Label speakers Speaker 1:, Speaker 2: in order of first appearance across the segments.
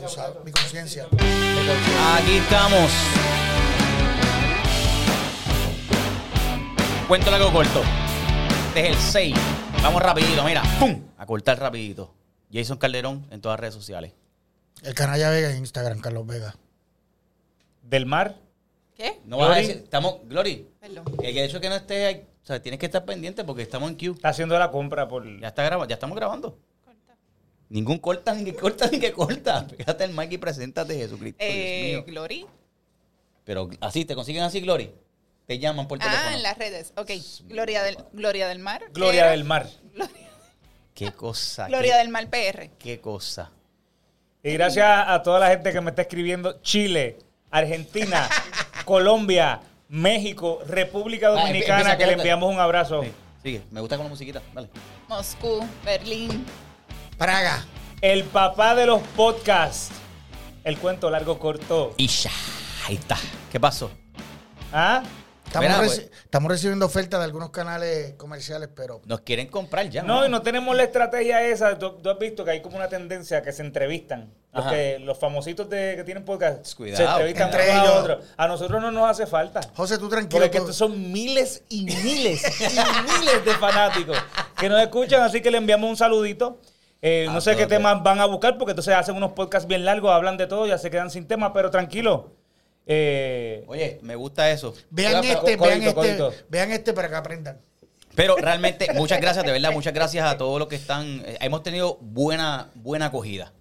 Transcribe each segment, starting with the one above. Speaker 1: tú sabes, mi conciencia.
Speaker 2: Aquí estamos. Cuento largo o corto. Este es el 6. Vamos rapidito, mira. ¡Pum! A cortar rapidito. Jason Calderón en todas las redes sociales.
Speaker 1: El canalla Vega en Instagram, Carlos Vega.
Speaker 3: Del mar.
Speaker 4: ¿Qué?
Speaker 2: No vas a
Speaker 3: Glory.
Speaker 2: decir. Estamos. Glory.
Speaker 4: Perdón.
Speaker 2: El que de hecho que no esté ahí, O sea, tienes que estar pendiente porque estamos en queue.
Speaker 3: Está haciendo la compra por.
Speaker 2: Ya está grabando, ya estamos grabando. Ningún corta, ni que corta, ni que corta. Fíjate el mic y preséntate, Jesucristo. Dios
Speaker 4: Eh,
Speaker 2: mío.
Speaker 4: Glory.
Speaker 2: Pero así, te consiguen así, Glory. Te llaman por teléfono.
Speaker 4: Ah, en las redes. Ok. Gloria del, Gloria del Mar.
Speaker 3: Gloria
Speaker 4: PR.
Speaker 3: del mar.
Speaker 2: Qué cosa.
Speaker 4: Gloria
Speaker 2: qué,
Speaker 4: del Mar PR.
Speaker 2: Qué cosa.
Speaker 3: Y gracias a toda la gente que me está escribiendo. Chile, Argentina, Colombia, México, República
Speaker 2: Va, Ah, empieza,
Speaker 3: Dominicana, que le
Speaker 2: espérate.
Speaker 3: enviamos un abrazo.
Speaker 2: Sí, sigue, me gusta con la musiquita. Dale.
Speaker 4: Moscú, Berlín.
Speaker 1: Praga.
Speaker 3: El papá de los podcasts. El cuento largo corto.
Speaker 2: Isha. Ahí está. ¿Qué pasó?
Speaker 3: ¿Ah?
Speaker 1: Estamos,
Speaker 2: Mira,
Speaker 1: reci-
Speaker 2: pues.
Speaker 1: estamos recibiendo ofertas de algunos canales comerciales, pero
Speaker 2: Nos quieren comprar ya.
Speaker 3: No, y no tenemos la estrategia esa. Tú, tú has visto que hay como una tendencia que se entrevistan. Los,
Speaker 2: Ajá.
Speaker 3: que- los famositos de, que tienen podcast
Speaker 2: Cuidado.
Speaker 3: se entrevistan
Speaker 1: Entre
Speaker 3: unos
Speaker 1: ellos.
Speaker 3: a otros. A nosotros no nos hace falta.
Speaker 1: José, tú tranquilo. pues,
Speaker 3: Porque es que
Speaker 1: tú-
Speaker 3: estos son miles y miles y miles de fanáticos que nos escuchan, así que le enviamos un saludito. Eh,
Speaker 2: A
Speaker 3: no sé qué
Speaker 2: todos.
Speaker 3: temas van a buscar, porque entonces hacen unos podcasts bien largos, hablan de todo, ya se quedan sin tema, pero tranquilo. Eh,
Speaker 2: Oye, me gusta eso.
Speaker 1: Vean
Speaker 3: Espera,
Speaker 1: este,
Speaker 3: co-
Speaker 1: vean
Speaker 3: codito,
Speaker 1: este,
Speaker 3: codito.
Speaker 1: vean este para que aprendan.
Speaker 2: Pero realmente, muchas gracias, de verdad, muchas gracias a todos los que están. eh, hemos tenido buena, buena acogida.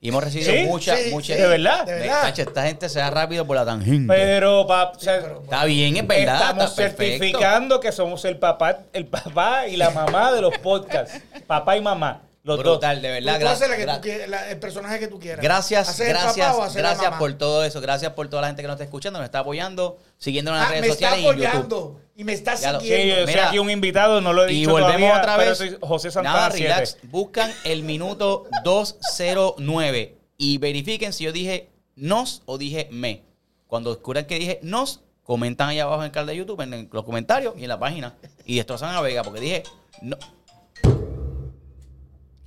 Speaker 2: Y hemos recibido
Speaker 3: ¿Sí?
Speaker 2: muchas,
Speaker 1: Sí,
Speaker 2: muchas.
Speaker 3: sí, ¿de verdad?
Speaker 1: de
Speaker 2: Ve,
Speaker 1: verdad.
Speaker 2: tacho, esta gente se da rápido por la tangente.
Speaker 3: pero, pa- o sea,
Speaker 2: está bien, es verdad.
Speaker 3: estamos
Speaker 2: está perfecto.
Speaker 3: certificando que somos el papá, el papá y la mamá de los podcasts. papá y mamá, los
Speaker 2: Brutal,
Speaker 3: dos.
Speaker 2: de
Speaker 1: Tú-
Speaker 2: verdad.
Speaker 1: tú
Speaker 2: gra-
Speaker 1: haces la que tú
Speaker 2: gra-
Speaker 1: quieras, la- el personaje que tú quieras.
Speaker 2: Gracias,
Speaker 1: Haces el papá
Speaker 2: gracias,
Speaker 1: o haces la
Speaker 2: gracias
Speaker 1: mamá.
Speaker 2: por todo eso. Gracias por toda la gente que nos está escuchando, nos está apoyando, siguiendo en las
Speaker 1: Ah,
Speaker 2: redes
Speaker 1: me está
Speaker 2: sociales y en YouTube.
Speaker 1: apoyando y me está
Speaker 2: Ya lo-
Speaker 3: Sí,
Speaker 1: siguiendo.
Speaker 3: yo soy
Speaker 2: Mira.
Speaker 3: aquí un invitado, no lo he
Speaker 2: Y
Speaker 3: dicho
Speaker 2: volvemos
Speaker 3: todavía,
Speaker 2: otra
Speaker 3: pero
Speaker 2: vez.
Speaker 3: soy José Santana
Speaker 2: Nada,
Speaker 3: 7.
Speaker 2: relax. Buscan el minuto 209 y verifiquen si yo dije nos o dije me. Cuando descubran que dije nos, comentan ahí abajo en el canal de YouTube, en, en los comentarios y en la página. Y destrozan a Vega porque dije no.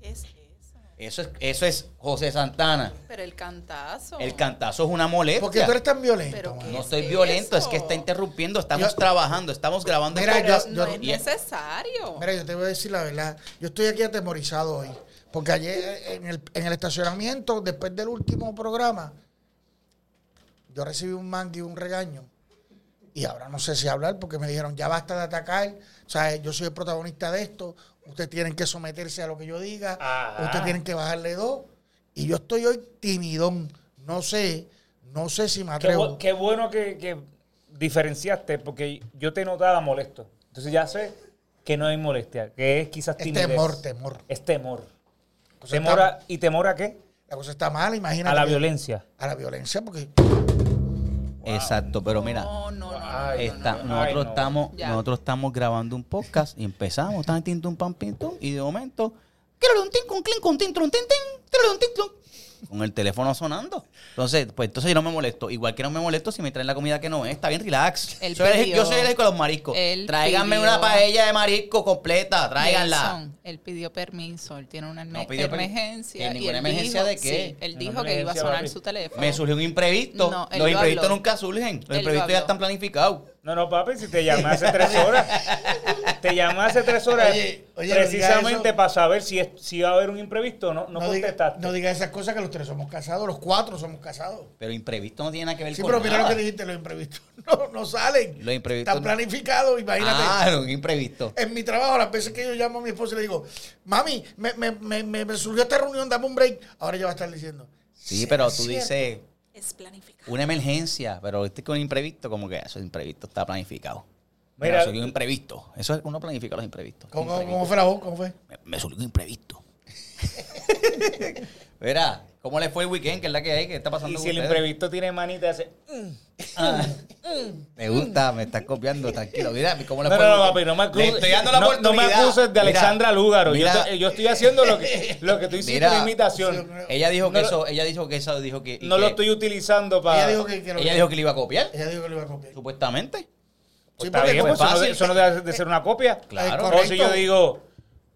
Speaker 4: ¿Qué es eso?
Speaker 2: Eso es, eso es José Santana.
Speaker 4: Pero el cantazo.
Speaker 2: El cantazo es una molestia.
Speaker 1: Porque tú eres tan violento.
Speaker 4: Pero
Speaker 1: mano.
Speaker 4: qué
Speaker 2: No estoy
Speaker 4: ¿Es
Speaker 2: violento, es
Speaker 4: eso?
Speaker 2: que está interrumpiendo. Estamos
Speaker 1: Yo-
Speaker 2: trabajando, estamos grabando.
Speaker 1: Mira,
Speaker 2: esto.
Speaker 4: Pero
Speaker 1: yo-
Speaker 4: no
Speaker 1: yo-
Speaker 4: es
Speaker 2: y-
Speaker 4: necesario.
Speaker 1: Mira, yo te voy a decir la verdad. Yo estoy aquí atemorizado hoy. Porque ayer eh, en el, en el estacionamiento, después del último programa, yo recibí un mangue y un regaño. Y ahora no sé si hablar porque me dijeron, ya basta de atacar. O sea, yo soy el protagonista de esto. Ustedes tienen que someterse a lo que yo diga.
Speaker 3: Ajá.
Speaker 1: Ustedes tienen que bajarle dos. Y yo estoy hoy timidón. No sé, no sé si me
Speaker 3: Qué, bu-
Speaker 1: atrevo.
Speaker 3: qué bueno que, que diferenciaste, porque yo te notaba molesto. Entonces ya sé que no hay molestia, que es quizás
Speaker 1: Es
Speaker 3: timidez.
Speaker 1: temor, temor.
Speaker 3: Es temor.
Speaker 1: Cosa
Speaker 3: Temor
Speaker 1: está-
Speaker 3: a- ¿Y temor a qué?
Speaker 1: La cosa está mala, imagínate.
Speaker 3: A la
Speaker 1: que-
Speaker 3: violencia.
Speaker 1: A la violencia, porque
Speaker 2: Exacto, pero mira.
Speaker 4: No, no, no. no.
Speaker 3: Ay,
Speaker 2: Está-
Speaker 3: no, no, no.
Speaker 2: nosotros,
Speaker 3: Ay, no.
Speaker 2: estamos,
Speaker 4: Ya.
Speaker 2: nosotros estamos grabando un podcast y empezamos, tan tin, tum, pam, pin, tum, y de momento, trulun, tin, cun, clin, cun, tin, trun, tin, tin, trulun, tin, tlun, con el teléfono sonando. Entonces, pues entonces yo no me molesto. Igual que no me molesto si me traen la comida que no es. Está bien, relax.
Speaker 4: Él
Speaker 2: Yo soy el-
Speaker 4: pidió-
Speaker 2: yo soy el con los mariscos.
Speaker 4: Él
Speaker 2: Tráiganme
Speaker 4: pidió-
Speaker 2: una paella de marisco completa. Tráiganla.
Speaker 4: Nelson, él pidió permiso, él tiene una
Speaker 2: No
Speaker 4: emer-
Speaker 2: pidió permi-
Speaker 4: emergencia.
Speaker 2: ¿En
Speaker 4: y
Speaker 2: ninguna
Speaker 4: él
Speaker 2: emergencia
Speaker 4: dijo-
Speaker 2: de qué?
Speaker 4: sí, él
Speaker 3: Una
Speaker 4: dijo que iba a
Speaker 3: emergencia,
Speaker 4: sonar
Speaker 3: papi.
Speaker 4: su teléfono.
Speaker 2: Me surgió un imprevisto.
Speaker 4: No, él
Speaker 2: los
Speaker 4: lo
Speaker 2: imprevistos
Speaker 4: habló.
Speaker 2: nunca surgen. Los
Speaker 4: Él lo
Speaker 2: imprevistos ya
Speaker 4: habló.
Speaker 2: están planificados.
Speaker 3: No, no, papi, si te llamé hace tres horas. te llamé hace tres horas
Speaker 1: Oye, oye, no diga
Speaker 3: precisamente
Speaker 1: eso.
Speaker 3: para saber si, es- si va a haber un imprevisto. No,
Speaker 1: no,
Speaker 3: no,
Speaker 1: diga,
Speaker 3: contestaste.
Speaker 1: no diga esas cosas que los tres somos casados, los cuatro somos casados.
Speaker 2: Pero imprevisto no tiene nada que ver
Speaker 1: Sí,
Speaker 2: con
Speaker 1: pero mira lo
Speaker 2: nada.
Speaker 1: que dijiste, los imprevistos no, no salen.
Speaker 2: Los imprevistos
Speaker 1: Están
Speaker 2: no-
Speaker 1: planificados, imagínate.
Speaker 2: Ah, un imprevisto.
Speaker 1: En mi trabajo, las veces que yo llamo a mi esposa y le digo, mami, me, me, me, me- me surgió esta reunión, dame un break. Ahora ella va a estar diciendo.
Speaker 2: Sí, pero
Speaker 1: es
Speaker 2: tú
Speaker 1: cierto.
Speaker 2: dices
Speaker 4: Es planificado.
Speaker 2: una emergencia, pero este con imprevisto, como que eso es imprevisto, está planificado. Mira,
Speaker 3: Mira-
Speaker 2: surgió un imprevisto. Eso es uno planifica los imprevistos.
Speaker 1: ¿Cómo, cómo-
Speaker 2: Imprevisto.
Speaker 1: cómo fue la voz? ¿Cómo fue?
Speaker 2: Me, me surgió un imprevisto. Verá, ¿cómo le fue el weekend? ¿Qué es la que hay? ¿Qué está pasando
Speaker 3: Y
Speaker 2: con
Speaker 3: si el
Speaker 2: ustedes?
Speaker 3: imprevisto tiene manita, hace.
Speaker 2: Ah, me gusta, me estás copiando, tranquilo. Mira, ¿cómo le
Speaker 3: No,
Speaker 2: fue
Speaker 3: no,
Speaker 2: el
Speaker 3: no,
Speaker 2: weekend?
Speaker 3: papi, no me
Speaker 2: Le
Speaker 3: acuses.
Speaker 2: estoy dando la
Speaker 3: no, no
Speaker 2: oportunidad.
Speaker 3: me acuses de
Speaker 2: Mira,
Speaker 3: Alexandra Lúgaro. Yo
Speaker 2: mira,
Speaker 3: te- Yo, estoy haciendo lo que, lo que tú hiciste
Speaker 2: Mira.
Speaker 3: de imitación.
Speaker 2: ella dijo que
Speaker 3: no lo-
Speaker 2: eso, ella dijo que eso, dijo que. y
Speaker 3: No lo
Speaker 2: que-
Speaker 3: estoy utilizando para.
Speaker 1: Ella dijo que, que lo-
Speaker 2: Ella dijo que le iba a copiar,
Speaker 1: ella dijo que lo iba a copiar.
Speaker 2: supuestamente.
Speaker 1: Sí,
Speaker 3: Está
Speaker 1: porque
Speaker 3: bien,
Speaker 1: ¿cómo
Speaker 3: pues, eso, no,
Speaker 2: fácil.
Speaker 3: eso no debe de ser una copia.
Speaker 2: Claro.
Speaker 3: O si yo
Speaker 1: correcto.
Speaker 3: digo,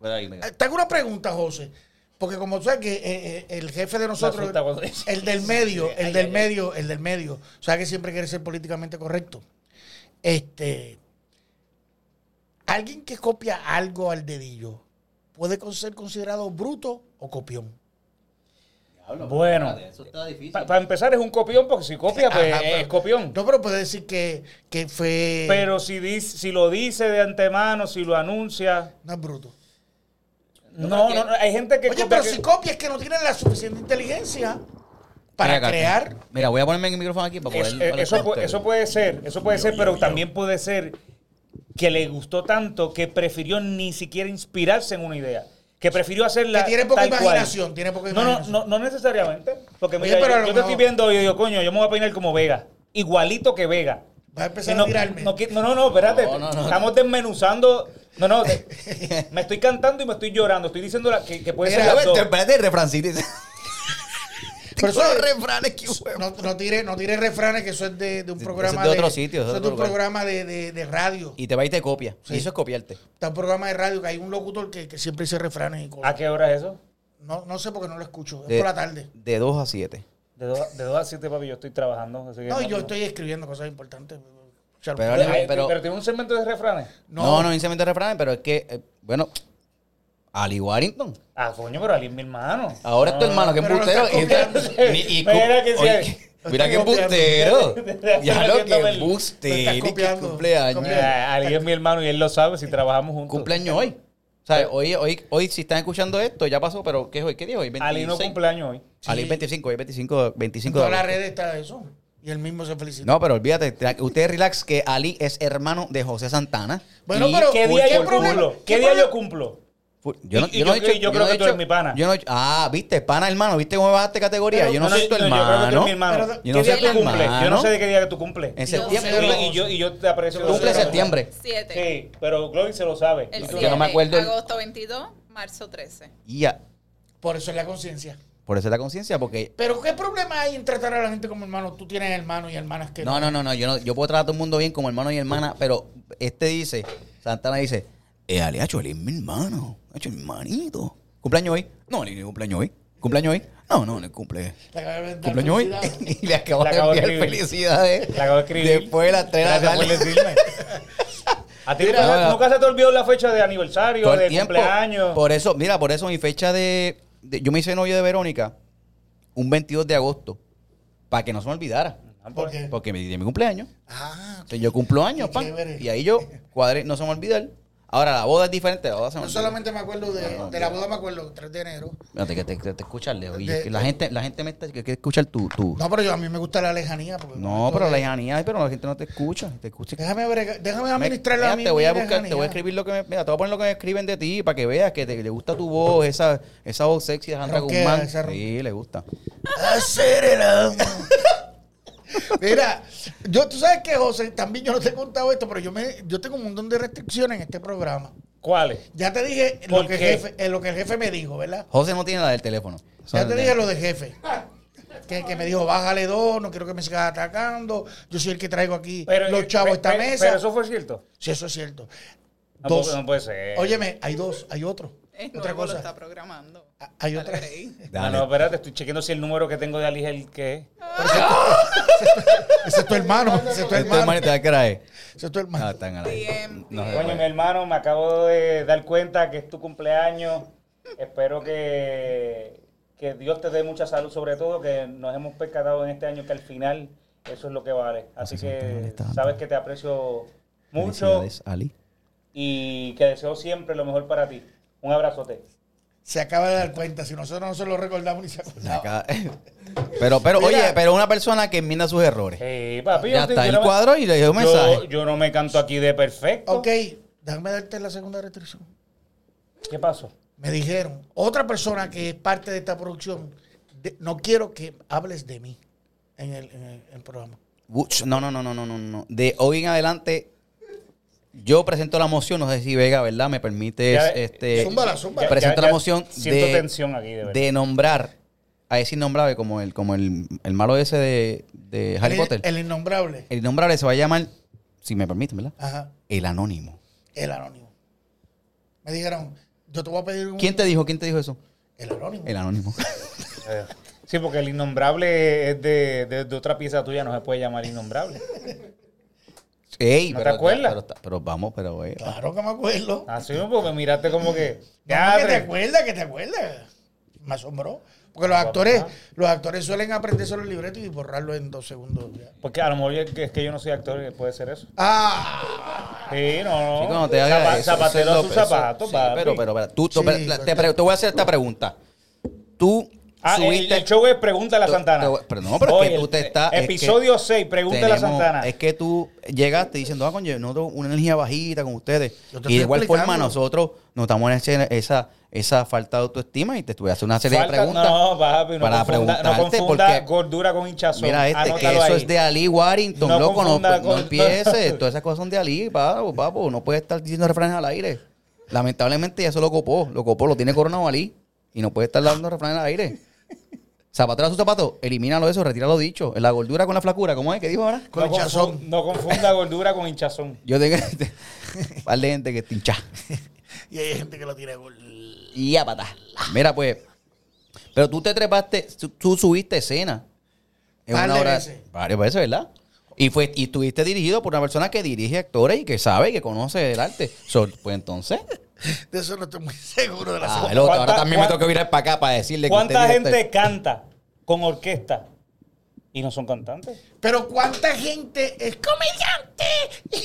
Speaker 2: Pero ahí me-
Speaker 1: Eh, Tengo una pregunta, José. Porque como tú sabes que eh, eh, el jefe de nosotros,
Speaker 3: asusta cuando dice-
Speaker 1: el del medio,
Speaker 3: Sí,
Speaker 1: el
Speaker 3: ay,
Speaker 1: del
Speaker 3: ay, ay.
Speaker 1: medio, el del medio, o sea que siempre quiere ser políticamente correcto. Este, alguien que copia algo al dedillo puede con- ser considerado bruto o copión.
Speaker 3: Bueno.
Speaker 2: espérate, Eso está difícil.
Speaker 3: Para empezar, es un copión, porque si copia, pues
Speaker 1: Ajá,
Speaker 3: es
Speaker 1: pero-
Speaker 3: copión.
Speaker 1: No, pero puede decir que, que fue
Speaker 3: Pero si, dice, si lo dice de antemano, si lo anuncia.
Speaker 1: no es bruto.
Speaker 3: No, no, no, hay gente que
Speaker 1: Oye,
Speaker 3: copia
Speaker 1: pero
Speaker 3: que-
Speaker 1: si copias que no tienen la suficiente inteligencia para
Speaker 2: Mira acá, eh,
Speaker 1: crear.
Speaker 2: Mira, voy a ponerme en el micrófono aquí para
Speaker 3: Es-
Speaker 2: poder.
Speaker 3: eh,
Speaker 2: para
Speaker 3: eso, pu-
Speaker 2: escucharte.
Speaker 3: eso puede ser, eso puede ser, pero también puede ser que le gustó tanto que prefirió ni siquiera inspirarse en una idea. Que prefirió hacerla.
Speaker 1: Que tiene poca
Speaker 3: tal cual.
Speaker 1: imaginación, tiene poca
Speaker 3: No, no,
Speaker 1: imaginación.
Speaker 3: no, no necesariamente. Porque
Speaker 1: Oye,
Speaker 3: mira,
Speaker 1: pero a
Speaker 3: yo,
Speaker 1: lo
Speaker 3: yo te
Speaker 1: mejor-
Speaker 3: estoy viendo y yo digo, coño, yo me voy a peinar como Vega. Igualito que Vega.
Speaker 1: Va a empezar
Speaker 3: Y no,
Speaker 1: a tirarme.
Speaker 3: No, qui- no, no, no, espérate.
Speaker 2: No, no, no.
Speaker 3: Estamos desmenuzando. No, no. te- me estoy cantando y me estoy llorando. Estoy diciendo la- que, que puede
Speaker 1: Mira,
Speaker 3: ser. las
Speaker 2: Espérate,
Speaker 3: dos.
Speaker 2: espérate, el refrancito.
Speaker 1: Pero eso-
Speaker 2: Los refranes que huevo.
Speaker 1: No, no tire, no tire refranes, que eso es de, de un
Speaker 2: Sí,
Speaker 1: programa.
Speaker 2: eso es de otro sitio, eso
Speaker 1: Eso
Speaker 2: es
Speaker 1: es de
Speaker 2: otro
Speaker 1: un
Speaker 2: lugar.
Speaker 1: programa de, de- de radio.
Speaker 2: Y te va y te copia.
Speaker 1: Sí.
Speaker 2: Y eso es copiarte.
Speaker 1: Está un programa de radio que hay un locutor que, que siempre dice refranes y
Speaker 3: ¿A
Speaker 1: cosas.
Speaker 3: qué hora es eso?
Speaker 1: No, no sé por qué no lo escucho. Es
Speaker 2: De-
Speaker 1: por la tarde.
Speaker 2: De 2 a 7.
Speaker 3: De 2 a 7, papi, yo estoy trabajando. Así que
Speaker 1: No, y yo estoy escribiendo cosas importantes. Chalo.
Speaker 2: Pero
Speaker 3: Pero, eh,
Speaker 2: Pero-
Speaker 3: pero, tiene un segmento de refranes.
Speaker 1: No.
Speaker 2: No, no, inicialmente refranes, pero es que, eh, bueno, Ali Warrington.
Speaker 3: Ah, coño, pero alguien mi hermano.
Speaker 2: Ahora es tu
Speaker 3: Ah.
Speaker 2: hermano, que es
Speaker 1: pero lo
Speaker 2: bustero.
Speaker 1: estás
Speaker 3: copiando. Mira
Speaker 2: mira
Speaker 3: que
Speaker 2: que
Speaker 3: sí.
Speaker 2: Mira que
Speaker 1: Lo estás
Speaker 2: embustero.
Speaker 3: copiando.
Speaker 2: Ya lo
Speaker 3: Lo
Speaker 2: que
Speaker 3: estás
Speaker 2: embustero. y que
Speaker 1: copiando.
Speaker 2: cumpleaños.
Speaker 1: Copiando.
Speaker 3: Ah, Ali es mi hermano y él lo sabe si trabajamos juntos.
Speaker 2: Cumpleaños hoy. O sea, hoy, hoy, hoy, si están escuchando esto, ya pasó, pero ¿qué es hoy? ¿Qué día es hoy?
Speaker 3: Ali no
Speaker 2: 26.
Speaker 3: cumpleaños hoy.
Speaker 2: Ali
Speaker 1: Sí.
Speaker 2: 25, hoy 25, 25
Speaker 1: En
Speaker 2: de
Speaker 1: todas las
Speaker 2: agosto.
Speaker 1: redes está eso. Y él mismo se felicita.
Speaker 2: No, pero olvídate. tra- Usted relax que Ali es hermano de José Santana.
Speaker 1: Bueno,
Speaker 2: Y-
Speaker 1: pero-
Speaker 3: ¿Qué
Speaker 1: Uy,
Speaker 3: día
Speaker 1: ¿qué
Speaker 3: yo
Speaker 1: problema?
Speaker 3: cumplo?
Speaker 1: ¿Qué
Speaker 3: ¿Qué día yo
Speaker 1: problema?
Speaker 3: cumplo?
Speaker 2: Fu- Yo, no,
Speaker 3: Y- y
Speaker 2: yo no
Speaker 3: yo
Speaker 2: he
Speaker 3: creo-
Speaker 2: dicho-
Speaker 3: yo
Speaker 2: yo
Speaker 3: creo
Speaker 2: no he
Speaker 3: que tú eres
Speaker 2: dicho-
Speaker 3: mi pana.
Speaker 2: yo no he dicho- ah, viste, pana hermano, viste cómo me bajaste categoría. yo no, soy tu hermano.
Speaker 3: Yo creo que tú eres mi hermano.
Speaker 1: Pero-
Speaker 2: yo
Speaker 3: ¿Qué
Speaker 2: no
Speaker 3: día
Speaker 2: soy tu
Speaker 3: tú cumples? Yo no
Speaker 2: hermano.
Speaker 3: sé de qué día tú cumples.
Speaker 2: En
Speaker 3: Y-
Speaker 2: septiembre.
Speaker 3: y, yo, y yo te aprecio.
Speaker 2: Cumple
Speaker 3: Yo sé-
Speaker 2: septiembre.
Speaker 4: Siete.
Speaker 3: Sí, pero Glory se lo sabe.
Speaker 4: El
Speaker 3: Y tú-
Speaker 2: yo
Speaker 4: 7,
Speaker 2: no me acuerdo el-
Speaker 4: agosto 22, marzo 13.
Speaker 2: Y ya.
Speaker 1: Por eso es la conciencia.
Speaker 2: Por eso es la conciencia, porque.
Speaker 1: Pero ¿qué problema hay en tratar a la gente como hermano? Tú tienes hermanos y hermanas que
Speaker 2: No, no, no, no. Yo, no, yo puedo tratar a todo el mundo bien como hermano y hermana, pero este dice, Santana dice, eh, Ali, hacho, Ali es mi hermano. Hacho, mi hermanito. ¿Cumpleaños hoy? No, Ali, no es cumpleaños hoy. ¿Cumpleaños hoy? No, no, no es cumple.
Speaker 1: Te acabo de dar
Speaker 2: ¿Cumpleaños hoy?
Speaker 1: felicidades.
Speaker 2: y le acabo
Speaker 3: Le
Speaker 2: de
Speaker 3: acabo de
Speaker 2: enviar
Speaker 3: escribir.
Speaker 2: felicidades.
Speaker 3: Le acabo de escribir.
Speaker 2: Después de las 3 de la
Speaker 3: Gracias por
Speaker 2: tarde.
Speaker 3: decirme. A ti
Speaker 2: Mira,
Speaker 3: nunca,
Speaker 2: no, no.
Speaker 3: nunca se te olvidó la fecha de aniversario,
Speaker 2: Todo el
Speaker 3: de
Speaker 2: tiempo.
Speaker 3: cumpleaños.
Speaker 2: Por eso, mira, por eso mi fecha de, de- Yo me hice novio de Verónica un 22 de agosto. Para que no se me olvidara.
Speaker 3: Ah,
Speaker 1: ¿Por
Speaker 3: pues.
Speaker 1: qué?
Speaker 2: Porque me di mi cumpleaños.
Speaker 1: Ah,
Speaker 2: Entonces yo cumplo años,
Speaker 1: Qué
Speaker 2: pa.
Speaker 1: chévere.
Speaker 2: Y ahí yo cuadré, no se me olvidar. Ahora la boda es diferente, la boda se me
Speaker 1: yo
Speaker 2: olvida.
Speaker 1: solamente me acuerdo de,
Speaker 2: No, no,
Speaker 1: de la
Speaker 2: no.
Speaker 1: boda, me acuerdo, 3 de enero.
Speaker 2: Espérate, que te, que te escuchan, Leo. Y
Speaker 1: De-
Speaker 2: es que la gente, la gente me está, que quiere escuchar tu. tu- No,
Speaker 1: No, pero yo a mí me gusta la lejanía. Porque
Speaker 2: pero la lejanía, pero la gente no te escucha. Te escucha.
Speaker 1: Déjame, brega- déjame
Speaker 2: Me-
Speaker 1: administrar
Speaker 2: mira,
Speaker 1: la
Speaker 2: te voy a buscar, te voy a escribir lo que me, mira, te voy a poner lo que me escriben de ti para que veas que te, le gusta tu voz, esa, esa voz sexy de Sandra
Speaker 1: Roquea,
Speaker 2: Guzmán.
Speaker 1: esa ro-
Speaker 2: Sí, le gusta.
Speaker 1: Hacer el amor. Mira, yo, tú sabes que José, también yo no te he contado esto, pero yo me, yo tengo un montón de restricciones en este programa.
Speaker 3: ¿Cuáles?
Speaker 1: Ya te dije
Speaker 3: ¿Por
Speaker 1: lo que, el
Speaker 3: qué?
Speaker 1: jefe, eh, lo que el jefe me dijo, ¿verdad?
Speaker 2: José no tiene la del teléfono.
Speaker 1: Ya te
Speaker 2: Son-
Speaker 1: dije lo de jefe. Que, que me dijo, bájale dos, no quiero que me sigas atacando. Yo soy el que traigo aquí los chavos a esta
Speaker 3: pero- eh,
Speaker 1: mesa.
Speaker 3: Pero eso fue cierto.
Speaker 1: Sí, eso es cierto.
Speaker 3: No,
Speaker 1: Dos.
Speaker 3: puede- no puede ser.
Speaker 1: Óyeme, hay dos, hay otro.
Speaker 4: Es
Speaker 1: otra
Speaker 4: nuevo, Eh, lo está
Speaker 1: cosa.
Speaker 4: programando.
Speaker 1: Ah, Hay
Speaker 4: Dale,
Speaker 1: otra.
Speaker 4: creí.
Speaker 2: Dale.
Speaker 3: No, no, espérate, estoy chequeando si el número que tengo de Ali es el que es.
Speaker 1: Ese es tu hermano. Ese es tu
Speaker 2: Este hermano
Speaker 1: hermano.
Speaker 2: te va a creer.
Speaker 1: Ese es tu
Speaker 2: Ah,
Speaker 1: hermano.
Speaker 2: están a la-
Speaker 4: Bien,
Speaker 2: no se
Speaker 4: bien.
Speaker 2: puede.
Speaker 3: Coño, mi hermano, me acabo de dar cuenta que es tu cumpleaños. Espero que, que Dios te dé mucha salud, sobre todo que nos hemos percatado en este año que al final eso es lo que vale. Así
Speaker 2: Así es, te
Speaker 3: que
Speaker 2: molesta.
Speaker 3: sabes que te aprecio mucho
Speaker 2: Felicidades, Ali.
Speaker 3: y que deseo siempre lo mejor para ti. Un abrazote.
Speaker 2: Eh,
Speaker 1: Se acaba de dar cuenta. Si nosotros no se lo recordamos ni se
Speaker 2: Se
Speaker 1: acordaba.
Speaker 2: acaba- Pero, pero,
Speaker 1: Mira.
Speaker 2: oye, pero una persona que enmienda sus errores.
Speaker 3: Sí, papi,
Speaker 2: Ya
Speaker 3: yo te-
Speaker 2: está,
Speaker 3: yo
Speaker 2: el
Speaker 3: no me-
Speaker 2: cuadro y le dio un
Speaker 3: yo-
Speaker 2: mensaje.
Speaker 3: Yo no me canto aquí de perfecto.
Speaker 1: Ok, déjame darte la segunda restricción.
Speaker 3: ¿Qué pasó?
Speaker 1: Me dijeron, otra persona que es parte de esta producción, de- no quiero que hables de mí en el, en el- en el programa.
Speaker 2: Uch, No, no, no, no, no, no, no. De hoy en adelante, yo presento la moción. No sé si Vega, ¿verdad? Me permite
Speaker 3: Ya,
Speaker 2: este,
Speaker 1: Zúmbala, zúmbala.
Speaker 3: Ya-
Speaker 2: presento
Speaker 3: ya-
Speaker 2: la
Speaker 3: ya
Speaker 2: moción
Speaker 3: Siento
Speaker 2: de-
Speaker 3: tensión aquí, de verdad.
Speaker 2: de nombrar a ese innombrable como el, como el, el malo ese de, de Harry
Speaker 1: el,
Speaker 2: Potter. Eh. El,
Speaker 1: El innombrable.
Speaker 2: innombrable se va a llamar, si me permiten, ¿verdad?
Speaker 1: Ajá,
Speaker 2: El anónimo.
Speaker 1: el anónimo. Me dijeron, yo te voy a pedir un...
Speaker 2: ¿Quién te dijo? ¿Quién te dijo eso?
Speaker 1: El anónimo.
Speaker 2: El anónimo.
Speaker 3: Eh, Sí, porque el innombrable es de, de- de otra pieza tuya, no se puede llamar innombrable.
Speaker 2: Ey,
Speaker 3: ¿No te
Speaker 2: pero,
Speaker 3: acuerdas?
Speaker 2: Pero, pero- pero vamos, pero eh,
Speaker 1: Claro que me acuerdo.
Speaker 2: Ah.
Speaker 3: Así mismo, porque miraste como que.
Speaker 1: No, que te
Speaker 3: "Diadre".
Speaker 1: acuerdas, que te acuerdas. Me asombró. Porque los actores, los actores suelen aprenderse los libretos y borrarlos en dos segundos. ya.
Speaker 3: Porque a lo mejor es que, es que yo no soy actor y puede ser eso.
Speaker 1: Ah,
Speaker 3: Sí, no, no.
Speaker 2: Chico, no te hagas
Speaker 3: Oh, Zapa-
Speaker 2: eso,
Speaker 3: zapatero
Speaker 2: eso
Speaker 3: a
Speaker 2: es
Speaker 3: sus
Speaker 2: lo- eso-
Speaker 3: zapatos,
Speaker 2: sí,
Speaker 3: papi.
Speaker 2: pero, pero, pero, tú, tú-
Speaker 1: Sí,
Speaker 2: pero,
Speaker 1: pero-
Speaker 2: te, pre- te voy a hacer esta pregunta. Tú
Speaker 3: Ah, el-
Speaker 2: subiste.
Speaker 3: el, show es Pregúntale a
Speaker 2: tú-
Speaker 3: Santana.
Speaker 2: te voy- pero no, pero es
Speaker 3: Oye,
Speaker 2: que tú te estás. es que
Speaker 3: Episodio 6, Pregúntale a
Speaker 2: tenemos-
Speaker 3: Santana.
Speaker 2: Es que tú llegaste diciendo, ah, coño, no tengo una energía bajita con ustedes.
Speaker 1: Yo te
Speaker 2: Y
Speaker 1: estoy
Speaker 2: de igual forma,
Speaker 1: explicando.
Speaker 2: nosotros notamos esa, esa, esa falta de autoestima y te estuve haciendo una serie
Speaker 3: Falta-
Speaker 2: de preguntas.
Speaker 3: No, papi, no
Speaker 2: para
Speaker 3: confunda, no
Speaker 2: preguntarte
Speaker 3: confunda
Speaker 2: porque-
Speaker 3: gordura con hinchazón.
Speaker 2: Mira este, que
Speaker 3: Anótalo
Speaker 2: eso
Speaker 3: ahí.
Speaker 2: es de Ali Warrington,
Speaker 3: No
Speaker 2: loco, no,
Speaker 3: confunda
Speaker 2: no
Speaker 3: con-
Speaker 2: empieces. Todas esas cosas son de Ali, papo, papo. No puede estar diciendo refranes al aire. Lamentablemente ya eso lo copó, lo copó, lo tiene coronado Ali. Y no puede estar dando refranes al aire. Zapatero a su zapato, elimínalo eso, retíralo dicho. La gordura con la flacura, ¿cómo es? ¿Qué dijo ahora?
Speaker 1: con
Speaker 3: no,
Speaker 1: hinchazón.
Speaker 3: confunda, no confunda gordura con hinchazón.
Speaker 2: Yo tengo un par de gente que está hinchada.
Speaker 1: Y hay gente que lo tiene gol.
Speaker 2: Y ya patá. Mira, pues. Pero tú te trepaste, tú, tú subiste escena.
Speaker 1: Par de veces.
Speaker 2: Varias veces, ¿verdad? Y, fue, y estuviste dirigido por una persona que dirige actores y que sabe y que conoce el arte. So, pues entonces.
Speaker 1: De eso no estoy muy seguro de la
Speaker 2: ah,
Speaker 1: segunda.
Speaker 2: el otro. Ahora
Speaker 3: ¿Cuánta-
Speaker 2: también me
Speaker 3: cuán-
Speaker 2: tengo que virar para acá para decirle que
Speaker 3: ¿Cuánta
Speaker 2: usted este-
Speaker 3: gente
Speaker 2: director-
Speaker 3: canta con orquesta y no son cantantes?
Speaker 1: Pero cuánta gente es comediante.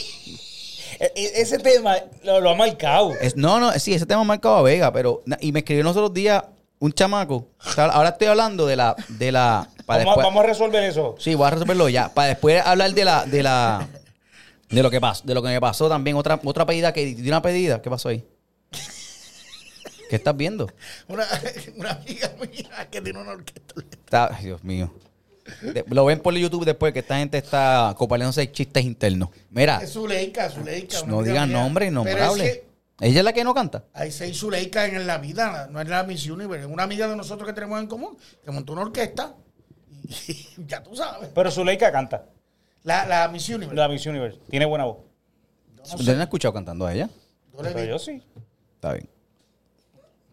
Speaker 3: E- e- ese tema lo, lo ha marcado.
Speaker 2: Es- no, no, sí, ese tema marcado a Vega, pero. na- Y me escribió en los otros días un chamaco. O sea, ahora estoy hablando de la. De la para
Speaker 3: Vamos, a-
Speaker 2: después-
Speaker 3: vamos a resolver eso.
Speaker 2: Sí, voy a resolverlo ya. Para después hablar de la, de la, de lo que pasó, de lo que me pasó también. Otra, otra pedida que di una pedida. ¿Qué pasó ahí? ¿Qué estás viendo?
Speaker 1: Una, una amiga mía que tiene una orquesta.
Speaker 2: Está- ay, Dios mío. De- lo ven por YouTube después que esta gente está copalándose chistes internos. Mira,
Speaker 1: Es Zuleika, Zuleika. una
Speaker 2: no
Speaker 1: amiga
Speaker 2: digan
Speaker 1: mía.
Speaker 2: nombre
Speaker 1: Pero
Speaker 2: innombrable.
Speaker 1: es que
Speaker 2: Ella es la que no canta.
Speaker 1: hay seis Zuleikas en la vida, no es la Miss Universe. Es una amiga de nosotros que tenemos en común que montó una orquesta. Y ya tú sabes.
Speaker 3: Pero Zuleika canta.
Speaker 1: La, la Miss Universe.
Speaker 3: La Miss Universe. Tiene buena voz.
Speaker 1: no
Speaker 2: Yo no he escuchado cantando a ella.
Speaker 1: Yo le
Speaker 3: Pero
Speaker 1: vi.
Speaker 3: yo sí.
Speaker 2: Está bien.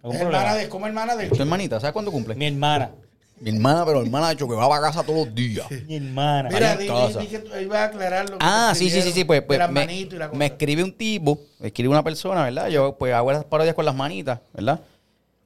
Speaker 3: Algún
Speaker 1: Es
Speaker 3: problema.
Speaker 1: hermana de, como hermana de.
Speaker 2: Tu hermanita, ¿sabes cuándo cumple?
Speaker 3: Mi hermana.
Speaker 2: Mi hermana, pero hermana de hecho que va a casa todos los días.
Speaker 3: Mi hermana.
Speaker 1: Mira,
Speaker 2: Marian
Speaker 1: di,
Speaker 2: Cosa.
Speaker 1: di- di que tú- iba a aclarar lo que
Speaker 2: Ah,
Speaker 1: te
Speaker 2: sí, sí, sí, sí,
Speaker 1: escribieron,
Speaker 2: pues, pues,
Speaker 1: de las
Speaker 2: me,
Speaker 1: manitos y la cosa.
Speaker 2: me escribe un tipo, me escribe una persona, ¿verdad? Yo pues hago las parodias con las manitas, ¿verdad?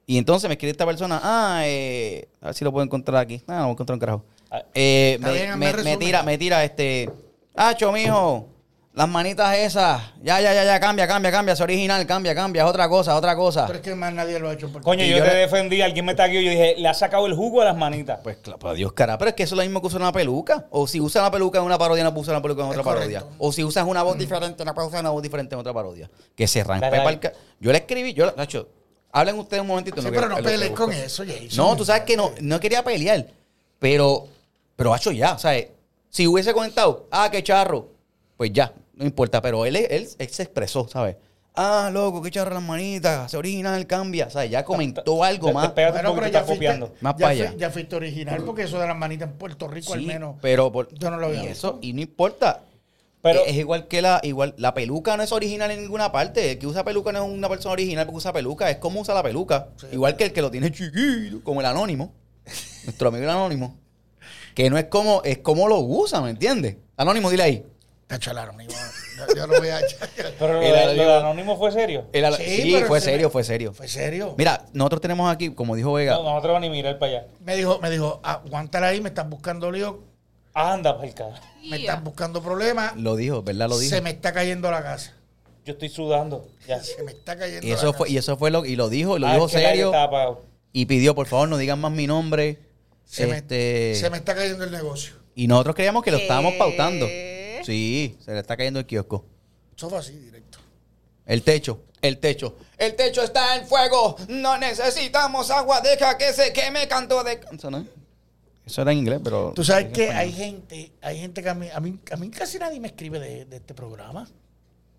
Speaker 2: Y entonces me escribe esta persona, ah, eh, a ver si lo puedo encontrar aquí. Ah, no, voy a encontrar un carajo.
Speaker 3: Ah,
Speaker 2: Eh,
Speaker 1: está
Speaker 2: me,
Speaker 1: bien, hazme
Speaker 2: me-
Speaker 1: resumen.
Speaker 2: me tira, me tira este, ah, mijo, las manitas esas, ya, ya, ya, ya, cambia, cambia, cambia, es original, cambia, cambia, es otra cosa, otra cosa.
Speaker 1: Pero es que más nadie lo ha hecho. porque-
Speaker 3: Coño,
Speaker 2: Y
Speaker 3: yo,
Speaker 2: yo
Speaker 3: te
Speaker 2: le-
Speaker 3: defendí, alguien me tagueó y yo dije, le ha sacado el jugo a las manitas.
Speaker 2: Pues claro, pues, Dios cara, pero es que eso es lo mismo que usar una peluca. O si usas una peluca en una parodia, no usas una peluca en
Speaker 1: Es
Speaker 2: otra
Speaker 1: correcto. Mm.
Speaker 2: parodia. O si usas una voz diferente, no puedes usar una voz diferente en otra parodia. Que se arranca.
Speaker 3: Dale, dale.
Speaker 2: Yo le escribí, yo, Nacho, hablen ustedes un momentito.
Speaker 1: Sí,
Speaker 2: en lo
Speaker 1: pero
Speaker 2: que-
Speaker 1: no
Speaker 2: en lo que
Speaker 1: pelees
Speaker 2: busco.
Speaker 1: con eso, Jason.
Speaker 2: No, tú sabes que no, no quería pelear, pero, pero hacho ya, o sea, eh, si hubiese comentado, ah, qué charro, pues ya, no importa, pero él, él, él se expresó, ¿sabes? Ah, loco, qué charro las manitas, se original, cambia, o sea, ya comentó algo
Speaker 3: Te-
Speaker 2: más.
Speaker 3: Te pegas
Speaker 1: Bueno,
Speaker 3: un
Speaker 1: pero
Speaker 3: poquito,
Speaker 1: ya
Speaker 3: estás
Speaker 1: fuiste,
Speaker 3: copiando.
Speaker 2: Más
Speaker 1: ya,
Speaker 2: pa' allá.
Speaker 1: fui- ya fuiste original, porque eso de las manitas en Puerto Rico al
Speaker 2: Sí,
Speaker 1: menos.
Speaker 2: Pero por-
Speaker 1: yo no lo había
Speaker 2: y
Speaker 1: visto.
Speaker 2: eso, y no importa.
Speaker 3: Pero-
Speaker 2: es, es igual que la igual la peluca no es original en ninguna parte. El que usa peluca no es una persona original porque usa peluca, es como usa la peluca. igual que el que lo tiene chiquito, como el anónimo. nuestro amigo el anónimo. Que no es como, es como lo usa, ¿me entiendes? Anónimo, dile ahí.
Speaker 1: Te chalaron, Iván. Yo, yo lo voy a
Speaker 3: Pero lo,
Speaker 2: El
Speaker 3: de-
Speaker 2: anónimo-
Speaker 3: lo de anónimo fue serio.
Speaker 2: El ala-
Speaker 1: Sí,
Speaker 2: sí,
Speaker 1: pero
Speaker 2: fue
Speaker 1: se me-
Speaker 2: serio, fue serio.
Speaker 1: ¿Fue serio?
Speaker 2: Mira, nosotros tenemos aquí, como dijo Vega,
Speaker 3: No, nosotros vamos a ni mirar para allá.
Speaker 1: Me dijo, me dijo, aguántala ahí, me estás buscando lío,
Speaker 3: Anda, palca.
Speaker 1: me estás buscando problemas,
Speaker 2: lo dijo, ¿verdad? Lo dijo.
Speaker 1: se me está cayendo la casa.
Speaker 3: Yo estoy sudando. Ya.
Speaker 1: Se me está cayendo
Speaker 2: Y
Speaker 1: la
Speaker 2: eso
Speaker 1: casa.
Speaker 2: fue, y eso fue lo, y lo dijo, y lo
Speaker 3: Ah,
Speaker 2: dijo
Speaker 3: es que el aire
Speaker 2: serio.
Speaker 3: estaba apagado.
Speaker 2: y pidió, por favor, no digan más mi nombre.
Speaker 1: se, me-
Speaker 2: este,
Speaker 1: se me está cayendo el negocio.
Speaker 2: Y nosotros creíamos que lo
Speaker 4: ¿Qué?
Speaker 2: estábamos pautando. Sí, se le está cayendo el kiosco.
Speaker 1: Eso fue así, directo.
Speaker 2: El techo, el techo. El techo está en fuego. No necesitamos agua. Deja que se queme canto de... Eso, no es. Eso era en inglés, pero...
Speaker 1: Tú sabes que hay gente, hay gente que a mí, a mí, a mí casi nadie me escribe de, de este programa.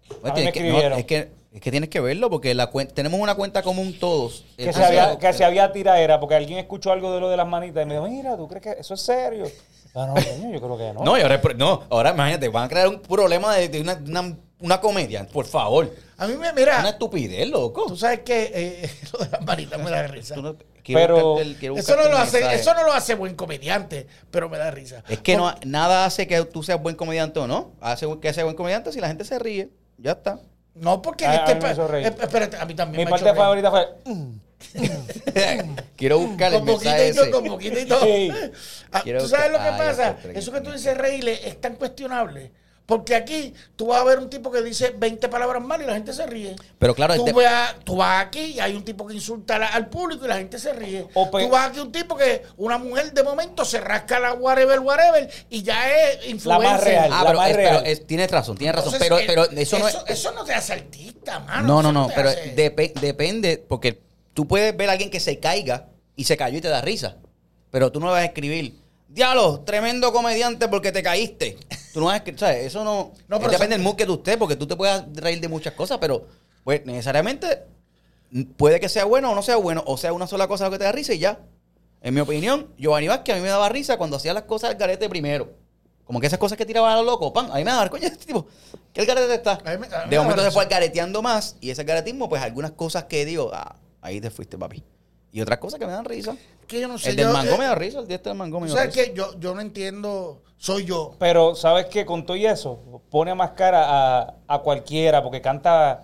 Speaker 2: No,
Speaker 3: A mí
Speaker 2: Pues tienes
Speaker 3: me
Speaker 2: que- no,
Speaker 3: escribieron.
Speaker 2: es, que, es que tienes que verlo porque la cuen- tenemos una cuenta común todos.
Speaker 1: Eh,
Speaker 3: Que se,
Speaker 2: Entonces,
Speaker 3: había, que se había tiradera porque alguien escuchó algo de lo de las manitas y me dijo, mira, ¿tú crees que eso es serio? Ah, no, coño, yo creo que no.
Speaker 2: No, y ahora, es pro- no, ahora imagínate, van a crear un problema de, de una, una- una comedia, por favor.
Speaker 1: A mí me, mira,
Speaker 2: Una estupidez, loco.
Speaker 1: Tú sabes que eh, lo de las manitas me da risa.
Speaker 2: Tú no-
Speaker 3: Pero-
Speaker 2: buscarte el- quiero
Speaker 1: Eso no,
Speaker 2: buscarte
Speaker 1: lo
Speaker 2: el
Speaker 1: hace,
Speaker 2: mensaje.
Speaker 1: eso no lo hace buen comediante, pero me da risa.
Speaker 2: Es que no, nada hace que tú seas buen comediante o no. Hace que seas buen comediante si la gente se ríe. Ya está.
Speaker 1: No, porque en
Speaker 3: Ah, A- a
Speaker 1: este
Speaker 3: mí me
Speaker 1: pa-
Speaker 3: hizo reír.
Speaker 1: eh, Espérate, a mí también
Speaker 3: Mi
Speaker 1: me ha hecho
Speaker 3: parte
Speaker 1: reír.
Speaker 3: favorita fue. "Mm,
Speaker 2: Quiero buscar el
Speaker 1: Con poquito
Speaker 2: mensaje
Speaker 1: y todo,
Speaker 2: ese.
Speaker 1: con poquito y todo.
Speaker 3: Sí.
Speaker 1: Ah,
Speaker 2: Quiero
Speaker 1: ¿Tú sabes
Speaker 2: que-
Speaker 1: lo que
Speaker 2: ah, ya
Speaker 1: pasa?
Speaker 2: sé, pero
Speaker 1: Eso
Speaker 2: que-
Speaker 1: que tú dices reírle es tan cuestionable. Porque aquí tú vas a ver un tipo que dice 20 palabras mal y la gente se ríe.
Speaker 2: Pero claro,
Speaker 1: tú,
Speaker 2: es de-
Speaker 1: ve a- tú vas aquí y hay un tipo que insulta a la- al público y la gente se ríe.
Speaker 3: O pe-
Speaker 1: tú vas aquí un tipo que una mujer de momento se rasca la whatever, whatever y ya es influencer.
Speaker 3: real.
Speaker 2: Ah,
Speaker 3: la
Speaker 2: pero,
Speaker 3: más
Speaker 2: es- pero
Speaker 3: real.
Speaker 2: es- tienes razón, tienes razón.
Speaker 1: Entonces, eh,
Speaker 2: pero, pero eso, no es.
Speaker 1: eso no te hace artista, mano.
Speaker 2: No,
Speaker 1: Ah, Eso
Speaker 2: no, no,
Speaker 1: te
Speaker 2: pero
Speaker 1: hace-
Speaker 2: depe- depende, porque tú puedes ver a alguien que se caiga y se cayó y te da risa, pero tú no vas a escribir, diablo, tremendo comediante porque te caíste. Tú no vas a escribir, ¿sabes? Eso no... eh,
Speaker 1: No, pero
Speaker 2: depende
Speaker 1: eso-
Speaker 2: del mood que tú estés, porque tú te puedes reír de muchas cosas, pero pues necesariamente puede que sea bueno o no sea bueno, o sea una sola cosa lo que te da risa y ya. En mi opinión, Giovanni Vázquez a mí me daba risa cuando hacía las cosas al garete primero. Como que esas cosas que tiraban a los locos, pan, a mí me daba, coño, este tipo, ¿qué el garete está?
Speaker 1: A mí me- a mí me
Speaker 2: de
Speaker 1: daba
Speaker 2: momento se
Speaker 1: risa.
Speaker 2: fue al gareteando más y ese garetismo, pues algunas cosas que digo, ah, ahí te fuiste, papi. Y otras cosas que me dan risa.
Speaker 1: que yo no sé,
Speaker 2: el del
Speaker 1: yo-
Speaker 2: mango
Speaker 1: eh,
Speaker 2: me da risa, el de este del mango me
Speaker 1: O
Speaker 2: da
Speaker 1: sea,
Speaker 2: risa.
Speaker 1: que yo, yo no entiendo, soy yo.
Speaker 3: Pero, ¿sabes qué? Con todo y eso, pone más cara a, a cualquiera porque canta.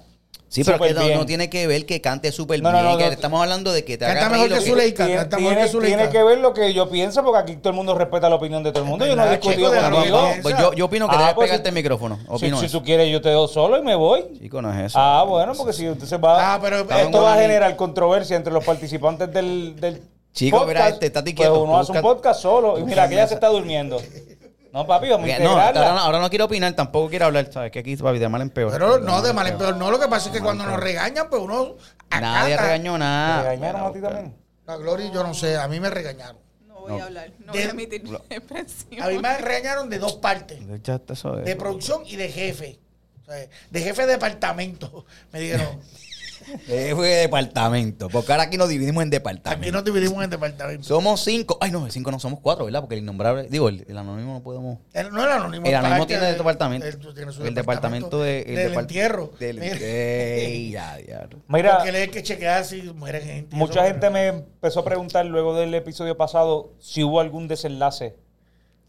Speaker 2: Sí, pero es que
Speaker 3: súper
Speaker 2: no,
Speaker 3: bien.
Speaker 2: no tiene que ver que cante súper
Speaker 3: No, no,
Speaker 2: bien.
Speaker 3: no,
Speaker 2: que
Speaker 3: no.
Speaker 2: Estamos hablando de que te
Speaker 1: Canta
Speaker 2: haga
Speaker 1: mejor
Speaker 2: reír
Speaker 1: que
Speaker 2: o
Speaker 1: Zuleika.
Speaker 3: Tiene,
Speaker 1: canta mejor
Speaker 3: tiene-
Speaker 1: que Zuleika.
Speaker 3: tiene que ver lo que yo pienso porque aquí todo el mundo respeta la opinión de todo el mundo. Yo no he
Speaker 1: verdad,
Speaker 3: discutido
Speaker 1: chico, de
Speaker 3: con
Speaker 2: Vamos,
Speaker 1: Gabriel.
Speaker 3: amigo.
Speaker 2: vamos, pues yo, yo opino que
Speaker 3: Ah,
Speaker 2: debes
Speaker 3: pues
Speaker 2: pegarte
Speaker 3: si-
Speaker 2: el micrófono.
Speaker 3: Si,
Speaker 2: Opino
Speaker 3: si
Speaker 2: eso.
Speaker 3: tú quieres, yo te doy solo y me voy.
Speaker 2: Chico, no es eso.
Speaker 3: Ah, bueno, porque si usted se va.
Speaker 1: Ah, pero-
Speaker 3: esto va a
Speaker 2: Vamos,
Speaker 3: generar controversia entre los participantes del. del
Speaker 2: Chico, mira, este, estate
Speaker 3: pues
Speaker 2: quieto,
Speaker 3: uno
Speaker 2: tú
Speaker 3: hace un
Speaker 2: busca-
Speaker 3: podcast solo y
Speaker 2: busca
Speaker 3: mira, aquella
Speaker 2: mesa.
Speaker 3: se está durmiendo. No, papi, vamos a
Speaker 2: Porque- no, ahora, no,
Speaker 3: integrarla.
Speaker 2: ahora no quiero opinar, tampoco quiero hablar, ¿sabes? Que aquí, papi, de mal en peor.
Speaker 1: Pero no, de mal en peor. No, lo que pasa es que cuando nos regañan, pues uno.
Speaker 2: Nadie
Speaker 1: acata.
Speaker 2: regañó nada.
Speaker 3: ¿Te regañaron
Speaker 2: Mira,
Speaker 3: a ti
Speaker 2: Oscar.
Speaker 3: también?
Speaker 1: La Gloria, yo no sé, a mí me regañaron.
Speaker 4: No voy
Speaker 2: No.
Speaker 4: a hablar, no
Speaker 1: De-
Speaker 4: voy a emitir
Speaker 2: Lo-
Speaker 4: expresión.
Speaker 1: A mí me regañaron de dos partes:
Speaker 2: Ya está, eso es.
Speaker 1: de producción y de jefe. O sea, De jefe de departamento. Me dijeron,
Speaker 2: Eh, fue de departamento. Porque ahora aquí nos dividimos en
Speaker 1: aquí
Speaker 2: departamentos.
Speaker 1: nos dividimos en departamento.
Speaker 2: Somos cinco. Ay, no, cinco no somos cuatro, ¿verdad? Porque el innombrable. Digo, el, el anónimo no podemos.
Speaker 1: El- no el anónimo.
Speaker 2: El anónimo
Speaker 1: parte
Speaker 2: tiene
Speaker 1: de-
Speaker 2: departamento.
Speaker 1: él tiene su
Speaker 2: el departamento, de. El
Speaker 1: del
Speaker 2: depart-
Speaker 1: entierro.
Speaker 2: Del,
Speaker 1: Mira,
Speaker 2: Ey, ya, diablo.
Speaker 3: Mira,
Speaker 1: porque él es el que chequea si muere gente. y
Speaker 3: Mucha
Speaker 1: eso,
Speaker 3: gente
Speaker 1: pero-
Speaker 3: me empezó a preguntar luego del episodio pasado si hubo algún desenlace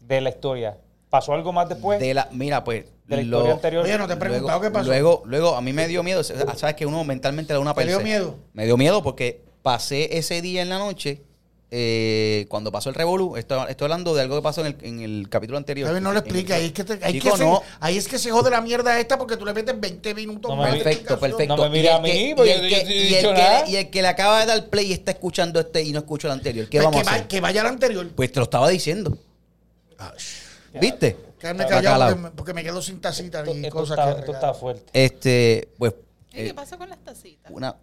Speaker 3: de la historia. ¿Pasó algo más después?
Speaker 2: De la, mira, pues.
Speaker 3: De la
Speaker 2: lo-
Speaker 3: historia anterior.
Speaker 1: Oye, no te he preguntado
Speaker 2: luego,
Speaker 1: qué pasó.
Speaker 2: Luego, luego, a mí me dio miedo. O sea, Sabes que uno mentalmente le da una
Speaker 1: ¿Te dio
Speaker 2: perse-
Speaker 1: miedo?
Speaker 2: Me dio miedo porque pasé ese día en la noche. eh, cuando pasó el revolú, estoy, estoy hablando de algo que pasó en el, en el capítulo anterior.
Speaker 1: Javi, no lo explica. Ahí es, que te- ahí, es
Speaker 2: Chico,
Speaker 1: que se,
Speaker 2: no.
Speaker 1: ahí es que se jode la mierda esta porque tú le metes 20 minutos
Speaker 3: No me
Speaker 1: más de
Speaker 2: Perfecto,
Speaker 1: explicación.
Speaker 2: perfecto.
Speaker 3: No me mire
Speaker 2: Y el
Speaker 3: a mí,
Speaker 2: que-
Speaker 3: porque
Speaker 2: y el
Speaker 3: yo-
Speaker 2: que-
Speaker 3: yo no he
Speaker 2: y el
Speaker 3: dicho
Speaker 2: que-
Speaker 3: nada.
Speaker 2: Y el que le acaba de dar play y está escuchando este y no escucha el anterior. ¿Qué
Speaker 1: Pues
Speaker 2: vamos
Speaker 1: que,
Speaker 2: a
Speaker 1: va-
Speaker 2: hacer?
Speaker 1: que vaya al anterior.
Speaker 2: Pues te lo estaba diciendo. ¿Viste?
Speaker 1: Quedarme
Speaker 2: Está
Speaker 1: callado
Speaker 2: calado.
Speaker 1: porque me, porque me quedo sin tacita
Speaker 3: esto,
Speaker 1: y
Speaker 3: esto
Speaker 1: cosas
Speaker 3: está,
Speaker 1: que
Speaker 3: esto
Speaker 1: regalar.
Speaker 3: está fuerte.
Speaker 2: Este, pues,
Speaker 4: Ey,
Speaker 2: eh,
Speaker 4: ¿Qué pasa con las tacitas?
Speaker 2: una,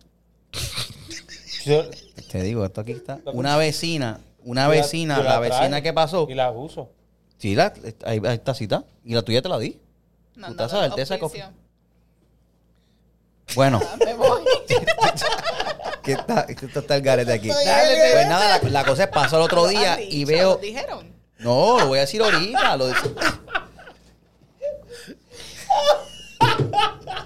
Speaker 3: Yo-
Speaker 2: te digo, esto aquí está. Una vecina, una
Speaker 3: yo
Speaker 2: vecina,
Speaker 3: yo
Speaker 2: la, vecina
Speaker 3: traje
Speaker 2: que pasó.
Speaker 3: Y la uso.
Speaker 2: Sí, la, ahí, ahí está cita. Y la tuya te la di.
Speaker 4: No,
Speaker 2: Tu
Speaker 4: no,
Speaker 2: taza
Speaker 4: no,
Speaker 2: de Alteza
Speaker 4: auspicio.
Speaker 2: Bueno,
Speaker 4: Ah, Me voy.
Speaker 2: que está, esto está el garete aquí.
Speaker 1: Estoy-
Speaker 2: Pues nada, la, la cosa es pasó el otro
Speaker 4: Lo
Speaker 2: día
Speaker 4: han dicho,
Speaker 2: y veo.
Speaker 4: lo dijeron.
Speaker 2: No, lo voy a decir ahorita. Lo dice-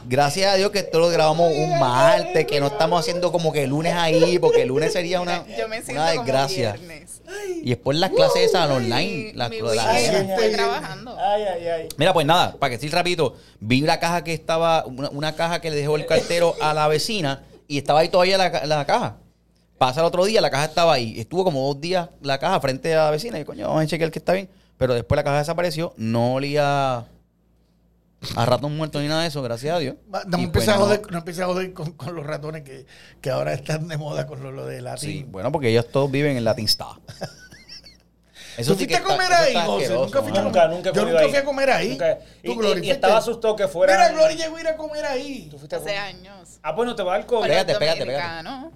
Speaker 2: Gracias a Dios que esto lo grabamos un martes, que no estamos haciendo como que el lunes ahí, porque el lunes sería una,
Speaker 4: Yo me siento
Speaker 2: una
Speaker 4: como
Speaker 2: desgracia.
Speaker 4: viernes.
Speaker 2: Y después las clases esas
Speaker 4: Mi-
Speaker 2: online. las-
Speaker 4: mi
Speaker 2: las-
Speaker 4: weekend
Speaker 1: gente-
Speaker 4: fue trabajando.
Speaker 3: Ay, ay, ay.
Speaker 2: Mira, pues nada, para que decir rapidito, vi la caja que estaba, una, una caja que le dejó el cartero a la vecina y estaba ahí todavía la, ca- la caja. Pasa el otro día, la caja estaba ahí. Estuvo como dos días la caja frente a la vecina y coño, vamos a chequear que está bien. Pero después la caja desapareció, no olía a ratón muerto ni nada de eso, gracias a Dios.
Speaker 1: Va-
Speaker 2: Y
Speaker 1: No
Speaker 2: pues
Speaker 1: empieces a
Speaker 2: no.
Speaker 1: joder, no empieces a joder con, con los ratones que, que ahora están de moda con lo, lo de latín.
Speaker 2: Sí, bueno, porque ellos todos viven en Latin Star. Eso
Speaker 1: ¿Tú
Speaker 2: sí
Speaker 1: fuiste
Speaker 2: que
Speaker 1: a
Speaker 2: está-
Speaker 1: comer
Speaker 2: eso
Speaker 1: ahí,
Speaker 2: está
Speaker 1: José?
Speaker 2: asqueroso,
Speaker 1: Nunca fuiste a
Speaker 2: mano.
Speaker 1: comer.
Speaker 3: Nunca, nunca he
Speaker 1: Yo
Speaker 3: comido
Speaker 1: nunca
Speaker 3: ahí.
Speaker 1: fui a comer ahí.
Speaker 3: Nunca-
Speaker 1: Tú,
Speaker 3: y- y-
Speaker 1: Glory,
Speaker 3: y
Speaker 1: fuiste.
Speaker 3: estaba asustado que fuera-
Speaker 1: Mira, Gloria llegó a ir a comer ahí.
Speaker 3: ¿Tú fuiste a-
Speaker 4: Hace años.
Speaker 3: Ah, pues no te va al
Speaker 4: Con
Speaker 3: cobre.
Speaker 2: Espérate,
Speaker 4: los
Speaker 2: espérate, espérate.
Speaker 4: dominicanos,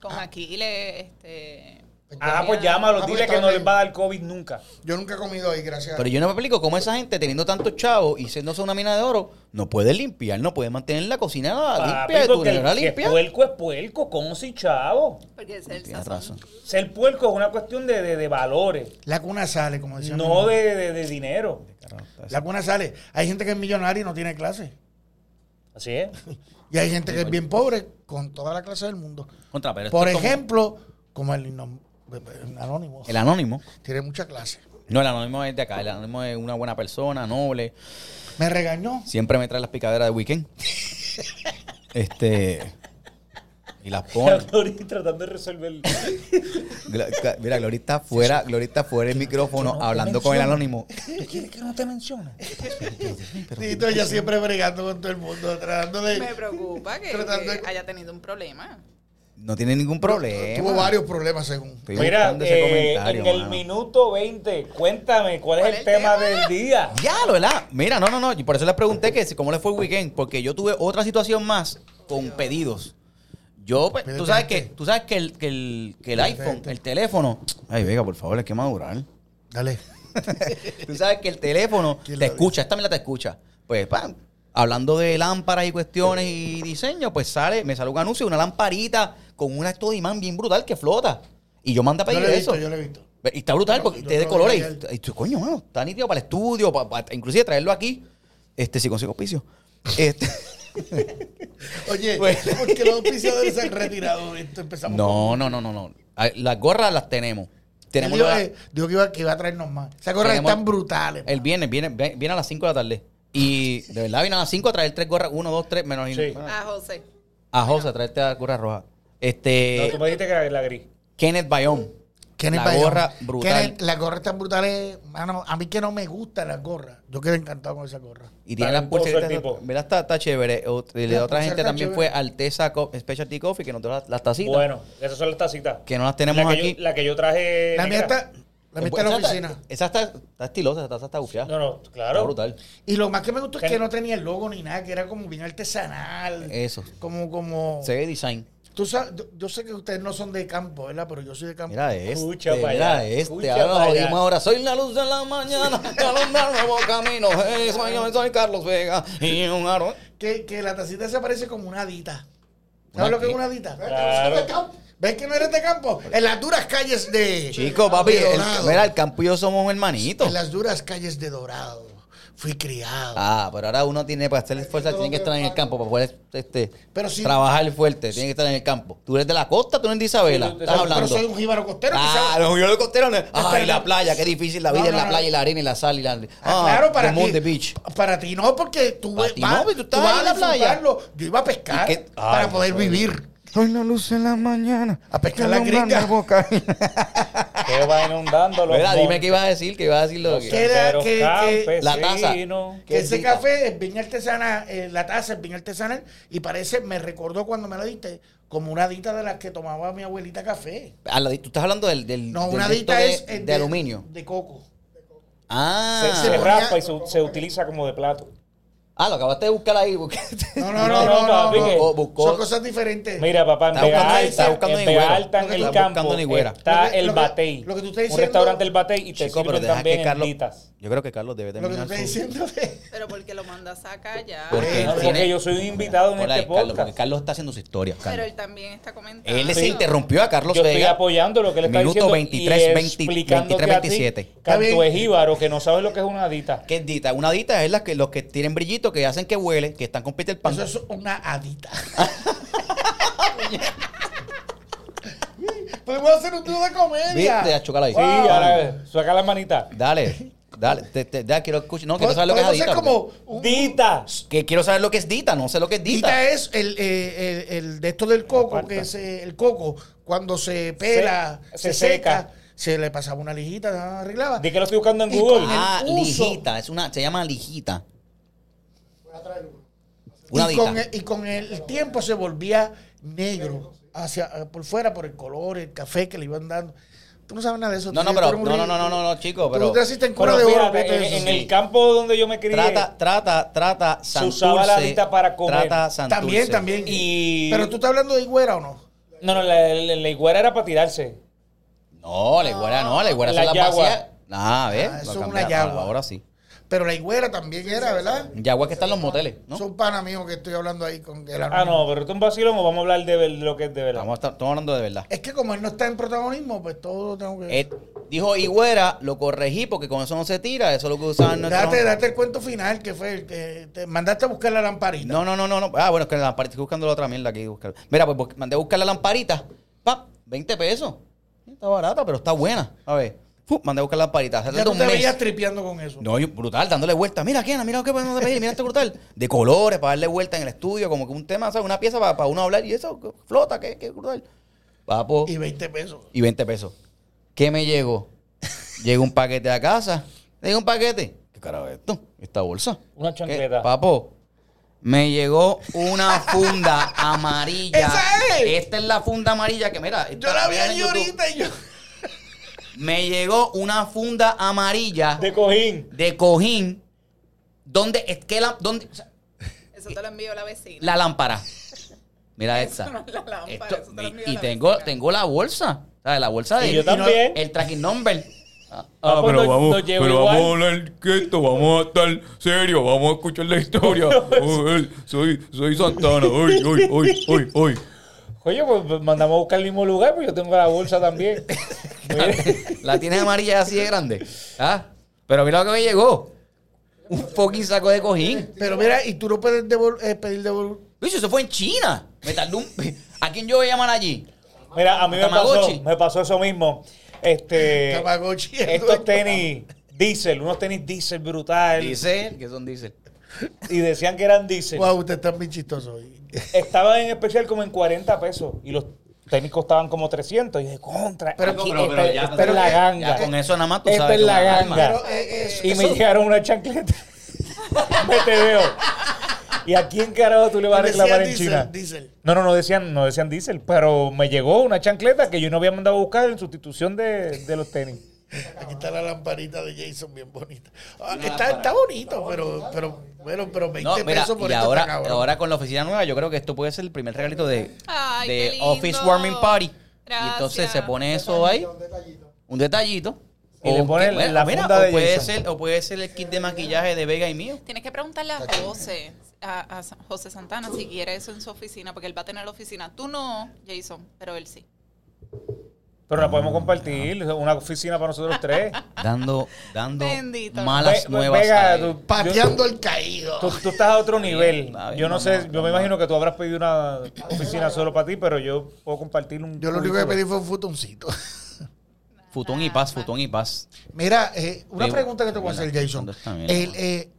Speaker 4: Con
Speaker 2: Ah.
Speaker 4: Aquiles, este...
Speaker 3: Ah, pues llámalo.
Speaker 1: Ah,
Speaker 3: Dile
Speaker 1: porque
Speaker 3: que no
Speaker 1: estaba
Speaker 3: les va a dar COVID nunca.
Speaker 1: Yo nunca he comido ahí, gracias.
Speaker 2: pues. Pero yo no me explico cómo esa gente, teniendo tantos chavos y siendo una mina de oro, no puede limpiar, no puede mantener la cocina
Speaker 1: Ah,
Speaker 2: limpia,
Speaker 3: Papi,
Speaker 2: tu
Speaker 3: porque el
Speaker 2: nevera
Speaker 3: que
Speaker 2: limpia.
Speaker 3: es puerco es puerco, con si chavo.
Speaker 4: Porque es el
Speaker 2: Tienes
Speaker 4: sazón.
Speaker 2: razón.
Speaker 3: Ser puerco es una cuestión de, de- de valores,
Speaker 1: La cuna sale, como decía. mi
Speaker 3: no
Speaker 1: mamá.
Speaker 3: de, de- de dinero.
Speaker 1: La cuna sale. Hay gente que es millonaria y no tiene clase.
Speaker 3: Así es.
Speaker 1: Y hay gente que es bien pobre con toda la clase del mundo.
Speaker 2: Contra, pero esto
Speaker 1: Por
Speaker 2: es como-
Speaker 1: ejemplo, como el, innom- el anónimo.
Speaker 2: El anónimo.
Speaker 1: Tiene mucha clase.
Speaker 2: No, el anónimo es de acá. El anónimo es una buena persona, noble.
Speaker 1: Me regañó.
Speaker 2: Siempre me trae las picaderas de weekend. Este. Y las pone.
Speaker 3: Ahorita tratando de resolver.
Speaker 2: Gla- gla- Mira, Gloria está fuera, Gloria está fuera del micrófono hablando con el anónimo.
Speaker 1: ¿Tú quieres que no te mencione? Tito, ella siempre bregando con todo el mundo, tratando
Speaker 4: Me
Speaker 1: de...
Speaker 4: preocupa que,
Speaker 1: Tratando de-
Speaker 4: que haya tenido un problema.
Speaker 2: No tiene ningún problema.
Speaker 1: Tuvo varios problemas según.
Speaker 2: Estoy
Speaker 3: Mira,
Speaker 2: buscando ese
Speaker 3: eh,
Speaker 2: comentario,
Speaker 3: en el
Speaker 2: mano.
Speaker 3: minuto 20, cuéntame, ¿cuál, es el tema, del día?
Speaker 2: Ya, lo ¿verdad? Mira, no, no, no. y Por eso les pregunté que si- cómo le fue el weekend. Porque yo tuve otra situación más con pedidos. Yo, pues, tú sabes que, tú sabes que el, que el, que el iPhone, el teléfono. Ay, Vega, por favor, hay que madurar.
Speaker 1: Dale.
Speaker 2: Tú sabes que el teléfono
Speaker 1: ¿Quién
Speaker 2: te
Speaker 1: lo
Speaker 2: escucha, esta mierda te escucha. Pues, pam, hablando de lámparas y cuestiones y diseño, pues sale, me sale un anuncio de una lamparita con un acto de imán bien brutal que flota. Y yo mandé a
Speaker 1: Yo
Speaker 2: pedir
Speaker 1: lo he
Speaker 2: eso.
Speaker 1: visto, yo lo he visto.
Speaker 2: Y está brutal porque
Speaker 1: Yo
Speaker 2: te de
Speaker 1: creo que
Speaker 2: colores.
Speaker 1: ayer-
Speaker 2: Y, y tú, coño, mano, está nítido para el estudio, pa- pa- inclusive traerlo aquí, este, si consigo piso. Este,
Speaker 1: Oye,
Speaker 2: Pues-
Speaker 1: porque los auspiciadores se han retirado. Esto empezamos con-
Speaker 2: no, no, no, no, no. Ah, Las gorras las tenemos.
Speaker 1: Él
Speaker 2: Tenemos
Speaker 1: dijo,
Speaker 2: la-
Speaker 1: que- dijo que, iba, que iba a traernos más. Esas gorras
Speaker 2: Tenemos-
Speaker 1: están brutales.
Speaker 2: el viernes, viene, ve- viene a las 5 de la tarde. Y de verdad viene a las 5 a traer tres gorras, uno, dos, tres, menos.
Speaker 3: Sí.
Speaker 4: A Ah, José.
Speaker 2: A José, a traerte la gorra roja.
Speaker 1: Eh,
Speaker 3: No, tú
Speaker 2: Este,
Speaker 3: me dijiste que era la gris.
Speaker 2: Kenneth Bayón.
Speaker 1: Kenneth
Speaker 2: la
Speaker 1: Bayón.
Speaker 2: gorra brutal.
Speaker 1: Kenneth, las gorras están brutales. Mano, a mí que no me gustan las gorras. Yo quedé encantado con esas gorras.
Speaker 2: Y tiene las
Speaker 3: Talentoso el
Speaker 2: pulseritas.
Speaker 3: tipo.
Speaker 2: Mira, está, está chévere. O- y de
Speaker 1: La
Speaker 2: otra
Speaker 1: pulsera
Speaker 2: gente
Speaker 1: está
Speaker 2: también
Speaker 1: chévere.
Speaker 2: fue Alteza Co- Specialty Coffee, que nos dio las, las tacitas.
Speaker 3: Bueno, esas son las tacitas.
Speaker 2: Que no las tenemos
Speaker 3: la que
Speaker 2: aquí.
Speaker 3: Yo, la que yo traje.
Speaker 1: La mía
Speaker 3: negra.
Speaker 1: está, la mía está en la
Speaker 2: Esa está-
Speaker 1: oficina.
Speaker 2: Esa está, está estilosa, esa taza está bufiada.
Speaker 3: No, no,
Speaker 2: Está
Speaker 3: claro.
Speaker 2: brutal.
Speaker 1: Y lo más que me gustó es
Speaker 3: Ken-
Speaker 1: que no tenía el logo ni nada, que era como bien artesanal.
Speaker 2: Eso.
Speaker 1: Como, como.
Speaker 2: Se ve design.
Speaker 1: Tú sabes, yo, yo sé que ustedes no son de campo, ¿verdad? Pero yo soy de campo.
Speaker 2: Mira este,
Speaker 3: Escucha pa'
Speaker 2: mira
Speaker 3: allá,
Speaker 2: este.
Speaker 3: escucha
Speaker 2: Ahora nos
Speaker 3: pa'
Speaker 2: jodimos
Speaker 3: allá.
Speaker 2: ahora. Soy la luz de la mañana, que alumbra un nuevo camino. Eh, soy, yo, soy Carlos Vega y un aro.
Speaker 1: que, que la tacita se parece como una adita.
Speaker 2: ¿Una
Speaker 1: ¿Sabes lo que es
Speaker 2: qué?
Speaker 1: una adita?
Speaker 3: Claro.
Speaker 1: ¿Ves que no eres de campo? ¿Ves que no eres de campo? En las duras calles de.
Speaker 2: Chico, papi, el-
Speaker 1: Dorado.
Speaker 2: mira, el campo y yo somos hermanitos.
Speaker 1: En las duras calles de Dorado. Fui criado.
Speaker 2: Ah, pero ahora uno tiene para hacer fuerza, tiene que estar en el campo para poder este,
Speaker 1: Pero sí.
Speaker 2: trabajar fuerte, tiene que estar en el campo. Tú eres de la costa, tú no eres de Isabela.
Speaker 3: Sí, tú-
Speaker 2: estás
Speaker 3: tú-
Speaker 2: hablando.
Speaker 1: Pero soy un jíbaro costero. que
Speaker 2: Ah,
Speaker 1: sabe-
Speaker 2: los yo lo costero. no. Ay,
Speaker 1: Espera.
Speaker 2: la playa, qué difícil la vida
Speaker 1: No,
Speaker 2: en la
Speaker 1: no, no.
Speaker 2: playa, y la arena y la sal y la.
Speaker 1: Ah, claro, para
Speaker 2: the moon,
Speaker 1: ti.
Speaker 2: the beach.
Speaker 1: Para ti no, porque tú,
Speaker 2: Para
Speaker 1: vas,
Speaker 2: ti no, pero tú
Speaker 1: tú
Speaker 2: estabas
Speaker 1: vas
Speaker 2: en
Speaker 1: a
Speaker 2: la playa.
Speaker 1: disfrutarlo. Yo iba a pescar
Speaker 2: ¿Y qué? Ay,
Speaker 1: para poder
Speaker 2: joder.
Speaker 1: vivir.
Speaker 2: Soy la luz en la mañana.
Speaker 1: A pescar la gringa.
Speaker 3: Que va inundando los.
Speaker 2: Mira, dime
Speaker 3: montes.
Speaker 2: qué ibas a decir, que ibas a decir lo que.
Speaker 1: ¿Qué era?
Speaker 3: Pero
Speaker 1: que- que-
Speaker 2: La taza.
Speaker 3: campesino.
Speaker 1: Que ese
Speaker 2: rica.
Speaker 1: café es bien artesanal, eh, la taza es bien artesanal y parece, me recordó cuando me la diste, como una dita de las que tomaba mi abuelita café.
Speaker 2: A Ah, la- Tú estás hablando del. del
Speaker 1: No,
Speaker 2: del
Speaker 1: una
Speaker 2: esto
Speaker 1: dita
Speaker 2: de-
Speaker 1: es eh,
Speaker 2: De, aluminio.
Speaker 1: De coco.
Speaker 2: Ah.
Speaker 3: Se, se
Speaker 1: ponía-
Speaker 3: raspa y se, se utiliza como de plato.
Speaker 2: Ah, lo acabaste de buscar ahí. porque-
Speaker 1: No, no,
Speaker 3: No,
Speaker 1: no,
Speaker 3: no,
Speaker 1: no, no,
Speaker 3: papi, que-
Speaker 1: no.
Speaker 2: Buscó- buscó-
Speaker 1: Son cosas diferentes.
Speaker 3: Mira, papá, en
Speaker 2: Está
Speaker 3: Vega
Speaker 2: buscando- está
Speaker 3: Alta,
Speaker 2: buscando
Speaker 3: en
Speaker 2: en Higüera.
Speaker 3: Vega Alta, en
Speaker 2: Lo que
Speaker 3: el
Speaker 2: tú-
Speaker 3: campo,
Speaker 2: buscando en Higüera.
Speaker 1: Lo
Speaker 3: está
Speaker 1: que-
Speaker 3: el
Speaker 1: lo que-
Speaker 3: Batey.
Speaker 1: lo que tú estás
Speaker 3: Un
Speaker 1: diciendo-
Speaker 3: restaurante el Batey y te
Speaker 2: Chico, pero
Speaker 3: sirven
Speaker 2: deja
Speaker 3: también
Speaker 2: que Carlos.
Speaker 3: enditas.
Speaker 2: Yo creo que Carlos debe
Speaker 1: lo que tú estás
Speaker 2: terminar su.
Speaker 1: diciendo de-
Speaker 4: Pero porque lo mandas acá ya.
Speaker 2: Porque
Speaker 1: Eh,
Speaker 2: él
Speaker 3: porque
Speaker 2: tiene-
Speaker 3: yo soy un invitado en
Speaker 2: Hola,
Speaker 3: este
Speaker 2: Carlos,
Speaker 3: podcast.
Speaker 2: porque Carlos está haciendo su historia.
Speaker 4: Pero
Speaker 2: Carlos.
Speaker 4: él también está comentando.
Speaker 2: Él se interrumpió a Carlos
Speaker 3: Yo estoy
Speaker 2: Vega.
Speaker 3: apoyando lo que le está
Speaker 2: Minuto
Speaker 3: diciendo.
Speaker 2: 23, 20, 23, 27.
Speaker 3: Canto de jíbaro, que no sabes lo que es una adita.
Speaker 2: ¿Qué es dita? Una dita es las que, los que tienen brillito, que hacen que huele, que están con Peter Pan.
Speaker 1: Eso es una adita. Podemos hacer un dúo de
Speaker 2: Viste,
Speaker 1: comedia.
Speaker 2: a chocar ahí.
Speaker 3: Sí, ahora, saca la manita.
Speaker 2: Dale, dale, te- te- ya quiero escuchar. No, quiero
Speaker 1: Pod-
Speaker 2: saber lo que es
Speaker 1: podemos
Speaker 2: dita.
Speaker 1: hacer como un-
Speaker 3: Dita.
Speaker 2: Que quiero saber lo que es dita, no sé lo que es dita.
Speaker 1: Dita es el, eh, el- el de esto del coco,
Speaker 3: Aparta.
Speaker 1: que es eh, el coco, cuando se pela,
Speaker 3: Se-
Speaker 1: se,
Speaker 3: se
Speaker 1: seca,
Speaker 3: seca.
Speaker 1: se le pasaba una lijita, la arreglaba.
Speaker 3: Di que lo estoy buscando en
Speaker 1: Y
Speaker 3: Google.
Speaker 1: con-
Speaker 2: ah,
Speaker 1: el uso.
Speaker 2: lijita, es una, se llama lijita. Una
Speaker 1: Y con,
Speaker 2: dita.
Speaker 1: el, y con el tiempo se volvía negro, hacia por fuera, por el color, el café que le iban dando. Tú no sabes nada de eso.
Speaker 2: No,
Speaker 1: tú
Speaker 2: no,
Speaker 1: eres
Speaker 2: pero-
Speaker 1: un
Speaker 2: no, no,
Speaker 1: ridículo.
Speaker 2: no, no, no, chico,
Speaker 1: Tú
Speaker 2: pero-
Speaker 1: naciste en
Speaker 3: Pero
Speaker 1: cura de oro.
Speaker 3: fíjate,
Speaker 1: vete
Speaker 3: en,
Speaker 1: eso.
Speaker 3: en
Speaker 2: Sí.
Speaker 3: el campo donde yo me crié.
Speaker 2: Trata, trata, trata,
Speaker 3: Se
Speaker 2: santurce.
Speaker 3: usaba la dita para comer.
Speaker 2: Trata santurce.
Speaker 1: También, también.
Speaker 3: Y-
Speaker 1: Pero tú estás hablando de higuera o no?
Speaker 3: No, no, la, la- la higuera era para tirarse.
Speaker 2: No, la iguana no, la iguana
Speaker 3: La
Speaker 2: son las
Speaker 3: yagua.
Speaker 2: vacías. Ah, a ver.
Speaker 1: Ah, eso
Speaker 2: lo
Speaker 1: es una
Speaker 2: cambiaron.
Speaker 1: yagua.
Speaker 2: Ahora sí.
Speaker 1: Pero la higuera también era, ¿verdad?
Speaker 2: Yagua que están los moteles, ¿no?
Speaker 1: Son pana míos que estoy hablando ahí con el
Speaker 3: Ah,
Speaker 1: anónimo.
Speaker 3: no, pero esto es un vacilón o vamos a hablar de, ver- de lo que es de verdad.
Speaker 2: Estamos, estamos hablando de verdad.
Speaker 1: Es que como él no está en protagonismo, pues todo lo tengo que.
Speaker 2: Eh, dijo Higüera, lo corregí porque con eso no se tira, eso es lo que usaban nuestros-
Speaker 1: date, date el cuento final que fue el que te mandaste a buscar la lamparita.
Speaker 2: pues, No, no, no, no, no. Ah, bueno, es que la lamparita, estoy buscando la otra mierda aquí. buscar. Mira, pues bus- mandé a buscar la lamparita, pap, 20 pesos. Está barata, pero está buena. A ver. Fu, mandé a buscar la lamparita. Se
Speaker 1: Ya
Speaker 2: tarda
Speaker 1: tú
Speaker 2: un
Speaker 1: te
Speaker 2: mes.
Speaker 1: veías tripeando con eso.
Speaker 2: No, yo- brutal, dándole vuelta. Mira, Kena, mira lo que podemos pedir, mira este brutal. De colores, para darle vuelta en el estudio, como que un tema, ¿sabes? Una pieza para, uno hablar y eso, que flota, que, que brutal. Papo,
Speaker 1: Y 20 pesos.
Speaker 2: y 20 pesos. ¿Qué me llegó? Llegó un paquete a casa. Llegó un paquete. ¿Qué carajo es esto? Esta bolsa.
Speaker 3: Una
Speaker 2: ¿Qué?
Speaker 3: chancleta.
Speaker 2: Papo, me llegó una funda amarilla.
Speaker 1: ¡Esa es!
Speaker 2: Esta es la funda amarilla que, mira.
Speaker 1: Yo la vi
Speaker 2: en
Speaker 1: allí
Speaker 2: YouTube.
Speaker 1: ahorita y yo.
Speaker 2: Me llegó una funda amarilla
Speaker 3: De cojín.
Speaker 2: de cojín donde es que la, donde, o sea,
Speaker 4: Eso te lo envió la vecina.
Speaker 2: la lámpara. Mira
Speaker 4: Eso
Speaker 2: esta.
Speaker 4: no es la lámpara,
Speaker 2: Esto-
Speaker 4: eso te lo envió
Speaker 2: y
Speaker 4: la
Speaker 2: tengo,
Speaker 4: vecina.
Speaker 2: tengo la bolsa. ¿sabes? La bolsa de
Speaker 3: Y yo también.
Speaker 2: el tracking number. Ah,
Speaker 3: Ah, pues nos- nos lleva igual.
Speaker 5: hablar quieto, vamos a estar serio, vamos a escuchar la historia. Uy, soy, soy Santana, uy, uy, uy, uy, uy.
Speaker 3: Oye, pues mandamos a buscar el mismo lugar, pues yo tengo la bolsa también. Oye,
Speaker 2: la tienes amarilla así de grande. Ah, Pero mira lo que me llegó. Un fucking saco de cojín.
Speaker 1: Pero mira, y tú no puedes devol- eh, pedir devolver.
Speaker 2: Bicho, eso fue en China. Me tardó un... ¿A quién yo voy a llamar allí?
Speaker 3: Mira, a mí me
Speaker 2: Tamagotchi.
Speaker 3: pasó, me pasó eso mismo. Este,
Speaker 1: Tamagotchi.
Speaker 3: estos tenis diesel, unos tenis diesel brutal.
Speaker 2: Diesel, que son diésel.
Speaker 3: Y decían que eran diesel.
Speaker 1: Wow, usted está bien chistoso hoy.
Speaker 3: Estaban en especial como en 40 pesos. Y los tenis costaban como 300. Y dije, contra.
Speaker 1: Pero-
Speaker 3: aquí,
Speaker 1: pero-
Speaker 2: este
Speaker 3: esta,
Speaker 1: pero ya-
Speaker 3: esta es la
Speaker 1: pero-
Speaker 3: ganga.
Speaker 2: Ya con eso nada más tú
Speaker 3: Esta
Speaker 2: sabes
Speaker 3: es
Speaker 2: que
Speaker 3: la
Speaker 2: Este es una
Speaker 3: ganga.
Speaker 2: arma.
Speaker 1: Pero, eh, eh,
Speaker 3: Y me
Speaker 1: eso-
Speaker 3: llegaron una chancleta. me te veo. ¿Y a quién carajo tú le vas a
Speaker 1: Decían
Speaker 3: reclamar en
Speaker 1: diésel,
Speaker 3: China?
Speaker 1: diésel.
Speaker 3: No, no, no decían, no decían diésel, pero me llegó una chancleta que yo no había mandado a buscar en sustitución de, de los tenis.
Speaker 1: Aquí está la lamparita de Jason, bien bonita. Ah, está, está bonito, pero, pero, bueno, pero 20
Speaker 2: No, mira,
Speaker 1: pesos por
Speaker 2: y
Speaker 1: esto
Speaker 2: ahora,
Speaker 1: está cabrón.
Speaker 2: ahora con la oficina nueva, yo creo que esto puede ser el primer regalito de,
Speaker 4: Ay,
Speaker 2: de
Speaker 4: qué lindo.
Speaker 2: Office Warming Party. Y
Speaker 4: Gracias.
Speaker 2: entonces se pone eso ahí, un detallito.
Speaker 3: Y le ponen
Speaker 2: que- bueno,
Speaker 3: la funda de
Speaker 2: o puede
Speaker 3: Jason.
Speaker 2: ser O puede ser el kit de maquillaje de Vega y mío.
Speaker 4: Tienes que preguntarle a José, a, a Sa- José Santana, si quiere eso en su oficina, porque él va a tener la oficina. Tú no, Jason, pero él sí.
Speaker 3: Pero la
Speaker 2: Ah,
Speaker 3: podemos compartir, una oficina para nosotros tres.
Speaker 2: Dando, dando
Speaker 4: Bendito.
Speaker 2: malas
Speaker 3: Ve-
Speaker 2: nuevas.
Speaker 3: Vega,
Speaker 2: a él.
Speaker 3: tú-
Speaker 1: Pateando el caído.
Speaker 3: Tú, tú estás a otro nivel.
Speaker 2: está bien,
Speaker 3: Yo no
Speaker 2: vamos,
Speaker 3: sé, yo
Speaker 2: vamos.
Speaker 3: me imagino que tú habrás pedido una oficina solo para ti, pero yo puedo compartir un.
Speaker 1: Yo lo único que
Speaker 3: cubículo.
Speaker 1: pedí fue un futoncito.
Speaker 2: Futón y paz, futón y paz.
Speaker 1: Mira, eh, una
Speaker 2: Sí,
Speaker 1: pregunta que te voy a hacer,
Speaker 2: mira,
Speaker 1: Jason.
Speaker 2: ¿dónde está? Mira.
Speaker 1: El, eh,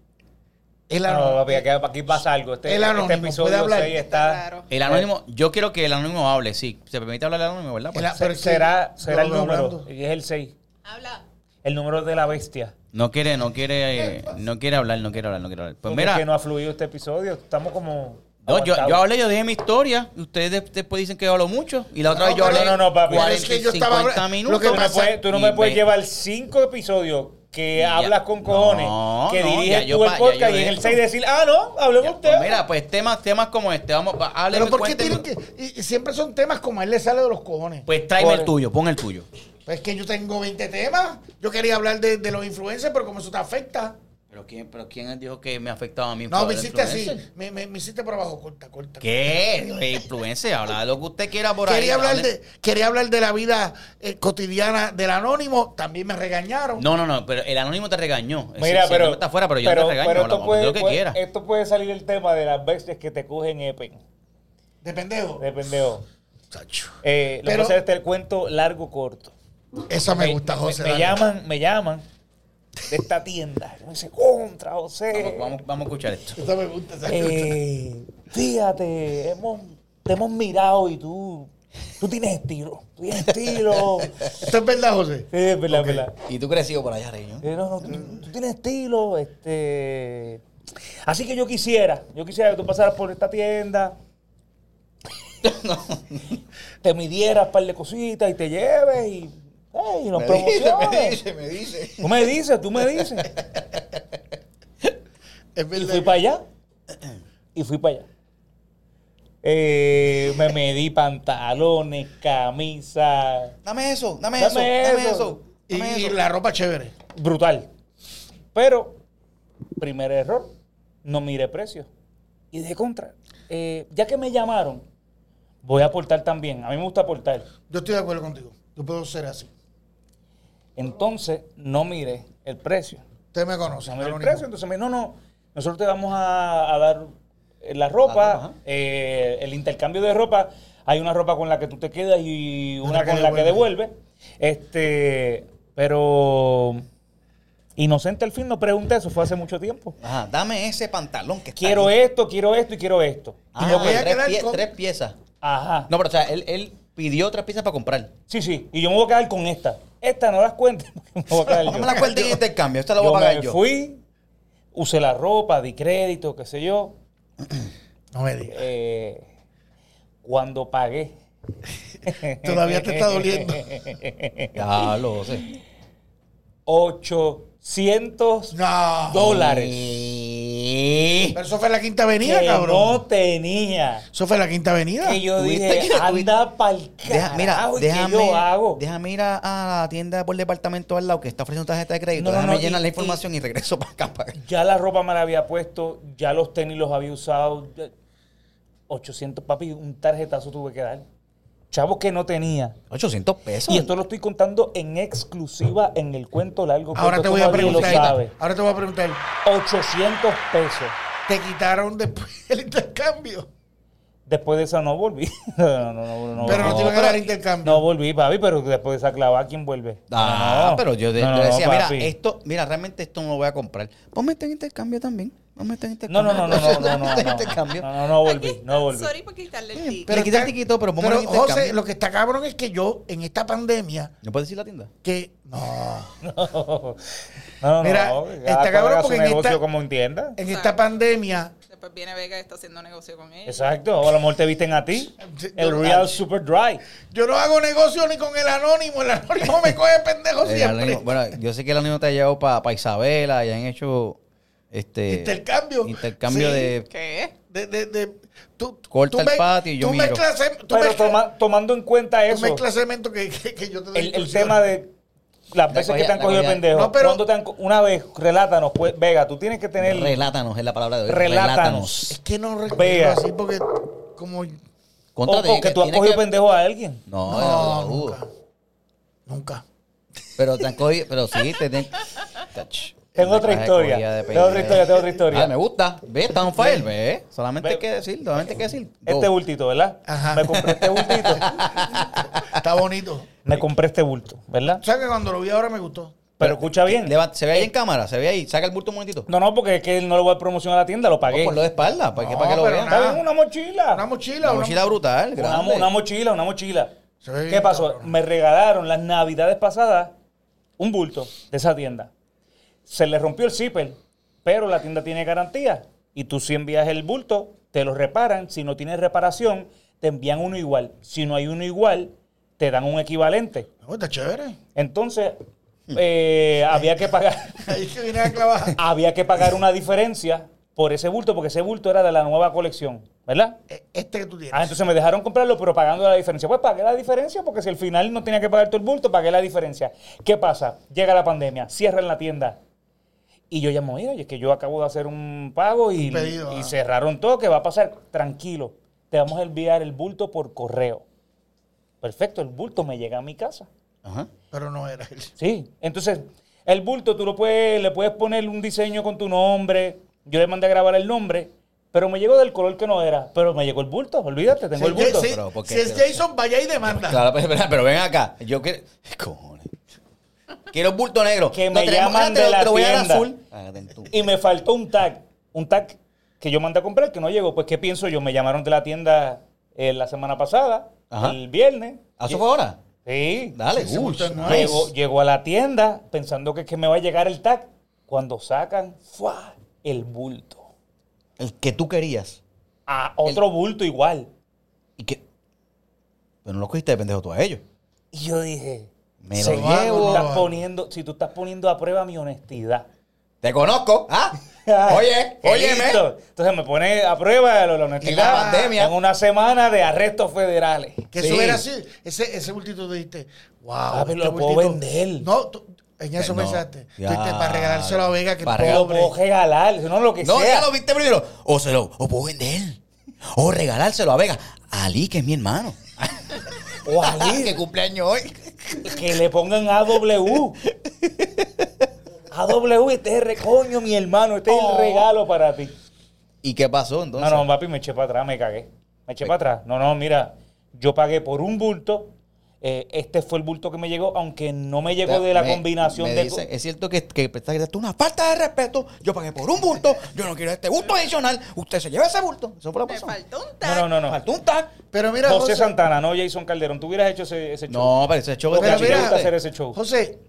Speaker 1: el
Speaker 3: No,
Speaker 1: anónimo-
Speaker 3: no, papi, aquí, aquí pasa algo. Este,
Speaker 1: El anónimo,
Speaker 3: este
Speaker 1: ¿puede
Speaker 3: episodio
Speaker 1: hablar?
Speaker 3: 6 está.
Speaker 4: Claro.
Speaker 2: El anónimo, yo quiero que el anónimo hable, sí. Se permite hablar el anónimo, ¿verdad? Pues
Speaker 1: El a-
Speaker 3: Pues se-
Speaker 1: pero es que
Speaker 3: será
Speaker 1: yo
Speaker 3: será el
Speaker 1: lo veo
Speaker 3: número.
Speaker 1: hablando.
Speaker 3: Y es el 6.
Speaker 4: Habla.
Speaker 3: El número de la bestia.
Speaker 2: No quiere, no quiere, eh, no quiere hablar, no quiere hablar, no quiere hablar. Pues
Speaker 3: Porque
Speaker 2: mira.
Speaker 3: es que no ha fluido este episodio. Estamos como.
Speaker 2: No, yo,
Speaker 3: aguantados.
Speaker 2: yo hablé, yo dije mi historia. y Ustedes de- después dicen que hablo mucho. Y la otra
Speaker 1: No,
Speaker 2: vez yo
Speaker 1: pero
Speaker 2: hablé
Speaker 3: no, no, papi.
Speaker 2: 40,
Speaker 1: Es que yo estaba-
Speaker 2: 50
Speaker 1: lo
Speaker 2: minutos.
Speaker 1: que
Speaker 3: Tú no me
Speaker 1: pasa-
Speaker 3: puedes, tú no me
Speaker 2: Y
Speaker 3: puedes
Speaker 2: ve-
Speaker 3: llevar cinco episodios que
Speaker 2: Ya.
Speaker 3: hablas con cojones,
Speaker 2: No,
Speaker 3: que
Speaker 2: no,
Speaker 3: diriges
Speaker 2: ya yo
Speaker 3: tú el
Speaker 2: pa- ya yo
Speaker 3: podcast y en
Speaker 2: de-
Speaker 3: el 6 decir, ah, no, hablemos
Speaker 2: Ya,
Speaker 3: usted.
Speaker 2: pues mira, pues temas, temas como este. Vamos, va, hábleme,
Speaker 1: Pero ¿por qué
Speaker 2: cuénteme.
Speaker 1: tienen que.? Y, y siempre son temas como a él le sale de los cojones. Pues,
Speaker 2: Pues tráeme
Speaker 3: Por-
Speaker 2: el tuyo, pon el tuyo.
Speaker 1: es que yo tengo 20 temas. Yo quería hablar de, de los influencers, pero como eso te afecta.
Speaker 2: Pero quién, pero quién dijo que me afectaba a mí.
Speaker 1: No,
Speaker 2: influencer?
Speaker 1: me hiciste así. Me, me- me hiciste por abajo. Corta, corta.
Speaker 2: ¿Qué? De Influencer, habla de lo que usted quiera por ahí.
Speaker 1: Quería hablar,
Speaker 2: hable.
Speaker 1: de, quería hablar de la vida eh, cotidiana del anónimo. También me regañaron.
Speaker 2: No, no, no, pero el anónimo te regañó. Es
Speaker 3: Mira,
Speaker 2: decir, si el
Speaker 3: pero,
Speaker 2: anónimo está afuera, pero yo no te regaño.
Speaker 3: pero
Speaker 2: habla,
Speaker 3: esto,
Speaker 2: vamos,
Speaker 3: puede,
Speaker 2: lo que
Speaker 3: puede-
Speaker 2: quiera.
Speaker 1: este-
Speaker 3: esto puede salir el tema de las bestias que te cogen Epen.
Speaker 1: De pendejo.
Speaker 3: De pendejo.
Speaker 1: Chacho.
Speaker 3: Eh, lo
Speaker 1: Pero-
Speaker 3: que pasa es este el cuento largo corto.
Speaker 1: Esa me gusta, José.
Speaker 3: Me,
Speaker 1: dale.
Speaker 3: llaman, me llaman de esta tienda. Me dice, contra, José.
Speaker 2: Vamos, vamos- vamos a escuchar esto.
Speaker 1: Esa me gusta. Esa me gusta.
Speaker 3: Eh, fíjate, hemos, te hemos mirado y tú, tú tienes estilo. Tú tienes estilo.
Speaker 1: Esto es verdad, José.
Speaker 3: Sí, es verdad, es verdad.
Speaker 2: Y tú crecido por allá, Reño.
Speaker 3: Eh, no, no, tú, tú tienes estilo, este. Así que yo quisiera, yo quisiera que tú pasaras por esta tienda, te midieras un par de cositas y te lleves y, eh, y nos promociones.
Speaker 1: me dice.
Speaker 3: Tú me dices, tú me dices.
Speaker 1: Es
Speaker 3: Y
Speaker 1: verdad.
Speaker 3: fui para allá. Y fui para allá. Eh, me medí pantalones, camisa.
Speaker 2: Dame eso, dame,
Speaker 3: Dame
Speaker 2: eso, dame
Speaker 3: eso.
Speaker 2: eso.
Speaker 1: Y,
Speaker 2: dame
Speaker 1: y
Speaker 2: eso.
Speaker 1: la ropa chévere.
Speaker 3: Brutal. Pero, primer error, no miré precio. Y de contra, eh, ya que me llamaron, voy a aportar también. A mí me gusta aportar.
Speaker 1: Yo estoy de acuerdo contigo. Yo puedo ser así.
Speaker 3: Entonces, no miré el precio.
Speaker 1: Usted me
Speaker 3: O
Speaker 1: conoce.
Speaker 3: sea, me dio el
Speaker 1: anónimo.
Speaker 3: precio, entonces me dijo, no, no, nosotros te vamos a, a dar eh, la ropa,
Speaker 2: La ropa, Ah, ajá.
Speaker 3: eh, el intercambio de ropa Hay una ropa con la que tú te quedas y una
Speaker 1: Otra que
Speaker 3: con la que devuelves. Este, pero inocente al fin no pregunté eso, fue hace mucho tiempo.
Speaker 2: Ajá, dame ese pantalón que está
Speaker 3: Quiero
Speaker 2: ahí.
Speaker 3: esto, quiero esto y quiero esto.
Speaker 2: Ah,
Speaker 1: me voy a
Speaker 2: tres,
Speaker 1: quedar
Speaker 2: pie-
Speaker 1: con-
Speaker 2: tres piezas.
Speaker 3: Ajá.
Speaker 2: No, pero o sea, él, él pidió tres piezas para comprar.
Speaker 3: Sí, sí. Y yo me voy a quedar con esta. Esta no das cuenta. Me voy a quedar
Speaker 2: No
Speaker 3: yo.
Speaker 2: me la cuenten en intercambio, esta la
Speaker 3: Yo
Speaker 2: voy a pagar
Speaker 3: me
Speaker 2: yo.
Speaker 3: fui, usé la ropa, di crédito, qué sé yo.
Speaker 1: No me digas.
Speaker 3: Eh, cuando pagué.
Speaker 1: Todavía te está doliendo.
Speaker 2: Ya lo sé.
Speaker 3: 800
Speaker 1: No.
Speaker 3: dólares.
Speaker 2: Y-
Speaker 1: Pero eso fue en la quinta avenida,
Speaker 3: Que
Speaker 1: cabrón.
Speaker 3: no tenía.
Speaker 1: Eso fue en la quinta avenida.
Speaker 3: Que yo
Speaker 2: Tuviste
Speaker 3: dije,
Speaker 2: que-
Speaker 3: anda pa'l
Speaker 2: Deja-
Speaker 3: carajo,
Speaker 2: mira,
Speaker 3: ¿y qué
Speaker 2: déjame,
Speaker 3: yo hago?
Speaker 2: déjame ir a, a la tienda por departamento al lado que está ofreciendo tarjeta de crédito.
Speaker 3: No, no,
Speaker 2: déjame
Speaker 3: no,
Speaker 2: llenar
Speaker 3: y-
Speaker 2: la información y, regreso para acá. para-
Speaker 3: Ya la ropa me la había puesto, ya los tenis los había usado. ya- 800, papi, un tarjetazo tuve que dar. Chavos que no tenía.
Speaker 2: 800 pesos.
Speaker 3: Y esto lo estoy contando en exclusiva en el cuento largo.
Speaker 1: Ahora
Speaker 3: corto,
Speaker 1: te
Speaker 3: tú
Speaker 1: voy a
Speaker 3: nadie lo
Speaker 1: preguntar.
Speaker 3: sabe.
Speaker 1: Ahora te voy a preguntar.
Speaker 3: 800 pesos.
Speaker 1: ¿Te quitaron después el intercambio?
Speaker 3: Después de esa no volví. No, no, no, no,
Speaker 1: pero no te iban a
Speaker 2: pero-
Speaker 1: dar intercambio.
Speaker 3: No volví, papi, pero después de esa clavada, ¿quién vuelve?
Speaker 2: Ah,
Speaker 3: No.
Speaker 2: pero yo, de-
Speaker 3: No,
Speaker 2: yo
Speaker 3: no, no,
Speaker 2: decía, mira, este
Speaker 3: papi.
Speaker 2: esto, mira, realmente esto no lo voy a comprar. Ponme este en intercambio también. Ponme este en
Speaker 3: No,
Speaker 2: intercambio.
Speaker 3: no, no, no, no, no, no, no,
Speaker 2: Ponme este en
Speaker 3: no,
Speaker 2: intercambio.
Speaker 3: no, no volví, no
Speaker 4: Sorry
Speaker 3: volví.
Speaker 4: por quitarle el tic.
Speaker 2: Le quité el tiquito, pero póngalo en intercambio.
Speaker 1: José, lo que está cabrón es que yo, en esta pandemia,
Speaker 2: ¿No puedes decir la tienda?
Speaker 1: que. No.
Speaker 3: No, no,
Speaker 1: Mira,
Speaker 3: no, cada
Speaker 1: está
Speaker 3: cual
Speaker 1: cabrón
Speaker 3: haga su
Speaker 1: porque en
Speaker 3: negocio
Speaker 1: esta-
Speaker 3: como entienda.
Speaker 1: En esta pandemia.
Speaker 4: Después viene Vega y está haciendo negocio con ella.
Speaker 3: Exacto, o a lo mejor te visten a ti. El
Speaker 1: ah,
Speaker 3: Real Super Dry.
Speaker 1: Yo no hago negocio ni con el anónimo. El anónimo me coge pendejo
Speaker 2: Eh, ahora mismo-
Speaker 1: siempre.
Speaker 2: bueno, yo sé que el anónimo te ha llevado para Isabela y han hecho este
Speaker 1: Intercambio.
Speaker 2: intercambio
Speaker 1: Sí.
Speaker 2: de
Speaker 4: ¿Qué?
Speaker 1: De, de, de- tú,
Speaker 2: Corta
Speaker 1: tú
Speaker 2: el patio y yo
Speaker 1: tú
Speaker 2: miro.
Speaker 1: Mezclas, em- tú
Speaker 3: Pero
Speaker 1: mezclas,
Speaker 3: toma- tomando en cuenta
Speaker 1: tú
Speaker 3: eso,
Speaker 1: mezclas cemento que, que, que yo te doy
Speaker 3: el, el
Speaker 1: inclusión.
Speaker 3: tema de las veces
Speaker 2: cogida-
Speaker 3: que te han
Speaker 2: la
Speaker 3: cogido
Speaker 2: cogida.
Speaker 3: pendejo.
Speaker 1: No, pero-
Speaker 3: ¿Cuándo te han co- una vez, relátanos, pues, Vega, tú tienes que tener...
Speaker 2: relátanos, es la palabra de hoy.
Speaker 1: Es
Speaker 3: Relátanos.
Speaker 1: que no recuerdo
Speaker 3: Vea.
Speaker 1: así porque como no,
Speaker 2: Contra
Speaker 3: o,
Speaker 2: de-
Speaker 3: o que tú has
Speaker 2: tienes
Speaker 3: cogido
Speaker 2: que-
Speaker 3: pendejo a alguien.
Speaker 2: No, no, no, uh,
Speaker 1: nunca. Nunca.
Speaker 2: pero te han cogido, pero sí, te, te- Tach.
Speaker 3: Tengo otra
Speaker 2: Traje
Speaker 3: historia,
Speaker 2: cogida de
Speaker 3: tengo otra
Speaker 2: pendejo.
Speaker 3: historia, tengo otra historia.
Speaker 2: Ah, me gusta. Ve, está on fire, ve. Solamente
Speaker 3: Ve.
Speaker 2: hay que decir, solamente hay que decir. Go.
Speaker 3: Este bultito, ¿verdad?
Speaker 1: Ajá.
Speaker 3: Me compré este bultito.
Speaker 1: Está bonito.
Speaker 3: me compré este bulto, ¿verdad?
Speaker 1: O sea que cuando lo vi ahora me gustó.
Speaker 3: Pero escucha bien.
Speaker 2: Levanta- se ve
Speaker 3: Eh.
Speaker 2: ahí en cámara, se ve ahí. Saca el bulto un momentito.
Speaker 3: No, no, porque es que no le voy a promocionar a la tienda, lo
Speaker 2: No,
Speaker 3: pagué.
Speaker 2: ponlo de espalda, para que,
Speaker 1: No,
Speaker 2: para que lo
Speaker 1: pero
Speaker 2: vean.
Speaker 1: nada.
Speaker 3: Está bien, una mochila.
Speaker 1: Una mochila.
Speaker 2: Una
Speaker 1: una
Speaker 2: mochila brutal,
Speaker 3: Una,
Speaker 2: grande.
Speaker 3: mo- una mochila, una mochila.
Speaker 1: Se ve
Speaker 3: ¿Qué
Speaker 1: bien,
Speaker 3: pasó?
Speaker 1: cabrón.
Speaker 3: Me regalaron las navidades pasadas un bulto de esa tienda. Se le rompió el zipper, pero la tienda tiene garantía. Y tú si envías el bulto, te lo reparan. Si no tienes reparación, te envían uno igual. Si no hay uno igual, te dan un equivalente.
Speaker 1: No, está chévere.
Speaker 3: Entonces, eh, había que pagar.
Speaker 1: Ahí se viene a clavar.
Speaker 3: había que pagar una diferencia por ese bulto, porque ese bulto era de la nueva colección, ¿verdad?
Speaker 1: Eh, Este que tú tienes.
Speaker 3: Ah, entonces me dejaron comprarlo, pero pagando la diferencia. Pues pagué la diferencia, porque si al final no tenía que pagar todo el bulto, pagué la diferencia. ¿Qué pasa? Llega la pandemia, cierran la tienda. Y yo llamo, mira, y es que yo acabo de hacer un pago y,
Speaker 1: Un pedido,
Speaker 3: y
Speaker 1: ah.
Speaker 3: cerraron todo, ¿qué va a pasar? Tranquilo, te vamos a enviar el bulto por correo. Perfecto, el bulto me llega a mi casa.
Speaker 2: Ajá.
Speaker 1: Pero no era él.
Speaker 3: Sí, entonces el bulto tú lo puedes, le puedes poner un diseño con tu nombre. Yo le mandé a grabar el nombre, pero me llegó del color que no era. Pero me llegó el bulto, olvídate, tengo el
Speaker 1: Si es
Speaker 3: bulto.
Speaker 1: Ja- si-
Speaker 2: Pero, ¿por qué?
Speaker 1: si es
Speaker 2: Pero-
Speaker 1: Jason, vaya y demanda.
Speaker 2: Claro, pero, pero- pero ven acá. Yo quiero. Cojones. Quiero un bulto negro.
Speaker 3: Que
Speaker 2: No,
Speaker 3: me
Speaker 2: tenemos-
Speaker 3: llaman
Speaker 2: ah, te
Speaker 3: de
Speaker 2: lo-
Speaker 3: la
Speaker 2: te lo voy a dar
Speaker 3: tienda.
Speaker 2: azul. Cágate en tu-
Speaker 3: Y me faltó un tag, un tag que yo mandé a comprar que no llegó. Pues, ¿qué pienso yo? Me llamaron de la tienda eh, la semana pasada,
Speaker 2: Ajá.
Speaker 3: el viernes.
Speaker 2: ¿Ah, eso fue ahora?
Speaker 3: Sí,
Speaker 2: Dale.
Speaker 1: Sí, ese
Speaker 2: uy,
Speaker 1: bulto es
Speaker 2: nice.
Speaker 1: nuevo.
Speaker 3: Llegó, llegó a la tienda pensando que, que me va a llegar el tag. Cuando sacan, ¡fua! el bulto.
Speaker 2: El que tú querías.
Speaker 3: A otro bulto igual.
Speaker 2: Y que. Pero no lo cogiste de pendejo tú a ellos.
Speaker 3: Y yo dije,
Speaker 2: Me lo
Speaker 3: "Señor,
Speaker 1: llevo".
Speaker 3: estás poniendo, si tú estás poniendo a prueba mi honestidad.
Speaker 2: Te conozco. ¿Ah? Oye,
Speaker 3: Qué
Speaker 2: óyeme.
Speaker 3: listo. Entonces me pone a prueba la, la honestidad.
Speaker 2: En la pandemia.
Speaker 3: En una semana de arrestos federales.
Speaker 1: Que
Speaker 2: Sí.
Speaker 1: eso era así. Ese, ese bultito te diste. Wow.
Speaker 3: Ah, pero
Speaker 1: este
Speaker 3: lo puedo
Speaker 1: bultito-
Speaker 3: vender.
Speaker 1: No, tú- en eso
Speaker 2: Eh, No,
Speaker 1: pensaste.
Speaker 2: ya.
Speaker 1: Fuiste para regalárselo a Vega que
Speaker 2: Para
Speaker 1: pobre.
Speaker 3: Lo puedo regalar, no lo que
Speaker 2: No,
Speaker 3: sea.
Speaker 2: ya lo viste primero. O se lo. O puedo vender. O regalárselo a Vega. A Ali, que es mi hermano. Ah,
Speaker 3: O a Lee,
Speaker 2: que cumpleaños hoy.
Speaker 3: que le pongan AW. AW, este es el recoño, mi hermano. Este
Speaker 2: Oh.
Speaker 3: es el regalo para ti.
Speaker 2: ¿Y qué pasó entonces? Eh.
Speaker 3: No, no, papi, me eché para atrás, me cagué. Me eché para atrás. No, no, mira, Yo pagué por un bulto. eh, este fue el bulto que me llegó, aunque no me llegó de la
Speaker 2: Me-
Speaker 3: combinación
Speaker 2: me
Speaker 3: de.
Speaker 2: dicen, es cierto que, que está gritando una falta de respeto. Yo pagué por un bulto. Yo no quiero este bulto adicional. Usted se lleva ese bulto. Eso fue lo que
Speaker 4: Me
Speaker 2: pasó.
Speaker 4: faltó un tag.
Speaker 3: No, no, no, no.
Speaker 2: Faltó un tag.
Speaker 1: Pero mira,
Speaker 3: José,
Speaker 1: José,
Speaker 3: Santana, no Jason Calderón. Tú hubieras hecho ese, ese show.
Speaker 2: No, pero eh, ese show
Speaker 3: Pero
Speaker 1: pero
Speaker 3: a mí me
Speaker 1: mira,
Speaker 3: gusta hacer ese show.
Speaker 1: José,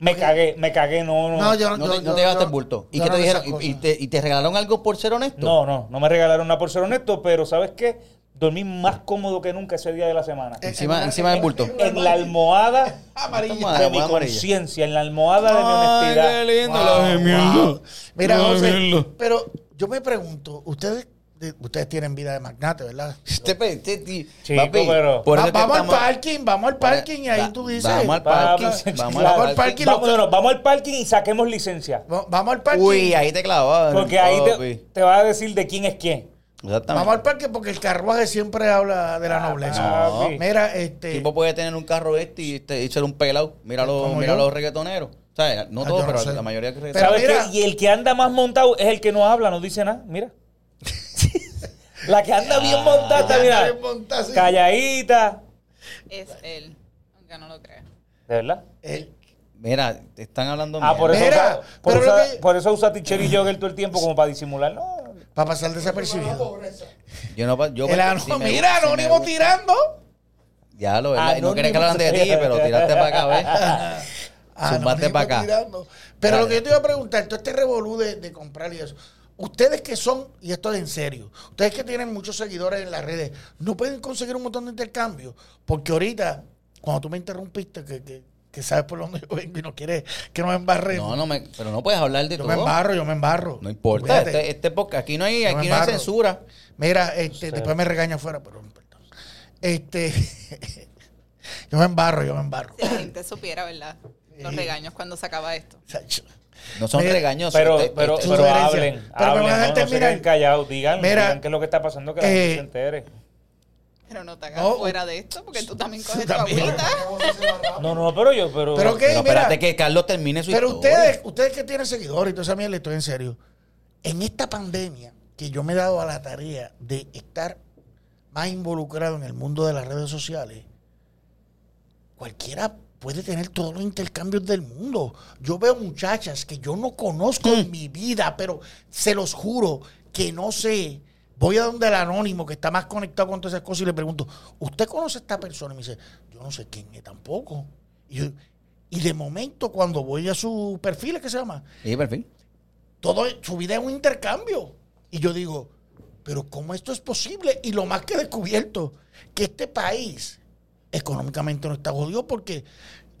Speaker 3: Me cagué, me cagué, no, no.
Speaker 1: no, yo
Speaker 2: No,
Speaker 1: yo-
Speaker 2: te, no
Speaker 1: yo-
Speaker 2: te llevaste
Speaker 1: yo-
Speaker 2: el bulto. ¿Y
Speaker 1: yo
Speaker 2: qué
Speaker 1: no
Speaker 2: te
Speaker 1: hago esas
Speaker 2: dijeron? ¿Y, y
Speaker 1: cosas.
Speaker 2: te, y te regalaron algo por ser honesto?
Speaker 3: No, no, no me regalaron nada por ser honesto, pero ¿sabes qué? Dormí más cómodo que nunca ese día de la semana.
Speaker 1: Eh,
Speaker 2: Encima,
Speaker 1: en-
Speaker 2: encima del bulto.
Speaker 3: En la almohada
Speaker 2: Amarilla.
Speaker 3: de mi conciencia, en la almohada de mi honestidad.
Speaker 5: qué lindo,
Speaker 1: Wow,
Speaker 5: la gemiendo.
Speaker 1: wow. Mira,
Speaker 5: La
Speaker 1: José,
Speaker 5: gemiendo.
Speaker 1: pero yo me pregunto, ustedes de- ustedes tienen vida de magnate, ¿verdad?
Speaker 2: Este, pe- este, ti-
Speaker 3: Chico, pero-
Speaker 2: por
Speaker 1: Va-
Speaker 2: eso es que
Speaker 1: vamos al
Speaker 2: estamos-
Speaker 1: parking, vamos al parking y ahí
Speaker 2: Va-
Speaker 1: tú dices.
Speaker 2: Vamos al parking.
Speaker 3: Vamos-
Speaker 2: Vamos
Speaker 1: vamos
Speaker 2: al
Speaker 1: al
Speaker 2: parking.
Speaker 1: parking.
Speaker 3: Vamos, no, no, vamos al parking y saquemos licencia.
Speaker 1: Va- Vamos al parking.
Speaker 2: Uy, ahí te clavaron.
Speaker 3: Porque ahí te,
Speaker 2: papi.
Speaker 3: te va a decir de quién es quién.
Speaker 2: Exactamente.
Speaker 1: Vamos al parking porque el carruaje siempre habla de la nobleza.
Speaker 2: no.
Speaker 3: Papi.
Speaker 1: Mira,
Speaker 2: El
Speaker 1: este.
Speaker 2: Ah, tipo puede tener un carro este y, este, y ser un pelado. Míralo,
Speaker 1: Como
Speaker 2: mira
Speaker 1: yo.
Speaker 2: los reggaetoneros. O sea, no
Speaker 1: Ah,
Speaker 2: todos,
Speaker 1: yo no
Speaker 2: pero
Speaker 1: sé.
Speaker 2: la mayoría que
Speaker 1: Pero
Speaker 3: ¿Sabes
Speaker 1: mira-
Speaker 3: qué? Y el que anda más montado es el que no habla, no dice nada. Mira. la que anda bien montada,
Speaker 1: Está
Speaker 3: mira.
Speaker 1: bien montado, sí.
Speaker 3: Calladita.
Speaker 4: Es él, aunque no lo crea.
Speaker 3: ¿De verdad?
Speaker 1: El-
Speaker 2: Mira, te están hablando
Speaker 3: Ah, por eso,
Speaker 1: Mira,
Speaker 3: usa, por,
Speaker 1: pero
Speaker 3: usa-
Speaker 1: lo que-
Speaker 3: por eso usa Tichero y Jogger todo el tiempo como para disimular. No,
Speaker 1: para pasar desapercibido.
Speaker 2: Yo no pa- yo
Speaker 1: El ano-
Speaker 2: si me-
Speaker 1: mira,
Speaker 2: si me
Speaker 1: anónimo
Speaker 2: gusta-
Speaker 1: tirando.
Speaker 2: Ya lo verdad. Y no quería que hablaran de ti,
Speaker 3: Anónimo.
Speaker 2: pero tiraste para acá, ¿ves? Zumbate
Speaker 1: Anónimo
Speaker 2: pa' acá.
Speaker 1: tirando. Pero lo
Speaker 2: Dale.
Speaker 1: que yo te iba a preguntar, todo este revolú de, de comprar y eso. Ustedes que son, y esto es en serio, ustedes que tienen muchos seguidores en las redes, no pueden conseguir un montón de intercambios. Porque ahorita, cuando tú me interrumpiste, que, que- que sabes por dónde yo vengo y no quieres que nos embarremos.
Speaker 2: No, no me, pero no puedes hablar de
Speaker 1: yo
Speaker 2: todo.
Speaker 1: me embarro, yo me embarro.
Speaker 2: No importa,
Speaker 1: Fíjate.
Speaker 2: este, este podcast, aquí no
Speaker 1: Yo
Speaker 2: hay,
Speaker 1: me
Speaker 2: aquí no hay
Speaker 1: embarro.
Speaker 2: censura.
Speaker 1: Mira, este, después me regaña afuera, pero no importa. Este, yo me embarro, yo me embarro.
Speaker 4: Si la gente supiera, ¿verdad? Los regaños cuando se acaba esto.
Speaker 1: Sacho.
Speaker 2: No son
Speaker 1: Mira,
Speaker 2: regaños.
Speaker 3: pero,
Speaker 2: este-
Speaker 3: pero,
Speaker 2: este-
Speaker 3: pero
Speaker 1: sugerencia.
Speaker 3: hablen,
Speaker 1: Pero me
Speaker 3: hablen,
Speaker 1: van a
Speaker 3: no, no se
Speaker 1: terminar.
Speaker 3: queden callados, digan,
Speaker 1: Mira,
Speaker 3: digan qué es lo que está pasando, que la
Speaker 1: eh,
Speaker 3: gente se entere.
Speaker 4: Pero no te hagas
Speaker 1: No,
Speaker 4: fuera de esto, porque tú también
Speaker 1: tú
Speaker 4: coges
Speaker 1: también.
Speaker 4: tu agüita.
Speaker 3: No, no, pero yo, pero...
Speaker 1: Pero qué,
Speaker 2: pero
Speaker 1: mira.
Speaker 2: espérate que Carlos termine su
Speaker 1: Pero
Speaker 2: historia.
Speaker 1: ustedes, ustedes que tienen seguidores y toda esa mierda, estoy en serio. En esta pandemia, que yo me he dado a la tarea de estar más involucrado en el mundo de las redes sociales, cualquiera puede tener todos los intercambios del mundo. Yo veo muchachas que yo no conozco en mi vida, pero se los juro que no sé. Voy a donde el anónimo que está más conectado con todas esas cosas y le pregunto, ¿usted conoce a esta persona? Y me dice, yo no sé quién es tampoco. Y, yo- y de momento cuando voy a su perfil, ¿es que se llama?
Speaker 2: Sí, perfil.
Speaker 1: todo su vida es un intercambio. Y yo digo, pero ¿cómo esto es posible? Y lo más que he descubierto, que este país económicamente no está jodido porque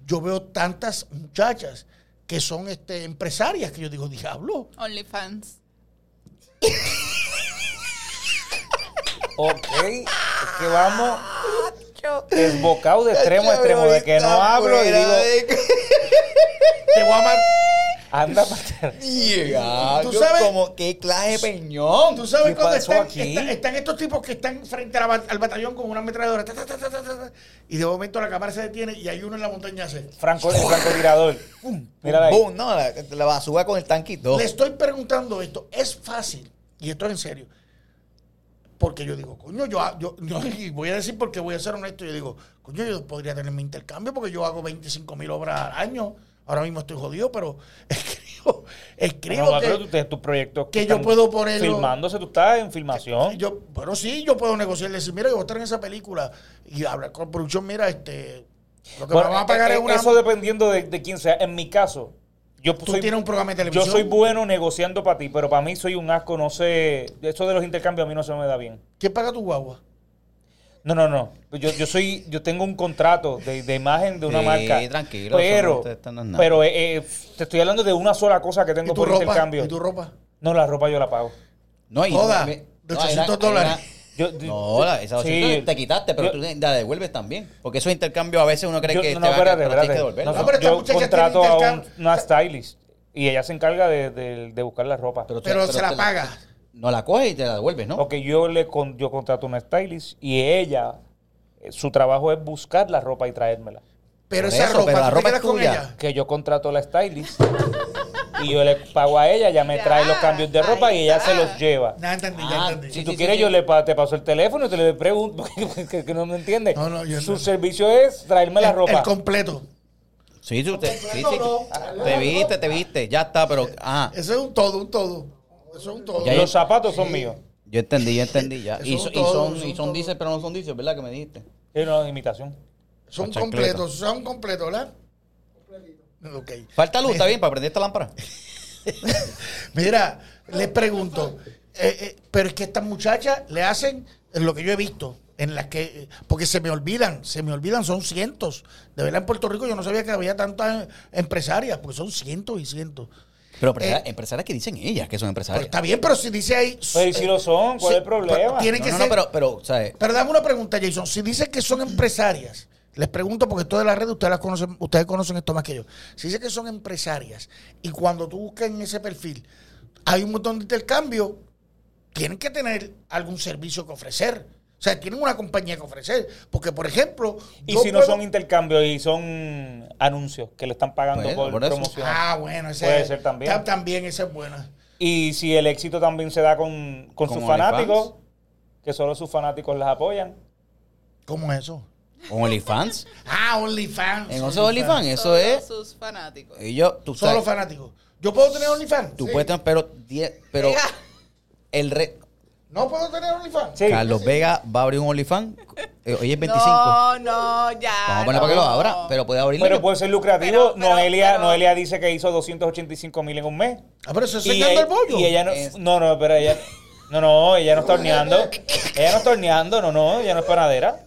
Speaker 1: yo veo tantas muchachas que son este, empresarias que yo digo, diablo.
Speaker 4: OnlyFans.
Speaker 3: Ok, es que vamos desbocado de extremo a extremo, de que no
Speaker 2: Está
Speaker 3: hablo y
Speaker 2: fuera
Speaker 3: digo,
Speaker 2: de-
Speaker 1: Te voy a matar.
Speaker 3: anda para
Speaker 2: Diga,
Speaker 1: ¿Tú
Speaker 2: yo
Speaker 1: sabes-
Speaker 2: como qué clase de peñón.
Speaker 1: Tú sabes
Speaker 3: ¿Qué
Speaker 1: cuando
Speaker 3: pasó
Speaker 1: están,
Speaker 3: aquí?
Speaker 1: están- están estos tipos que están frente a la bat- al batallón con una ametralladora. ta, ta, ta, ta, ta, ta, ta, y de momento la cámara se detiene y hay uno en la montaña hace.
Speaker 3: Franco, el francotirador. Mírala ahí.
Speaker 2: Boom, no, la, la basura con el tanquito.
Speaker 3: Oh.
Speaker 1: Le estoy preguntando esto. Es fácil, y esto es en serio, porque yo digo, coño, yo, yo, yo- y voy a decir porque voy a ser honesto, yo digo, coño, yo podría tener mi intercambio porque yo hago 25 mil obras al año. Ahora mismo estoy jodido, pero escribo, escribo
Speaker 3: No, no, pero
Speaker 1: que,
Speaker 3: tú tienes tus proyectos
Speaker 1: que yo
Speaker 3: están
Speaker 1: puedo ponerlo-
Speaker 3: Filmándose, tú estás en filmación.
Speaker 1: yo, bueno, sí, yo puedo negociar, decir, mira, yo voy a estar en esa película y hablar con producción, mira, este, lo que
Speaker 3: Bueno,
Speaker 1: me van a pagar
Speaker 3: eh,
Speaker 1: es
Speaker 3: eh,
Speaker 1: una...
Speaker 3: Eso dependiendo de, de quién sea. En mi caso, yo
Speaker 1: tú tienes un programa de
Speaker 3: Yo
Speaker 1: televisión.
Speaker 3: soy bueno negociando para ti, pero para mí soy un asco, no sé. Eso de los intercambios a mí no se me da bien.
Speaker 1: ¿Quién paga tu guagua?
Speaker 3: No, no, no. Yo, yo soy, yo tengo un contrato de, de imagen de una
Speaker 2: Sí,
Speaker 3: marca.
Speaker 2: tranquilo,
Speaker 3: Pero,
Speaker 2: eso no te- no es nada.
Speaker 3: pero eh, eh, te estoy hablando de una sola cosa que
Speaker 1: ¿Y
Speaker 3: tengo
Speaker 1: tu
Speaker 3: por
Speaker 1: ropa?
Speaker 3: intercambio.
Speaker 1: ¿Y tu ropa?
Speaker 3: No, la ropa yo la pago.
Speaker 2: No,
Speaker 1: Toda,
Speaker 2: me-
Speaker 1: de
Speaker 2: no, era-
Speaker 1: 800 dólares.
Speaker 3: Yo-
Speaker 2: era- No, la, esa
Speaker 3: Sí.
Speaker 2: 800 te quitaste, pero
Speaker 3: Yo-
Speaker 2: tú la devuelves también. Porque esos intercambios a veces uno cree
Speaker 3: Yo-
Speaker 2: que te
Speaker 3: no, no,
Speaker 2: va a
Speaker 3: espérate,
Speaker 2: pero tienes que
Speaker 3: espérate.
Speaker 2: devolverlo.
Speaker 1: No, pero estas
Speaker 3: yo
Speaker 1: muchachas
Speaker 3: contrato
Speaker 1: tienen
Speaker 3: a un-
Speaker 1: intercambio.
Speaker 3: una stylist y ella se encarga de, de- de buscar la ropa.
Speaker 2: Pero,
Speaker 1: Pero, se la
Speaker 2: te
Speaker 1: paga.
Speaker 2: No la coges y te la devuelves, ¿no?
Speaker 3: Ok, yo le con, yo contrato una stylist y ella, eh, su trabajo es buscar la ropa y traérmela.
Speaker 1: Pero
Speaker 2: Por
Speaker 1: esa
Speaker 2: eso,
Speaker 1: ropa,
Speaker 2: pero la
Speaker 1: ¿tú te
Speaker 2: ropa es
Speaker 1: quedas con
Speaker 2: tuya.
Speaker 1: ella?
Speaker 3: Que yo contrato a la stylist y yo le pago a ella, ella me
Speaker 4: Ya,
Speaker 3: trae los cambios de
Speaker 4: ahí
Speaker 3: ropa y ella
Speaker 4: está.
Speaker 3: se los lleva.
Speaker 1: Ya entendí, ya
Speaker 2: Ah,
Speaker 1: entendí.
Speaker 2: sí.
Speaker 3: Si tú quieres, yo le pa- te paso el teléfono y te le pregunto, que, que no me entiende.
Speaker 1: No, no, yo
Speaker 3: Su
Speaker 1: no.
Speaker 3: servicio es traerme la
Speaker 1: El-
Speaker 3: ropa.
Speaker 1: El completo.
Speaker 2: Sí, sí, usted- sí,
Speaker 1: Completo,
Speaker 2: sí.
Speaker 1: no.
Speaker 2: Te viste, te viste. Ya está, pero. Ah,
Speaker 1: Eso es un todo, un todo. Eso es un todo.
Speaker 2: Ya yo-
Speaker 3: los zapatos son míos.
Speaker 2: yo entendí, yo entendí. ya.
Speaker 1: Eso
Speaker 2: Y,
Speaker 1: son
Speaker 2: so- y
Speaker 1: todos,
Speaker 2: son,
Speaker 1: son
Speaker 2: y son
Speaker 1: todos.
Speaker 2: dices, pero no son dices, ¿verdad? Que me dijiste.
Speaker 3: Es una imitación.
Speaker 1: Son
Speaker 2: Chancleta.
Speaker 1: completos, son completos, ¿verdad? Ok.
Speaker 2: Falta luz, está bien, para prender esta lámpara.
Speaker 1: Mira, les pregunto, eh, eh, pero es que estas muchachas le hacen lo que yo he visto, en las que, porque se me olvidan, se me olvidan, son cientos. De verdad, en Puerto Rico yo no sabía que había tantas empresarias, porque son cientos y cientos.
Speaker 2: Pero empresarias,
Speaker 1: Eh.
Speaker 2: empresarias que dicen ellas que son
Speaker 1: Pero
Speaker 2: empresarias.
Speaker 1: está bien, pero si dice ahí.
Speaker 3: Pero ¿y si lo son? ¿Cuál es el problema?
Speaker 1: Tiene
Speaker 2: No,
Speaker 1: que
Speaker 2: no, no,
Speaker 1: ser.
Speaker 2: pero, pero, o sea,
Speaker 1: Pero dame una pregunta, Jason. Si dicen que son empresarias, les pregunto porque todas las redes ustedes las conocen, ustedes conocen esto más que yo. Si dicen que son empresarias y cuando tú buscas en ese perfil hay un montón de intercambio, tienen que tener algún servicio que ofrecer. O sea, tienen una compañía que ofrecer. Porque, por ejemplo.
Speaker 3: Y
Speaker 1: yo
Speaker 3: si no
Speaker 1: puedo-
Speaker 3: son intercambios y son anuncios que le están pagando
Speaker 2: Bueno,
Speaker 3: por,
Speaker 2: por eso.
Speaker 3: promoción.
Speaker 1: Ah, bueno, ese
Speaker 3: Puede ser también.
Speaker 1: ta- También esa es buena.
Speaker 3: Y si el éxito también se da con, con sus
Speaker 2: Como
Speaker 3: fanáticos,
Speaker 2: OnlyFans.
Speaker 3: que solo sus fanáticos las apoyan.
Speaker 1: ¿Cómo es eso?
Speaker 2: con OnlyFans.
Speaker 1: Ah, OnlyFans.
Speaker 2: Entonces, OnlyFans, eso
Speaker 4: Solo
Speaker 2: es.
Speaker 4: sus fanáticos.
Speaker 2: Ellos, tú
Speaker 1: Solo
Speaker 2: sabes.
Speaker 1: fanáticos. ¿Yo puedo tener OnlyFans?
Speaker 2: Tú
Speaker 1: Sí.
Speaker 2: puedes tener, pero, die- pero
Speaker 4: Mira,
Speaker 2: el re,
Speaker 1: ¿No puedo tener OnlyFans?
Speaker 3: Sí.
Speaker 2: Carlos Vega va a abrir un OnlyFans. Eh, Hoy es 25.
Speaker 4: No, no, ya.
Speaker 2: Vamos a poner para que lo abra, pero puede abrirlo.
Speaker 3: Pero puede ser lucrativo.
Speaker 4: Pero- pero-
Speaker 3: Noelia,
Speaker 4: pero-
Speaker 3: Noelia dice que hizo 285 mil en un mes.
Speaker 1: Ah, pero eso es
Speaker 3: Y,
Speaker 1: secando
Speaker 3: ella-
Speaker 1: el bollo. Este.
Speaker 3: y ella no.
Speaker 2: Es-
Speaker 3: No, no, pero ella. No, no, ella no está horneando. Ella no está horneando, no, no, ella no es panadera.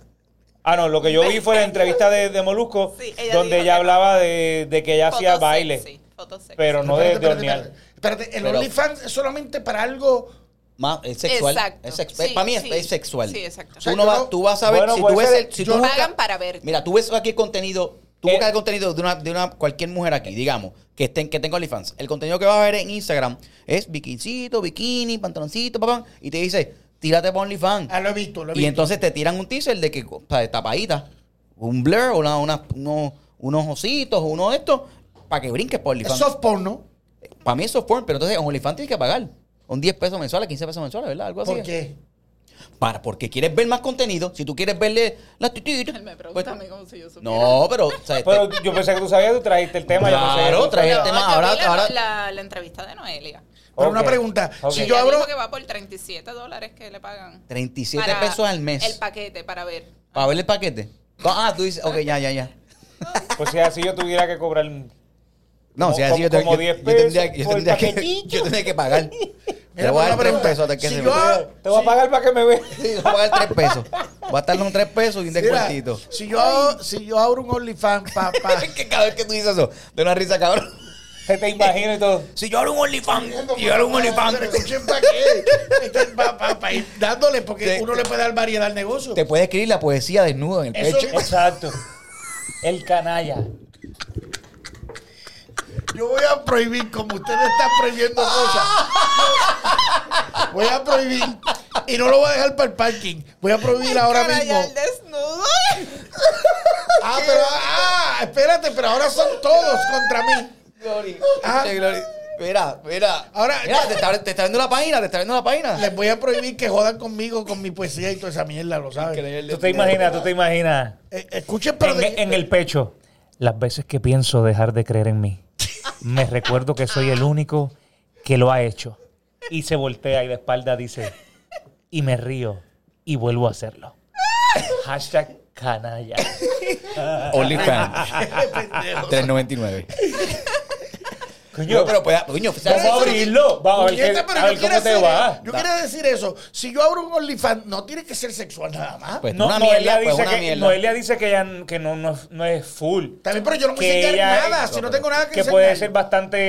Speaker 3: Ah, no, lo que yo vi fue la entrevista de, de Molusco,
Speaker 4: Sí, ella
Speaker 3: donde
Speaker 4: dijo
Speaker 3: ella
Speaker 4: que-
Speaker 3: hablaba de, de que ella hacía
Speaker 4: Fotos
Speaker 3: baile.
Speaker 4: sexy, fotos sexy.
Speaker 3: Pero no de, de
Speaker 1: Espérate,
Speaker 3: hornear.
Speaker 1: espérate, espérate. Espérate, el
Speaker 2: Pero-
Speaker 1: OnlyFans es solamente para algo.
Speaker 2: Más, es sexual.
Speaker 4: Exacto.
Speaker 2: Es sex-
Speaker 4: Sí,
Speaker 2: para mí es,
Speaker 4: sí.
Speaker 2: es sexual.
Speaker 4: Sí, exacto.
Speaker 2: Tú,
Speaker 1: O sea,
Speaker 2: no
Speaker 1: yo
Speaker 2: vas-
Speaker 1: no-
Speaker 2: tú vas a ver
Speaker 3: Bueno,
Speaker 2: si
Speaker 3: puede
Speaker 2: tú ves
Speaker 3: ser-
Speaker 2: el- si
Speaker 3: yo-
Speaker 2: tú buscas-
Speaker 4: Pagan para verte.
Speaker 2: Mira, tú ves aquí contenido. Tú
Speaker 3: Eh.
Speaker 2: buscas el contenido de una, de una cualquier mujer aquí, digamos, que estén, que tenga OnlyFans. El contenido que vas a ver en Instagram es bikincito, bikini, pantaloncito, papá. Y te dice, tírate para OnlyFans.
Speaker 1: Ah, lo he visto, lo he
Speaker 2: Y
Speaker 1: visto.
Speaker 2: entonces te tiran un teaser de que o sea, de tapadita, un blur, una, una- uno- unos ositos, uno de estos, para que brinques por
Speaker 1: es
Speaker 2: OnlyFans.
Speaker 1: soft porno.
Speaker 2: Para mí eso es porn, pero entonces en OnlyFans tienes que pagar. Un 10 pesos mensuales, 15 pesos mensuales, ¿verdad? Algo así.
Speaker 1: ¿Por qué?
Speaker 2: Para, porque quieres ver más contenido. Si tú quieres verle las tititas.
Speaker 4: Él me pregunta
Speaker 2: pues-
Speaker 4: a mí como si yo supiera.
Speaker 2: no, pero. o sea, este-
Speaker 3: Pero yo pensé que tú sabías, tú trajiste el tema. yo pensé que
Speaker 2: Claro,
Speaker 3: tú
Speaker 2: traje el
Speaker 3: sabías.
Speaker 2: tema.
Speaker 4: yo
Speaker 2: ahora-
Speaker 4: vi la,
Speaker 2: ahora-
Speaker 4: la, la entrevista de Noelia.
Speaker 1: Pero una
Speaker 3: Ok.
Speaker 1: pregunta.
Speaker 3: Ok.
Speaker 1: Si
Speaker 4: Ella
Speaker 1: yo abro.
Speaker 4: dijo que va por 37 dólares que le pagan.
Speaker 2: 37
Speaker 4: para
Speaker 2: pesos al mes.
Speaker 4: El paquete para ver.
Speaker 2: para ver el paquete. Ah, tú dices, ok, ya, ya, ya.
Speaker 3: Pues si así yo tuviera que cobrar.
Speaker 2: No,
Speaker 3: Como-
Speaker 2: si es así, yo, te-
Speaker 3: como
Speaker 2: yo-
Speaker 3: 10
Speaker 2: yo tendría,
Speaker 3: pesos
Speaker 2: yo
Speaker 3: por
Speaker 2: tendría que,
Speaker 3: paquetito.
Speaker 2: yo tendría que pagar.
Speaker 1: Mira,
Speaker 2: Te
Speaker 1: una
Speaker 2: voy a dar 3
Speaker 1: pregunta.
Speaker 2: pesos hasta que
Speaker 1: Si
Speaker 2: se
Speaker 1: yo-
Speaker 2: me-
Speaker 1: Ah,
Speaker 3: Te
Speaker 1: sí.
Speaker 3: voy a pagar para que me veas.
Speaker 2: Sí, te voy a dar 3 pesos. Va a estar los 3 pesos y un
Speaker 1: Mira,
Speaker 2: descuentito.
Speaker 1: si, yo, si yo abro un OnlyFans para.
Speaker 2: Es que cada vez que tú dices eso, de una risa, cabrón.
Speaker 3: Se te imagina y todo.
Speaker 2: Si yo era un OnlyFans, si yo era un OnlyFans.
Speaker 1: ¿Para qué? Para ir dándole, porque
Speaker 2: Te-
Speaker 1: uno le puede dar variedad al negocio.
Speaker 2: Te puede escribir la poesía desnudo en el
Speaker 1: Eso-
Speaker 2: pecho.
Speaker 3: Exacto. El canalla.
Speaker 1: Yo voy a prohibir, como ustedes están prohibiendo cosas. Voy a prohibir. Y no lo voy a dejar para el parking. Voy a prohibir ahora
Speaker 4: Cara, ya
Speaker 1: mismo.
Speaker 4: el desnudo.
Speaker 1: Ah, pero ah, espérate, pero ahora son todos contra mí. Ah.
Speaker 2: Che, Glory. Mira, mira.
Speaker 1: Ahora-
Speaker 2: mira, te está, te está viendo la página, te está viendo la página.
Speaker 1: Les voy a prohibir que jodan conmigo con mi poesía y toda esa mierda, lo saben.
Speaker 3: Tú te imaginas, tú te imaginas.
Speaker 1: Eh, escuchen, pero
Speaker 3: En, e,
Speaker 1: de-
Speaker 3: en el pecho. Las veces que pienso dejar de creer en mí, me recuerdo que soy el único que lo ha hecho. Y se voltea y de espalda dice, y me río y vuelvo a hacerlo. Hashtag canalla.
Speaker 2: OnlyFans,
Speaker 1: Pendejo.
Speaker 2: 3.99.
Speaker 3: Coño,
Speaker 2: No,
Speaker 1: pues,
Speaker 2: pero puede, coño, ¿sabes?
Speaker 3: vamos a abrirlo. Vamos a ver,
Speaker 1: Puñeta,
Speaker 3: qué-
Speaker 1: pero
Speaker 3: a
Speaker 1: yo
Speaker 3: ver
Speaker 1: quiero
Speaker 3: cómo te
Speaker 1: hacer-
Speaker 3: va.
Speaker 1: Yo quería decir eso. Si yo abro un OnlyFans, no tiene que ser sexual nada más.
Speaker 2: Pues
Speaker 3: No,
Speaker 2: una mierda,
Speaker 3: Noelia,
Speaker 2: pues
Speaker 3: dice
Speaker 2: una
Speaker 3: que,
Speaker 2: mierda.
Speaker 3: Noelia dice que, ella- que no, no, no es full.
Speaker 1: También, pero yo no voy a
Speaker 3: que
Speaker 1: enseñar
Speaker 3: ella-
Speaker 1: nada. si
Speaker 2: no,
Speaker 1: no tengo nada que,
Speaker 3: Que
Speaker 1: enseñar.
Speaker 3: puede ser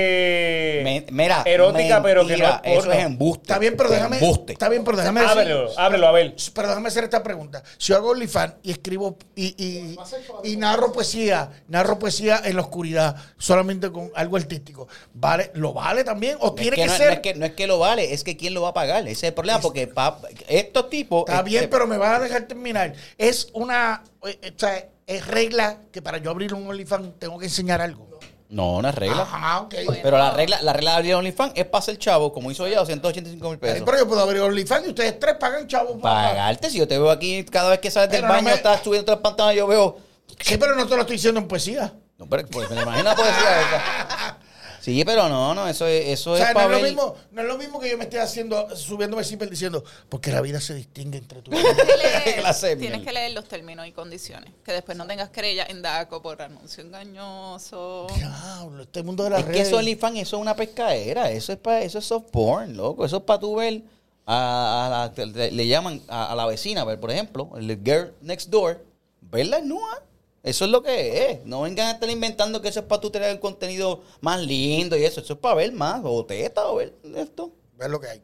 Speaker 3: bastante
Speaker 2: Me- mira,
Speaker 3: erótica, pero que no
Speaker 2: mentira,
Speaker 3: es
Speaker 2: Eso
Speaker 3: porno.
Speaker 2: es embuste.
Speaker 1: Está bien, pero déjame.
Speaker 2: Embuste.
Speaker 1: Está bien, pero déjame decir-
Speaker 3: Ábrelo, ábrelo, a ver.
Speaker 1: Pero déjame hacer esta pregunta. Si yo hago OnlyFans y escribo y, y, y narro poesía, narro poesía en la oscuridad, solamente con algo artístico, ¿vale? ¿Lo vale también? ¿O
Speaker 2: No es,
Speaker 1: tiene
Speaker 2: que
Speaker 1: que
Speaker 2: no, no
Speaker 1: ser?
Speaker 2: es que, no es que lo vale, es que quién lo va a pagar. Ese es el problema, porque pa- estos tipos.
Speaker 1: Está
Speaker 2: este,
Speaker 1: bien, pero me vas a dejar terminar. Es una. eh, eh, o sea, es regla que para yo abrir un OnlyFans tengo que enseñar algo.
Speaker 2: No, no es regla.
Speaker 1: Ajá, ok.
Speaker 4: Bueno.
Speaker 2: Pero la regla, la regla de abrir OnlyFans es para el chavo, como hizo ella, 285 mil
Speaker 1: Ay,
Speaker 2: pesos.
Speaker 1: Pero yo puedo abrir OnlyFans y ustedes tres pagan chavo. para-
Speaker 2: Pagarte, si yo te veo aquí cada vez que sales del
Speaker 1: Pero no
Speaker 2: baño,
Speaker 1: me-
Speaker 2: estás subiendo las pantallas, yo veo.
Speaker 1: Sí, pero no te lo estoy diciendo en poesía.
Speaker 2: No, pero pues, me imagino la poesía esa. Sí, pero no, no, eso es, eso
Speaker 1: O sea,
Speaker 2: es
Speaker 1: no
Speaker 2: para
Speaker 1: es, lo
Speaker 2: ver-
Speaker 1: mismo, no es lo mismo que yo me esté haciendo, subiéndome simple diciendo, porque la vida se distingue entre tú y yo.
Speaker 4: Tienes que
Speaker 2: Clase de
Speaker 4: leer, tienes
Speaker 2: mierda.
Speaker 4: que leer los términos y condiciones. Que después no tengas querella en DACO por anuncio engañoso.
Speaker 1: Diablo, este mundo de las
Speaker 2: Es que
Speaker 1: redes.
Speaker 2: eso OnlyFans, eso es una pescadera, eso es para, eso es soft porn, loco. Eso es para tú ver a, a la- te- te- le llaman a, a la vecina, ver, por ejemplo, el girl next door, verla nua. Eso es lo que es. No vengan a estar inventando que eso es para tú tener el contenido más lindo y eso. Eso es para ver más, o teta, o ver esto.
Speaker 1: Ve lo que hay.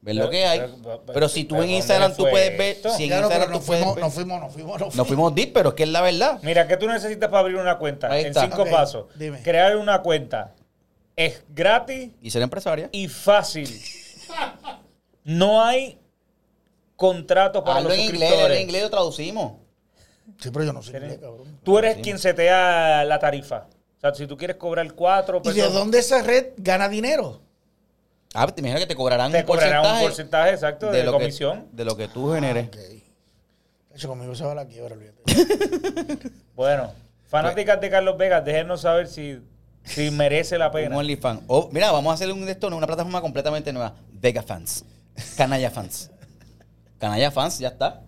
Speaker 2: Ver lo
Speaker 3: Pero-
Speaker 2: que hay.
Speaker 3: pero- pero-
Speaker 2: Pero si tú
Speaker 3: pero
Speaker 2: en
Speaker 3: ¿dónde
Speaker 2: Instagram tú
Speaker 3: fue
Speaker 2: puedes ver,
Speaker 3: esto?
Speaker 2: si en
Speaker 1: Claro, pero
Speaker 2: Instagram
Speaker 1: nos
Speaker 2: tú puedes
Speaker 1: fuimos,
Speaker 2: ver.
Speaker 1: nos fuimos, nos fuimos, nos
Speaker 2: Nos
Speaker 1: fuimos.
Speaker 2: fuimos deep, pero es que es la verdad.
Speaker 3: Mira, ¿qué tú necesitas para abrir una cuenta?
Speaker 2: Ahí
Speaker 3: En
Speaker 2: está.
Speaker 3: cinco
Speaker 1: Ok,
Speaker 3: pasos.
Speaker 1: dime.
Speaker 3: Crear una cuenta. Es gratis
Speaker 2: Y ser empresaria.
Speaker 3: y fácil. No hay contrato para
Speaker 2: Hablo
Speaker 3: los
Speaker 2: en inglés,
Speaker 3: suscriptores.
Speaker 2: en inglés lo traducimos.
Speaker 1: Sí, pero yo no soy
Speaker 3: Tienes-
Speaker 1: inglés, cabrón.
Speaker 3: Tú eres quien setea la tarifa. O sea, si tú quieres cobrar cuatro
Speaker 1: ¿Y de
Speaker 3: pesos,
Speaker 1: dónde esa red gana dinero?
Speaker 2: Ah, te imagino que te cobrarán
Speaker 3: te
Speaker 2: un
Speaker 3: cobrarán
Speaker 2: porcentaje.
Speaker 3: un porcentaje exacto de, comisión.
Speaker 2: Que, de lo que tú generes.
Speaker 1: Ah, Ok. De hecho, conmigo se va la quiebra, olvídate.
Speaker 3: Bueno, fanáticas de Carlos Vegas, déjenos saber si, si merece la
Speaker 2: Un
Speaker 3: pena.
Speaker 2: OnlyFans. O, mira, vamos a hacer un de esto, una plataforma completamente nueva. Vega Fans. Canalla Fans. Canalla Fans, ya está.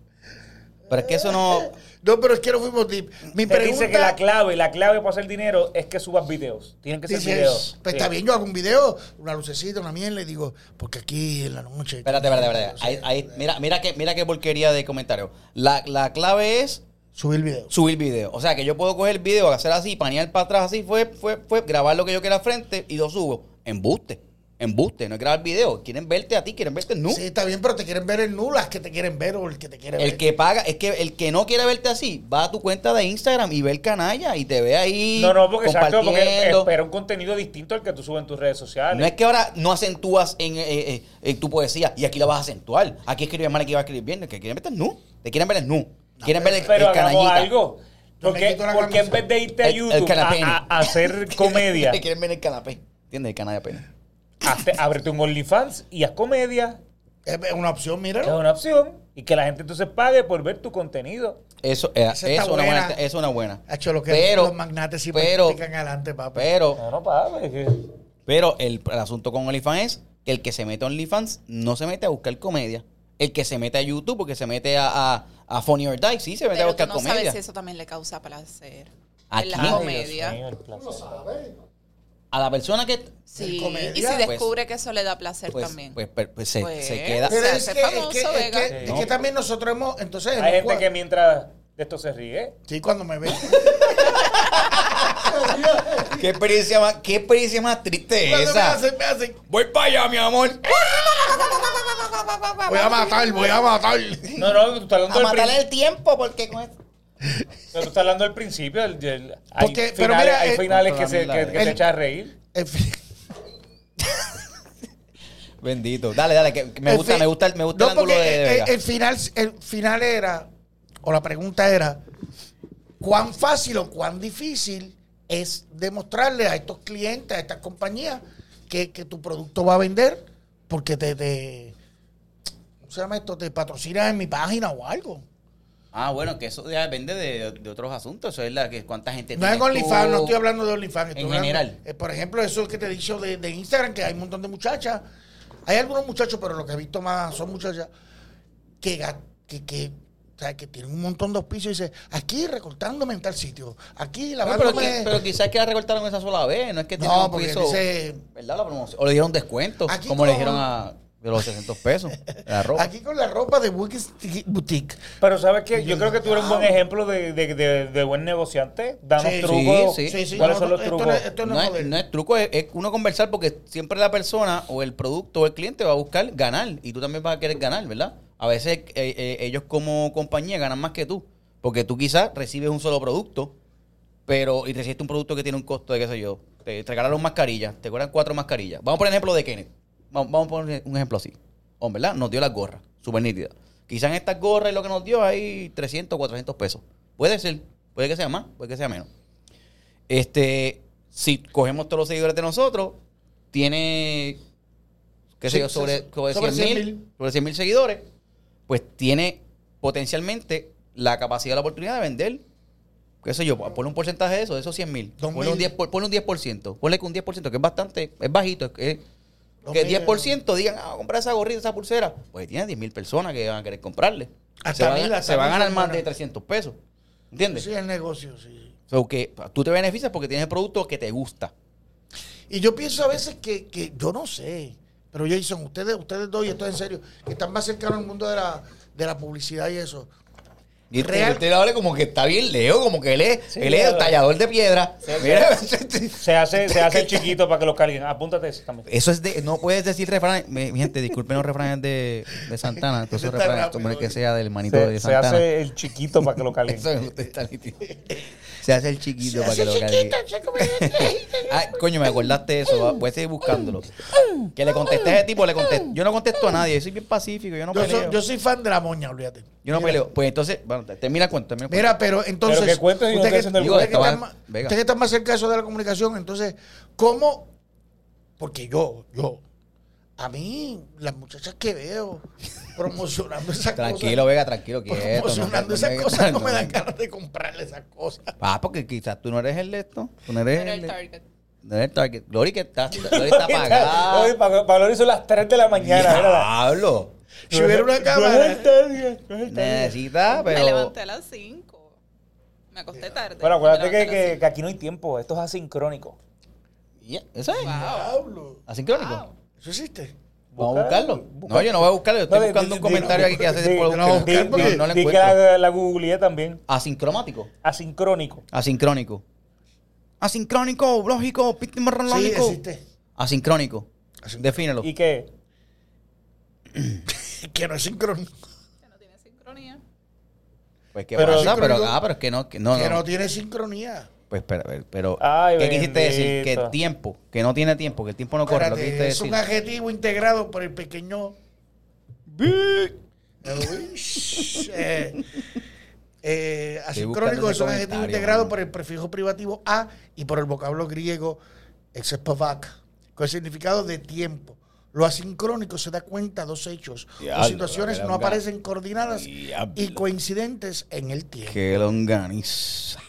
Speaker 2: Pero es que eso no.
Speaker 1: No, pero es que no fuimos deep. Mi
Speaker 3: Te
Speaker 1: pregunta...
Speaker 3: dice que la clave, la clave para hacer dinero es que subas videos. Tienen que ser
Speaker 1: dices,
Speaker 3: videos.
Speaker 1: pues
Speaker 3: Sí.
Speaker 1: está bien, yo hago un video, una lucecita, una mierda, y digo, porque aquí en la noche...
Speaker 2: Espérate, espérate, espérate. Ahí- ahí- mira, mira, qué, mira qué porquería de comentario. La, la clave es
Speaker 1: Subí el video.
Speaker 2: subir video. O sea, que yo puedo coger el video, hacer así, panear para atrás, así, fue, fue, fue, grabar lo que yo quiera al frente y lo subo. Embuste. Embuste. No es grabar video. Quieren verte a ti, quieren verte nu.
Speaker 1: Sí, está bien, pero te quieren ver en nulas que te quieren ver o el que te quiere ver.
Speaker 2: El que paga, es que el que no quiere verte así, va a tu cuenta de Instagram y ve el canalla y te ve ahí.
Speaker 3: No, no, porque exacto, porque
Speaker 2: compartiendo.
Speaker 3: espera un contenido distinto al que tú subes en tus redes sociales.
Speaker 2: No es que ahora no acentúas en, eh, eh, en tu poesía y aquí la vas a acentuar. Aquí escribe mal, aquí va a escribir bien. El que quieren verte es nu. Te quieren ver es nu. Quieren ver el,
Speaker 3: Pero
Speaker 2: el
Speaker 3: hagamos
Speaker 2: canallita.
Speaker 1: Yo
Speaker 3: algo.
Speaker 1: me
Speaker 3: Porque,
Speaker 1: quito la
Speaker 3: porque en
Speaker 1: camisa.
Speaker 3: vez de irte a
Speaker 2: El- el
Speaker 3: YouTube a-
Speaker 2: canapé.
Speaker 3: a, a hacer comedia,
Speaker 2: Te quieren ver el canapé. ¿Entiendes? El canalla pena.
Speaker 3: hazte- ábrete un OnlyFans y haz comedia,
Speaker 1: Es una opción,
Speaker 3: que es
Speaker 1: míralo.
Speaker 3: una opción, y que la gente entonces pague por ver tu contenido.
Speaker 2: Eso, eh,
Speaker 1: Esa
Speaker 2: eso
Speaker 1: está
Speaker 2: es una buena.
Speaker 1: buena.
Speaker 2: eso es una buena.
Speaker 1: Ha hecho lo que
Speaker 2: Pero-
Speaker 1: los magnates siempre
Speaker 2: pero,
Speaker 1: pican adelante, papi.
Speaker 2: pero,
Speaker 3: No, no, paga, es que-
Speaker 2: Pero el, el asunto con OnlyFans es que el que se mete a OnlyFans no se mete a buscar comedia. El que se mete a YouTube porque se mete a, a, a Funny or Die, sí se mete a
Speaker 4: Pero tú
Speaker 2: buscar
Speaker 4: no
Speaker 2: comedia.
Speaker 4: sabes si eso también le causa placer.
Speaker 2: ¿A
Speaker 4: en la
Speaker 2: quién?
Speaker 3: Ay,
Speaker 4: comedia.
Speaker 3: Dios mío, el placer.
Speaker 2: A la persona que.
Speaker 4: Sí.
Speaker 1: comedia?
Speaker 4: Y si descubre que eso le da placer
Speaker 2: Pues,
Speaker 4: Pues, también.
Speaker 2: pues, per- pues se,
Speaker 4: Pues.
Speaker 2: se queda.
Speaker 4: Pero- sea,
Speaker 1: es
Speaker 4: ser
Speaker 1: que, es
Speaker 4: famoso,
Speaker 1: que, es
Speaker 4: Vega.
Speaker 1: que-
Speaker 3: Sí.
Speaker 1: es que también nosotros hemos, entonces,
Speaker 3: Hay gente
Speaker 1: cua-
Speaker 3: que mientras de esto se ríe.
Speaker 1: sí, cuando me ven,
Speaker 2: ¿Qué, experiencia más, ¿Qué experiencia más triste es
Speaker 1: cuando me
Speaker 2: esa?
Speaker 1: hacen, me hacen,
Speaker 5: Voy para allá, mi amor.
Speaker 4: Ah,
Speaker 1: voy a matar, voy a matar.
Speaker 3: No, no, tú estás hablando,
Speaker 2: A
Speaker 3: del,
Speaker 2: matarle
Speaker 3: prin-
Speaker 2: el tiempo porque con esto-
Speaker 3: pero tú estás hablando del principio. del- del- hay,
Speaker 1: Porque-
Speaker 3: finales,
Speaker 1: pero mira,
Speaker 3: hay
Speaker 1: eh,
Speaker 3: finales que, se, que,
Speaker 2: controlame la-
Speaker 3: que te
Speaker 1: el-
Speaker 3: echas a reír.
Speaker 1: En fin.
Speaker 2: Bendito. Dale, dale, que que me
Speaker 1: El
Speaker 2: gusta,
Speaker 1: fi-
Speaker 2: me gusta, el- me gusta
Speaker 1: No,
Speaker 2: el ángulo de,
Speaker 1: porque
Speaker 2: de
Speaker 1: el-
Speaker 2: Vega.
Speaker 1: El, final, el final era, o la pregunta era, ¿cuán fácil o cuán difícil es demostrarle a estos clientes, a estas compañías, que, que tu producto va a vender? Porque te, te ¿cómo se llama esto? Te patrocina en mi página o algo.
Speaker 2: Ah, bueno, que eso ya depende de, de otros asuntos. Eso es la que cuánta gente
Speaker 1: No es
Speaker 2: tienes
Speaker 1: en OnlyFans,
Speaker 2: tú.
Speaker 1: no estoy hablando de OnlyFans. estoy
Speaker 2: en
Speaker 1: hablando-
Speaker 2: general.
Speaker 1: eh, por ejemplo, eso que te he dicho de, de Instagram, que hay un montón de muchachas. Hay algunos muchachos, pero lo que he visto más son muchachas que, ga- que, que, o sea, que tienen un montón de auspicios y dicen, aquí recortándome en tal sitio, aquí
Speaker 2: No, pero,
Speaker 1: lavándome...
Speaker 2: qui- pero quizás que la recortaron esa sola vez, no es que
Speaker 1: No,
Speaker 2: tienen un
Speaker 1: porque
Speaker 2: piso.
Speaker 1: dice-
Speaker 2: ¿Verdad? La promoción. O le dieron descuento,
Speaker 1: Aquí
Speaker 2: como le
Speaker 1: como-
Speaker 2: dijeron a de los 600 pesos. La ropa.
Speaker 1: Aquí con la ropa de Wiki Boutique.
Speaker 3: Pero sabes que yo creo que tú eres un buen
Speaker 1: Ah.
Speaker 3: ejemplo de, de- de- de buen negociante. Danos
Speaker 1: Sí.
Speaker 3: trucos.
Speaker 2: Sí, sí.
Speaker 3: ¿Cuáles
Speaker 1: no,
Speaker 3: son los
Speaker 1: esto
Speaker 3: trucos?
Speaker 1: no es- esto no
Speaker 2: no,
Speaker 1: es
Speaker 2: es,
Speaker 1: modelo.
Speaker 2: no es truco, es, es uno conversar porque siempre la persona o el producto o el cliente va a buscar ganar y tú también vas a querer ganar, ¿verdad? A veces eh, eh, ellos como compañía ganan más que tú porque tú quizás recibes un solo producto pero y recibiste un producto que tiene un costo de qué sé yo. Te, te regalaron mascarillas, te cobran cuatro mascarillas. Vamos por el ejemplo de Kenneth. Vamos, vamos a poner un ejemplo así. Hombre, ¿verdad? Nos dio las gorras, súper nítidas. Quizás en estas gorras y lo que nos dio hay 300, 400 pesos. Puede ser, puede que sea más, puede que sea menos. Este, si cogemos todos los seguidores de nosotros, tiene, qué sé
Speaker 1: Sí,
Speaker 2: yo, sobre,
Speaker 1: sí,
Speaker 2: sobre
Speaker 1: sobre
Speaker 2: 100
Speaker 1: 100.000.
Speaker 2: mil sobre 100.000 seguidores, pues tiene potencialmente la capacidad, la oportunidad de vender, qué sé yo, ponle un porcentaje de eso, de esos 100 mil.
Speaker 1: Dos
Speaker 2: Ponle un
Speaker 1: mil.
Speaker 2: 10%, por- ponle un 10%, ponle que un 10%, que es bastante, es bajito, es, que-
Speaker 1: Dos
Speaker 2: que
Speaker 1: mil,
Speaker 2: 10% digan, ah, voy a comprar esa gorrita, esa pulsera. Pues tiene 10 mil personas que van a querer comprarle.
Speaker 1: Hasta
Speaker 2: Se va, a-
Speaker 1: mil, hasta
Speaker 2: se va a
Speaker 1: mil
Speaker 2: ganar
Speaker 1: personas.
Speaker 2: más de 300 pesos. ¿Entiendes?
Speaker 1: Sí, el negocio, sí.
Speaker 2: So que tú te beneficias porque tienes el producto que te gusta.
Speaker 1: Y yo pienso a veces que, que yo no sé, pero Jason, ustedes, ustedes dos, y esto es en serio, que están más cercanos al mundo de la, de la publicidad y eso.
Speaker 2: Y usted-
Speaker 1: Real.
Speaker 2: usted le habla como que está bien leo, como que él es,
Speaker 3: Sí,
Speaker 2: él es el
Speaker 3: claro.
Speaker 2: tallador de piedra. Mira,
Speaker 3: Se hace, se hace chiquito para que los carguen. Apúntate eso también.
Speaker 2: eso es de, no puedes decir refranes, mi mi gente, disculpen los refranes de, de Santana, todos esos
Speaker 1: Está
Speaker 2: refranes,
Speaker 1: rápido.
Speaker 2: como el que sea del manito
Speaker 3: Se,
Speaker 2: de
Speaker 3: se
Speaker 2: Santana.
Speaker 3: hace el chiquito para que lo carguen.
Speaker 2: Eso es usted está nítido. Se hace el chiquito para que lo cargue. Ay, coño, me acordaste eso. va, Puedes seguir buscándolo. Que le contesté a ese tipo, le contesté. Yo no contesto a nadie, yo soy bien pacífico, yo no
Speaker 1: Yo
Speaker 2: peleo.
Speaker 1: soy, yo soy fan de la moña, olvídate.
Speaker 2: Yo no peleo. Pues entonces, bueno, te- termina el cuento. Termina el cuento.
Speaker 1: Mira, pero entonces.
Speaker 3: Pero que cuentes y no
Speaker 1: usted
Speaker 3: te hacen el
Speaker 1: usted
Speaker 2: cuento. ¿eh?
Speaker 1: está más-
Speaker 2: Venga.
Speaker 1: usted que está más cerca de eso de la comunicación, entonces, ¿cómo? Porque yo, yo, a mí, las muchachas que veo promocionando esas
Speaker 2: tranquilo,
Speaker 1: cosas.
Speaker 2: Vega, tranquilo, quieto.
Speaker 1: promocionando
Speaker 2: no-
Speaker 1: esas
Speaker 2: no-
Speaker 1: cosas, no me dan ganas de comprarle esas cosas.
Speaker 2: Ah, porque quizás tú no eres el de esto. Tú no eres
Speaker 4: Pero
Speaker 2: el
Speaker 4: el
Speaker 2: de-
Speaker 4: target.
Speaker 2: no eres el target. Glory que está, Glory está apagada.
Speaker 3: Oye, pa- Pablo hizo las 3 de la mañana. ¿verdad?
Speaker 2: Diablo.
Speaker 1: Si hubiera una
Speaker 3: No
Speaker 1: cámara.
Speaker 3: es el target, no es el target.
Speaker 2: Necesita,
Speaker 4: Me
Speaker 2: pero.
Speaker 4: levanté a las 5. Me acosté tarde.
Speaker 3: Bueno, acuérdate
Speaker 4: Me
Speaker 3: que,
Speaker 4: levanté a
Speaker 3: que- que aquí no hay tiempo. Esto es asincrónico.
Speaker 2: Ya, Eso es.
Speaker 4: las cinco. Wow.
Speaker 1: Diablo,
Speaker 2: Asincrónico.
Speaker 4: Wow.
Speaker 1: Ah, ¿Eso existe?
Speaker 2: Vamos a buscarlo.
Speaker 3: Busca-
Speaker 2: No, yo no voy a buscarlo. Yo estoy
Speaker 3: No, di-
Speaker 2: buscando
Speaker 3: di-
Speaker 2: un
Speaker 3: di-
Speaker 2: comentario
Speaker 3: di-
Speaker 2: aquí que hace
Speaker 3: di-
Speaker 2: tiempo lo
Speaker 3: di-
Speaker 1: no,
Speaker 2: busqué.
Speaker 3: di-
Speaker 2: No,
Speaker 1: porque-
Speaker 2: no lo
Speaker 3: di que
Speaker 2: encuentro.
Speaker 3: la, la googleé también.
Speaker 2: Asincromático.
Speaker 3: Asincrónico.
Speaker 2: Asincrónico. Asincrónico, lógico,
Speaker 1: Sí,
Speaker 2: pitimorrológico.
Speaker 1: existe.
Speaker 2: Asincrónico.
Speaker 1: Asincrónico.
Speaker 2: Defínelo.
Speaker 3: ¿Y qué?
Speaker 1: Que no es sincrónico.
Speaker 4: Que no tiene sincronía.
Speaker 2: Pues qué
Speaker 3: Pero-
Speaker 2: pasa, pero,
Speaker 1: Asincrónico.
Speaker 2: ah, pero es que no, que no,
Speaker 1: que
Speaker 2: no.
Speaker 1: no tiene sincronía.
Speaker 2: Pues espera, a ver, pero
Speaker 3: Ay,
Speaker 2: ¿qué quisiste decir? Que
Speaker 3: bendito.
Speaker 2: el tiempo, que no tiene tiempo, que el tiempo no corre, lo
Speaker 1: Espérate,
Speaker 2: que quisiste
Speaker 1: es
Speaker 2: decir.
Speaker 1: un adjetivo integrado por el pequeño. El bish, eh, eh, asincrónico
Speaker 2: buscando
Speaker 1: es un
Speaker 2: ese
Speaker 1: adjetivo
Speaker 2: comentario,
Speaker 1: integrado
Speaker 2: mano.
Speaker 1: por el prefijo privativo a y por el vocablo griego exepovac, con el significado de tiempo. Lo asincrónico se da cuenta de dos hechos
Speaker 2: Diablo,
Speaker 1: o situaciones
Speaker 2: pero
Speaker 1: no
Speaker 2: venga.
Speaker 1: aparecen coordinadas y
Speaker 2: Diablo.
Speaker 1: coincidentes en el tiempo.
Speaker 2: Que lo organiza.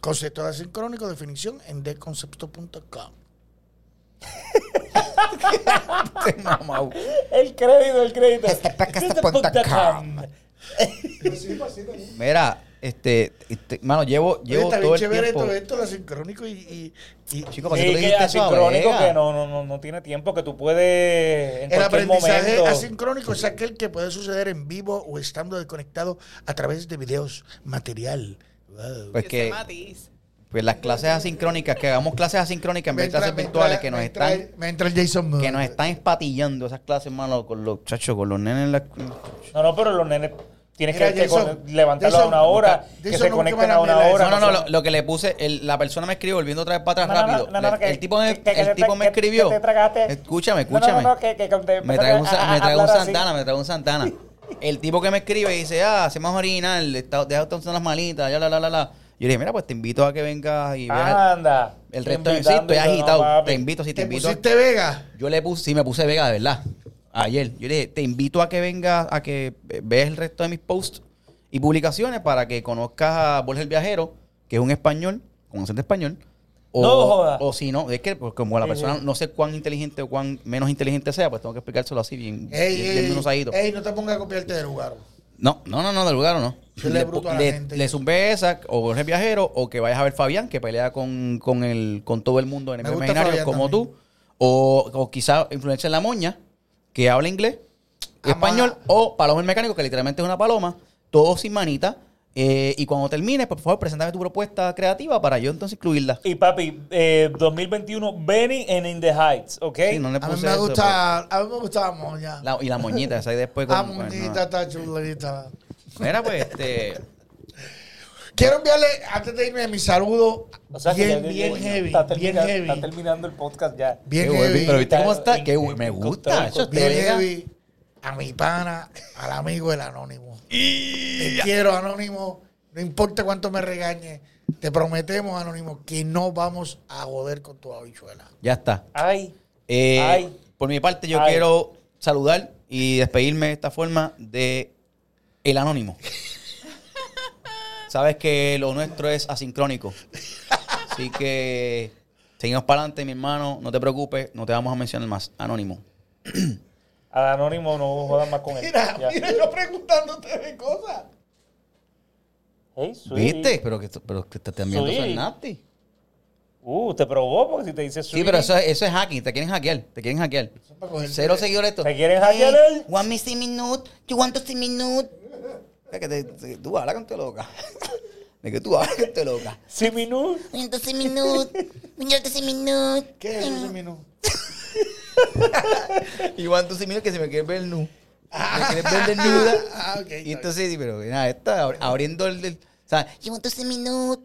Speaker 1: Concepto de asincrónico, definición en deconcepto.com.
Speaker 2: Mamau.
Speaker 3: El crédito, el crédito.
Speaker 1: Este
Speaker 3: Este
Speaker 2: Mira, este, este, mano, llevo,
Speaker 1: Oye,
Speaker 2: llevo
Speaker 1: está
Speaker 2: todo
Speaker 1: bien
Speaker 2: el
Speaker 1: chévere
Speaker 2: tiempo.
Speaker 1: esto, ¿eh? esto de asincrónico y, y- y-
Speaker 2: Chico, ¿para qué tú
Speaker 3: Sí,
Speaker 2: le
Speaker 3: que
Speaker 2: dijiste eso a
Speaker 3: asincrónico
Speaker 2: Vega?
Speaker 3: que no, no, no, no tiene tiempo, que tú puedes en
Speaker 1: el
Speaker 3: cualquier
Speaker 1: aprendizaje
Speaker 3: momento.
Speaker 1: asincrónico es aquel que puede suceder en vivo o estando desconectado a través de videos, material. Wow.
Speaker 2: Pues
Speaker 4: Ese
Speaker 2: que-
Speaker 4: matiz.
Speaker 2: Pues las clases asincrónicas, que hagamos clases asincrónicas en
Speaker 1: Me
Speaker 2: vez de
Speaker 1: entra-
Speaker 2: clases
Speaker 1: me
Speaker 2: virtuales
Speaker 1: entra-
Speaker 2: que nos
Speaker 1: me entra
Speaker 2: están
Speaker 1: el- Me entra el Jason Moore.
Speaker 2: que nos están espatillando esas clases, mano, con los chachos, con los nenes en la escuela.
Speaker 3: No, no, pero los nenes tienes
Speaker 1: Mira,
Speaker 3: que, que
Speaker 1: Jason,
Speaker 3: con- levantarlo
Speaker 1: Jason,
Speaker 3: a una hora,
Speaker 1: nunca-
Speaker 3: que
Speaker 1: Jason
Speaker 3: se
Speaker 1: nunca
Speaker 3: conecten
Speaker 1: me
Speaker 3: a una
Speaker 1: la-
Speaker 3: hora.
Speaker 2: No, no, no,
Speaker 3: sé.
Speaker 2: lo, lo que le puse, el- la persona me escribió, volviendo otra vez para
Speaker 3: No,
Speaker 2: atrás
Speaker 3: no, no,
Speaker 2: rápido.
Speaker 3: no, no,
Speaker 2: Le-
Speaker 3: que-
Speaker 2: el tipo, me-
Speaker 3: que- que-
Speaker 2: el tipo me
Speaker 3: que- que-
Speaker 2: escribió.
Speaker 3: que te tragaste.
Speaker 2: Escúchame,
Speaker 3: No, no, no,
Speaker 2: escúchame.
Speaker 3: no, que- que- que te-
Speaker 2: me trae un,
Speaker 3: a-
Speaker 2: sa-
Speaker 3: a-
Speaker 2: me trae un
Speaker 3: hablar así.
Speaker 2: Santana, me trae un Santana. El tipo que me escribe dice, ah, se me vas a orinar, está- deja estas zonas malitas, ya, la, la, la, la. Yo le dije, mira, pues te invito a que vengas y veas
Speaker 3: Anda.
Speaker 2: el resto. Sí,
Speaker 3: Ah, Invitando
Speaker 2: estoy
Speaker 3: y yo, no,
Speaker 2: agitado.
Speaker 3: papi.
Speaker 2: te invito, si te,
Speaker 1: ¿Te
Speaker 2: invito. a-
Speaker 1: pusiste Vega?
Speaker 2: Yo le puse, sí me puse Vega de verdad. Ayer. Yo le dije, te invito a que vengas, a que veas el resto de mis posts y publicaciones para que conozcas a Borges el Viajero, que es un español, con acento español. O,
Speaker 3: No jodas.
Speaker 2: O si no, es que pues, como la
Speaker 3: Sí,
Speaker 2: persona
Speaker 3: sí.
Speaker 2: no sé cuán inteligente o cuán menos inteligente sea, pues tengo que explicárselo así bien,
Speaker 1: Ey,
Speaker 2: bien
Speaker 1: ey,
Speaker 2: desmenuzadito.
Speaker 1: ey, no te pongas a copiarte de lugar.
Speaker 2: No, no, no, no, del lugar o no.
Speaker 1: Yo le bruto a la gente.
Speaker 2: le zumbé esa, o Borges el Viajero, o que vayas a ver Fabián, que pelea con, con, el, con todo el mundo en
Speaker 1: Me
Speaker 2: el
Speaker 1: gusta
Speaker 2: imaginario,
Speaker 1: Fabián
Speaker 2: como
Speaker 1: también.
Speaker 2: tú. O, o quizá Influencia en la Moña, que habla inglés,
Speaker 1: Ama-
Speaker 2: español, o Paloma el Mecánico, que literalmente es una paloma, todo sin manita. eh, y cuando termines, por favor, preséntame tu propuesta creativa para yo entonces incluirla.
Speaker 3: Y papi, eh, 2021, Benny and in the Heights, ¿ok?
Speaker 2: Sí, no le
Speaker 1: A mí
Speaker 2: puse
Speaker 1: me
Speaker 2: eso,
Speaker 1: gusta, a mí me gustaba Moña.
Speaker 2: pero- la- y la moñita, esa y después.
Speaker 1: La
Speaker 2: con- bueno,
Speaker 1: moñita está chulita.
Speaker 2: no. Mira, pues, este.
Speaker 1: Quiero enviarle, antes de irme, mi saludo
Speaker 3: O sea, que
Speaker 1: bien,
Speaker 3: ya- ya-
Speaker 1: bien
Speaker 3: ya-
Speaker 1: heavy,
Speaker 3: está
Speaker 1: bien
Speaker 3: termina-
Speaker 1: heavy,
Speaker 3: Está terminando el podcast ya.
Speaker 2: qué
Speaker 1: bien
Speaker 2: bueno,
Speaker 1: heavy.
Speaker 2: pero viste cómo está.
Speaker 3: Está-
Speaker 2: Qué bueno, me gusta. eso te
Speaker 1: bien
Speaker 2: llega.
Speaker 1: heavy a mi pana, al amigo el anónimo. Te quiero, anónimo. No importa cuánto me regañe, Te prometemos, Anónimo, que no vamos a joder con tu habichuela.
Speaker 2: Ya está.
Speaker 3: Ay,
Speaker 2: Eh,
Speaker 3: Ay.
Speaker 2: por mi parte, yo
Speaker 3: Ay.
Speaker 2: quiero saludar y despedirme de esta forma de el anónimo. Sabes que lo nuestro es asincrónico. Así que seguimos para adelante, mi hermano. No te preocupes, no te vamos a mencionar más. Anónimo.
Speaker 3: al anónimo no jodan más con él.
Speaker 1: Mira,
Speaker 3: Ya.
Speaker 1: mira, yo preguntándote de cosas.
Speaker 3: Hey, sweetie.
Speaker 2: ¿Viste? Pero que, pero que te están viendo
Speaker 3: Sí.
Speaker 2: eso es nasty.
Speaker 3: Uh, te probó porque si te dice
Speaker 2: Sí, pero eso, es- eso es hacking. Te quieren hackear. Te quieren hackear.
Speaker 1: para coger-
Speaker 2: Cero seguidores. esto.
Speaker 3: ¿Te quieren
Speaker 2: Hey,
Speaker 3: hackear él?
Speaker 2: Want me see minute? You want to see minute? Es que te- te- tú hablas con tu loca. De que tú hablas con tu loca.
Speaker 3: Sí, minú.
Speaker 6: Minuto sin minuto, minuto sin minuto.
Speaker 1: ¿Qué es eso, ese menú?
Speaker 2: Y want to see minute que si me quieres ver nu. Me quieres ver desnuda.
Speaker 1: Ah, ok,
Speaker 2: Y
Speaker 1: está
Speaker 2: entonces, sí, pero mira, esta abri- abriendo el... el- o sea,
Speaker 6: Yo minuto sin minuto.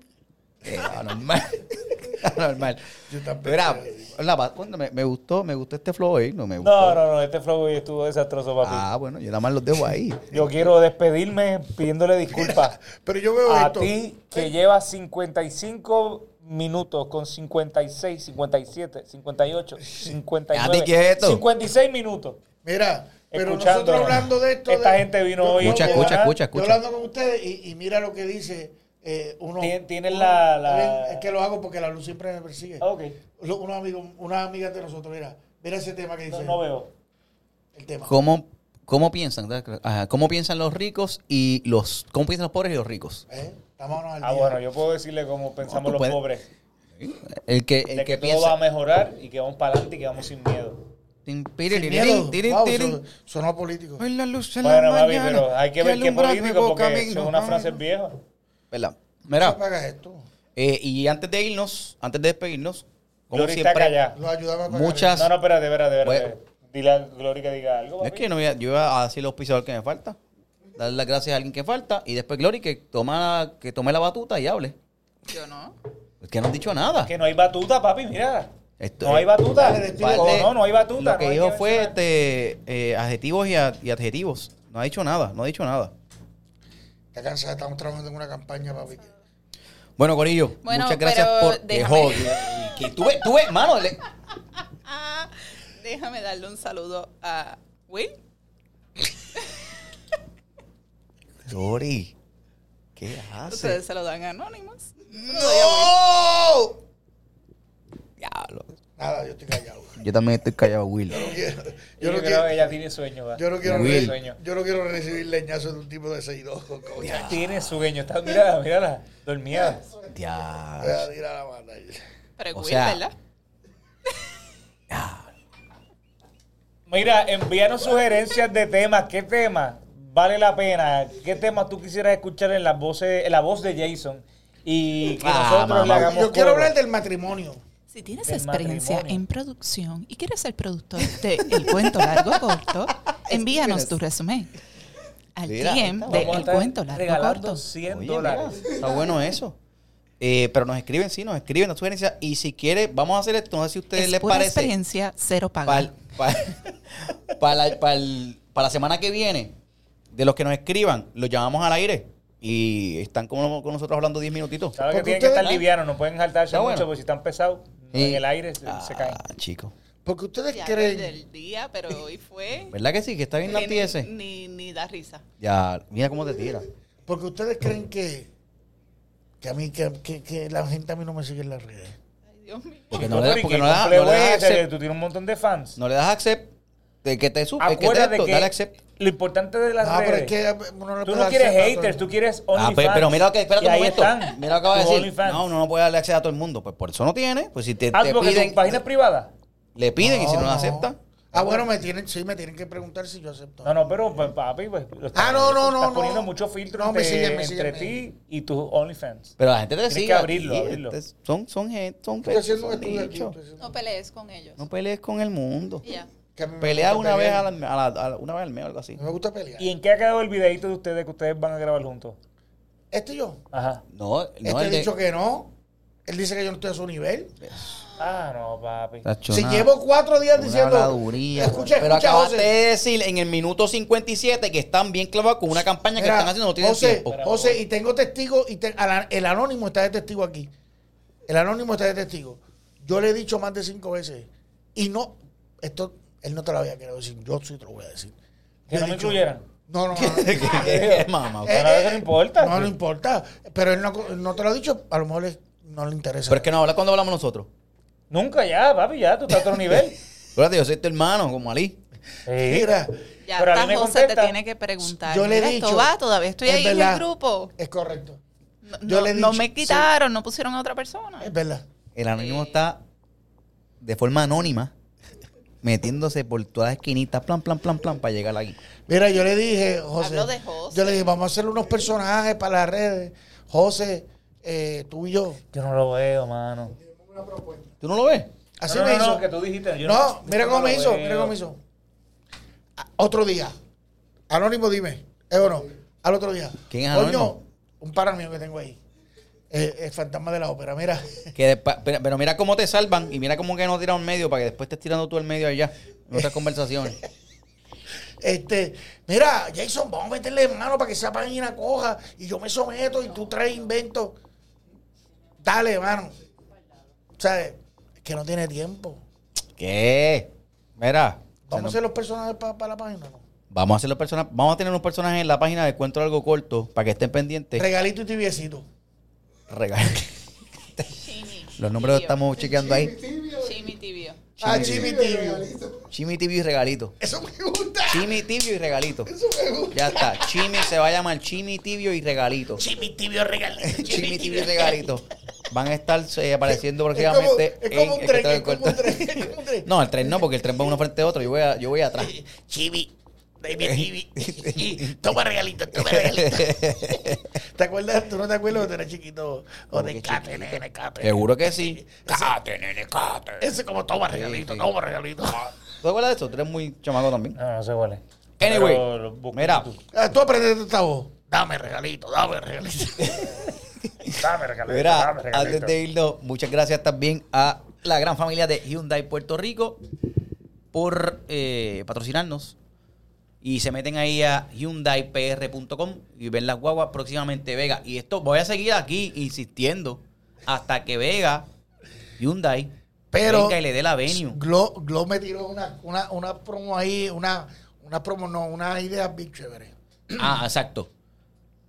Speaker 2: eh, anormal. anormal.
Speaker 1: Yo tampoco
Speaker 2: Mira,
Speaker 1: quiero decir.
Speaker 2: la pa- cuando me, me gustó, me gustó este flow hoy. No me gustó.
Speaker 3: No, no, no, este flow hoy estuvo desastroso para ti.
Speaker 2: Ah, bueno, yo nada más los dejo ahí.
Speaker 3: Yo quiero despedirme pidiéndole disculpas
Speaker 1: Pero yo veo
Speaker 3: a
Speaker 1: esto.
Speaker 3: ti que llevas 55 minutos con 56, 57, 58, 59,
Speaker 2: Quédate quieto.
Speaker 3: 56 minutos.
Speaker 1: Mira, pero
Speaker 3: Escuchando.
Speaker 1: nosotros hablando de esto.
Speaker 3: Esta
Speaker 1: de-
Speaker 3: gente vino
Speaker 1: yo-
Speaker 3: hoy.
Speaker 1: yo-
Speaker 2: Escucha,
Speaker 1: yo-
Speaker 2: escucha,
Speaker 1: yo-
Speaker 2: escucha,
Speaker 1: yo
Speaker 2: escucha.
Speaker 1: hablando con ustedes y, y mira lo que dice eh, uno.
Speaker 3: Tien- tienes
Speaker 1: uno-
Speaker 3: la- la-
Speaker 1: Es que lo hago porque la luz siempre me persigue.
Speaker 3: Ah, ok.
Speaker 1: Lo- Unos amigos, unas amigas de nosotros, mira, mira ese tema que dice.
Speaker 3: No, no veo.
Speaker 1: El tema.
Speaker 2: ¿Cómo, cómo piensan? Ajá, ¿Cómo piensan los ricos y los... ¿Cómo piensan los pobres y los ricos?
Speaker 1: ¿Eh? Estamos al
Speaker 3: Ah,
Speaker 1: día.
Speaker 3: bueno, yo puedo decirle cómo pensamos
Speaker 2: tú
Speaker 3: los
Speaker 2: puedes.
Speaker 3: pobres.
Speaker 2: El que,
Speaker 3: De
Speaker 2: el que
Speaker 3: que todo va
Speaker 2: piensa...
Speaker 3: a mejorar y que vamos para adelante y que vamos sin miedo.
Speaker 1: Sin
Speaker 2: Tin, pirin,
Speaker 1: miedo.
Speaker 2: tirin, tirin,
Speaker 1: Wow,
Speaker 2: tirin.
Speaker 1: son- Sonó político.
Speaker 2: Hoy la luz en la
Speaker 3: Bueno, papi,
Speaker 2: mañana,
Speaker 3: pero hay que ver qué
Speaker 2: alumbra mi
Speaker 3: político
Speaker 2: boca,
Speaker 3: porque
Speaker 2: amigo.
Speaker 3: son unas frases viejas.
Speaker 2: ¿Verdad?
Speaker 1: No
Speaker 2: Mira,
Speaker 1: pagas esto?
Speaker 2: eh, y antes de irnos, antes de despedirnos, como
Speaker 3: Glory está
Speaker 2: siempre,
Speaker 3: callada.
Speaker 1: Lo ayudamos a pagar.
Speaker 2: muchas...
Speaker 3: No, no, espérate, espérate, espérate.
Speaker 2: Bueno.
Speaker 3: Dile a Gloria que diga algo.
Speaker 2: No, es
Speaker 3: papi.
Speaker 2: que no voy a- yo iba a decir los pisadores que me falta, darle las gracias a alguien que falta, y después Glory que, toma, que tome la batuta y hable.
Speaker 4: Yo no.
Speaker 2: Es que no han dicho nada.
Speaker 3: Que no hay batuta, papi, mira.
Speaker 2: Esto-
Speaker 3: no hay batuta.
Speaker 1: Dale, despide.
Speaker 3: Oh, no, no hay batuta.
Speaker 2: Lo que
Speaker 3: no hay
Speaker 2: dijo fue
Speaker 3: mencionar.
Speaker 2: este, eh, adjetivos y, a- y adjetivos. No ha dicho nada, no ha dicho nada.
Speaker 1: Está cansada, estamos trabajando en una campaña, papi.
Speaker 2: Bueno, Corillo,
Speaker 4: Bueno,
Speaker 2: muchas gracias
Speaker 4: pero
Speaker 2: por... Que
Speaker 4: déjame-
Speaker 2: jodido. Y que tuve, tuve, mano, le-
Speaker 4: Ah, déjame darle un saludo a Will.
Speaker 2: Glory, ¿qué
Speaker 4: Ustedes
Speaker 2: haces?
Speaker 4: se lo dan a Anonymous.
Speaker 2: ¡No! Diablo.
Speaker 1: Nada, yo estoy callado.
Speaker 2: Yo también estoy callado, Will.
Speaker 1: Yo
Speaker 3: Yo,
Speaker 1: no quiero,
Speaker 3: creo que ella tiene sueño. ¿verdad?
Speaker 1: yo no quiero,
Speaker 2: Will.
Speaker 1: re- yo no quiero recibir leñazo de un tipo de 6'2 con coña.
Speaker 3: Tiene sueño. Está, mírala, mírala. Dormida.
Speaker 1: Voy
Speaker 2: Diablo.
Speaker 1: a tirar a la banda.
Speaker 4: Pero es
Speaker 2: O
Speaker 4: Will,
Speaker 2: sea-
Speaker 4: ¿verdad?
Speaker 3: Mira, envíanos sugerencias de temas. ¿Qué tema vale la pena? ¿Qué tema tú quisieras escuchar en la voz, eh, en la voz de Jason? Y que
Speaker 2: Ah,
Speaker 3: nosotros le
Speaker 2: mamá.
Speaker 3: hagamos
Speaker 1: Yo quiero
Speaker 3: coro.
Speaker 1: hablar del matrimonio.
Speaker 4: Si tienes
Speaker 3: Del
Speaker 4: experiencia
Speaker 3: matrimonio.
Speaker 4: en producción y quieres ser productor de El Cuento Largo Corto, envíanos tu resumen al
Speaker 2: Mira,
Speaker 4: DM de
Speaker 3: Vamos a
Speaker 4: El
Speaker 3: estar
Speaker 4: Cuento Largo
Speaker 3: regalando
Speaker 4: Corto.
Speaker 3: 100
Speaker 2: Oye,
Speaker 3: dólares.
Speaker 2: mira, está bueno eso. Eh, pero nos escriben, sí, nos escriben, nos sugerencias. Y si quiere, vamos a hacer esto. No sé si a ustedes
Speaker 4: Es
Speaker 2: les
Speaker 4: pura
Speaker 2: parece.
Speaker 4: experiencia, cero
Speaker 2: Para
Speaker 4: paga.
Speaker 2: la, pa'l- pa' la semana que viene, de los que nos escriban, los llamamos al aire. Y están como con nosotros hablando 10 minutitos.
Speaker 3: Claro que
Speaker 1: Porque
Speaker 3: tienen que estar
Speaker 1: ustedes-
Speaker 3: livianos, no pueden saltarse
Speaker 2: Está
Speaker 3: mucho
Speaker 2: bueno.
Speaker 3: porque si están pesados,
Speaker 2: Sí.
Speaker 3: en el aire se, se caen.
Speaker 2: Ah, chico.
Speaker 1: Porque ustedes
Speaker 4: Ya desde
Speaker 1: creen.
Speaker 4: el día, pero hoy fue...
Speaker 2: ¿Verdad que sí? Que está bien
Speaker 4: que
Speaker 2: la ese.
Speaker 4: ni, ni, ni da risa.
Speaker 2: Ya, mira cómo te tira.
Speaker 1: Porque ustedes creen que. Que a mí, que, que- que la gente a mí no me sigue en las redes.
Speaker 4: Ay, Dios mío.
Speaker 2: Porque
Speaker 3: No,
Speaker 2: no le das,
Speaker 3: pero ¿y
Speaker 2: porque
Speaker 3: qué
Speaker 2: no le das,
Speaker 3: complejo
Speaker 2: no le das
Speaker 3: es ese que
Speaker 2: accept.
Speaker 3: Tú tienes un montón de fans.
Speaker 2: No le das accept. De que te supe, que te
Speaker 3: Acuérdate
Speaker 2: esto,
Speaker 3: que
Speaker 2: dale accept.
Speaker 3: lo importante de las
Speaker 1: Ah, pero
Speaker 3: redes...
Speaker 1: es que uno
Speaker 3: Tú
Speaker 1: puede
Speaker 3: no quieres
Speaker 1: hacer nada.
Speaker 3: haters, tú quieres
Speaker 2: Ah,
Speaker 3: OnlyFans.
Speaker 2: pe- pero mira lo que, espérate
Speaker 3: Y
Speaker 2: un
Speaker 3: ahí
Speaker 2: momento.
Speaker 3: están,
Speaker 2: Mira lo que acaba de
Speaker 3: tus
Speaker 2: decir.
Speaker 3: OnlyFans.
Speaker 2: No, uno no puede darle acceso a todo el mundo. Pues por eso no tiene. Pues si te,
Speaker 3: Ah,
Speaker 2: te
Speaker 3: porque
Speaker 2: piden,
Speaker 3: tu página es privada.
Speaker 2: le piden y si no, lo acepta.
Speaker 1: Ah, bueno, me tienen, sí, me tienen que preguntar si yo acepto.
Speaker 3: No, no, pero pues, papi, pues. lo
Speaker 1: Ah, no, no,
Speaker 3: estás
Speaker 1: no, no.
Speaker 3: poniendo mucho filtro
Speaker 1: No, me
Speaker 3: entre,
Speaker 1: siguen, me siguen,
Speaker 3: entre
Speaker 1: me-
Speaker 3: ti y tus OnlyFans.
Speaker 2: Pero la gente te
Speaker 3: Tienes
Speaker 2: sigue.
Speaker 3: que abrirlo,
Speaker 2: aquí,
Speaker 3: abrirlo.
Speaker 2: este- son, son gente, son
Speaker 1: Estoy haciendo un
Speaker 2: son
Speaker 1: estudio aquí.
Speaker 2: bichos.
Speaker 1: estoy haciendo-
Speaker 4: No
Speaker 3: pues,
Speaker 4: pelees con ellos.
Speaker 2: No pelees con el mundo.
Speaker 4: Y ya.
Speaker 1: que a mí me
Speaker 2: Pelea
Speaker 1: gusta
Speaker 2: una vez,
Speaker 1: pelear.
Speaker 2: a la, a la- a la- una vez al mes o algo así.
Speaker 1: No me gusta pelear.
Speaker 3: ¿Y en qué ha quedado el videito de ustedes que ustedes van a grabar juntos?
Speaker 1: Este yo.
Speaker 3: Ajá.
Speaker 2: No, no
Speaker 1: Este ha
Speaker 2: el de-
Speaker 1: dicho que no. Él dice que yo no estoy a su nivel.
Speaker 3: Ah, no, papi.
Speaker 1: Si llevo cuatro días diciendo. Escucha,
Speaker 2: pero
Speaker 1: escucha,
Speaker 2: acabaste
Speaker 1: José.
Speaker 2: de decir en el minuto 57 que están bien clavados con una campaña que
Speaker 1: Mira,
Speaker 2: están haciendo, no tienen
Speaker 1: José, ah,
Speaker 2: tiempo.
Speaker 1: José, y tengo testigos, y te- a la- el anónimo está de testigo aquí. El anónimo está de testigo. Yo le he dicho más de cinco veces, y no, esto, él no te lo había querido decir, yo sí te lo voy a decir.
Speaker 3: Que
Speaker 1: Yo he
Speaker 3: no me
Speaker 1: dicho-
Speaker 3: incluyeran.
Speaker 1: No, no, no. no.
Speaker 2: Mamá,
Speaker 1: ah, Eh,
Speaker 3: Pero a veces no importa.
Speaker 1: No, no importa. Pero él no, no te lo ha dicho, a lo mejor le- no le interesa.
Speaker 2: Pero es que no habla cuando hablamos nosotros.
Speaker 3: Nunca ya, papi, ya, tú estás a otro nivel.
Speaker 2: Acuérdate, yo soy tu hermano, como Ali.
Speaker 3: Sí.
Speaker 1: Mira,
Speaker 4: Ya
Speaker 3: Pero a mí
Speaker 4: está,
Speaker 3: me
Speaker 4: José te
Speaker 3: contesta.
Speaker 4: tiene que preguntar.
Speaker 1: yo le
Speaker 4: Mira,
Speaker 1: he dicho.
Speaker 4: Esto va, todavía estoy
Speaker 1: es
Speaker 4: ahí en
Speaker 1: verdad,
Speaker 4: el grupo.
Speaker 1: Es correcto.
Speaker 4: No,
Speaker 1: yo
Speaker 4: no-
Speaker 1: le he
Speaker 4: no
Speaker 1: dicho,
Speaker 4: me
Speaker 1: sí. Eh,
Speaker 4: quitaron, no pusieron a otra persona.
Speaker 1: Es verdad.
Speaker 2: El anónimo está de forma anónima metiéndose por todas las esquinitas, plan, plan, plan, plan, para llegar aquí.
Speaker 1: Mira, yo le dije, José.
Speaker 4: Hablo de José.
Speaker 1: Yo le dije, vamos a hacer unos personajes para las redes. José, eh, tú y yo.
Speaker 3: Yo no lo veo, mano.
Speaker 2: ¿Tú no lo ves?
Speaker 1: Así
Speaker 3: no, no,
Speaker 1: me
Speaker 3: no,
Speaker 1: hizo.
Speaker 3: No, que tú dijiste. yo
Speaker 1: no, mira
Speaker 3: yo
Speaker 1: cómo
Speaker 3: no
Speaker 1: me
Speaker 3: lo
Speaker 1: hizo,
Speaker 3: veo.
Speaker 1: mira cómo me hizo. A- Otro día. Anónimo, dime. ¿Es o no? Al otro día.
Speaker 2: ¿Quién es
Speaker 1: Coño,
Speaker 2: Anónimo?
Speaker 1: un pana mío que tengo ahí. Eh, el fantasma de la ópera, mira.
Speaker 2: Que despa- pero, pero mira cómo te salvan y mira cómo que no tiran un medio para que después estés tirando tú el medio allá en otras conversaciones.
Speaker 1: Este, mira, Jason, vamos a meterle mano para que esa página coja y yo me someto y tú traes invento. Dale, mano. O sea, es que no tiene tiempo.
Speaker 2: ¿Qué? Mira.
Speaker 1: Vamos a
Speaker 2: se
Speaker 1: hacer
Speaker 2: nos-
Speaker 1: los personajes para la página, ¿no?
Speaker 2: Vamos a hacer los personajes. Vamos a tener unos personajes en la página de Cuento Algo Corto para que estén pendientes.
Speaker 1: Regalito y tibiecito.
Speaker 2: Regal.
Speaker 4: Chimi.
Speaker 2: Los números los
Speaker 4: tibio.
Speaker 2: estamos chequeando ahí.
Speaker 4: Chimi tibio.
Speaker 1: Ah, Jimmy Tibio.
Speaker 2: Chimi Tibio y Regalito.
Speaker 1: Eso me gusta.
Speaker 2: Chimi Tibio y Regalito. Ya está. Chimi se va a llamar Chimi Tibio y Regalito.
Speaker 1: Jimmy Tibio regalito.
Speaker 2: Chimi Tibio y Regalito. Van a estar eh, apareciendo
Speaker 1: Es como,
Speaker 2: próximamente
Speaker 1: es como
Speaker 2: en
Speaker 1: un
Speaker 2: el
Speaker 1: tren,
Speaker 2: Cuento
Speaker 1: es
Speaker 2: del
Speaker 1: como un
Speaker 2: Corto.
Speaker 1: tren, es como un tren.
Speaker 2: No, el tren no, porque el tren va uno frente a otro. Yo voy, a- yo voy atrás.
Speaker 1: Chibi, baby eh, Chibi. Toma regalito, toma regalito. ¿Te acuerdas? ¿Tú no te acuerdas cuando eras chiquito? O de cate, nene, cate.
Speaker 2: Seguro que sí.
Speaker 1: Cate, nene, cate. Ah. Ese es como toma regalito,
Speaker 2: sí.
Speaker 1: toma regalito.
Speaker 2: ¿Tú te acuerdas de eso? Tú eres muy chamaco también.
Speaker 3: No, no sé cuál es.
Speaker 2: Anyway,
Speaker 3: Pero lo busco en
Speaker 2: mira.
Speaker 3: YouTube.
Speaker 1: Ah, Tú aprendiste esta voz. Dame regalito, dame regalito.
Speaker 3: Dame regalito,
Speaker 2: Mira,
Speaker 3: dame regalito.
Speaker 2: antes de irnos, muchas gracias también a la gran familia de Hyundai Puerto Rico por eh, patrocinarnos. Y se meten ahí a HyundaiPR.com y ven las guaguas próximamente Vega. Y esto voy a seguir aquí insistiendo hasta que Vega, Hyundai,
Speaker 1: Pero-
Speaker 2: venga y le dé la venue.
Speaker 1: Glo, Glo me tiró una, una, una promo ahí, una, una promo, no, una idea bien chévere.
Speaker 2: Ah, exacto.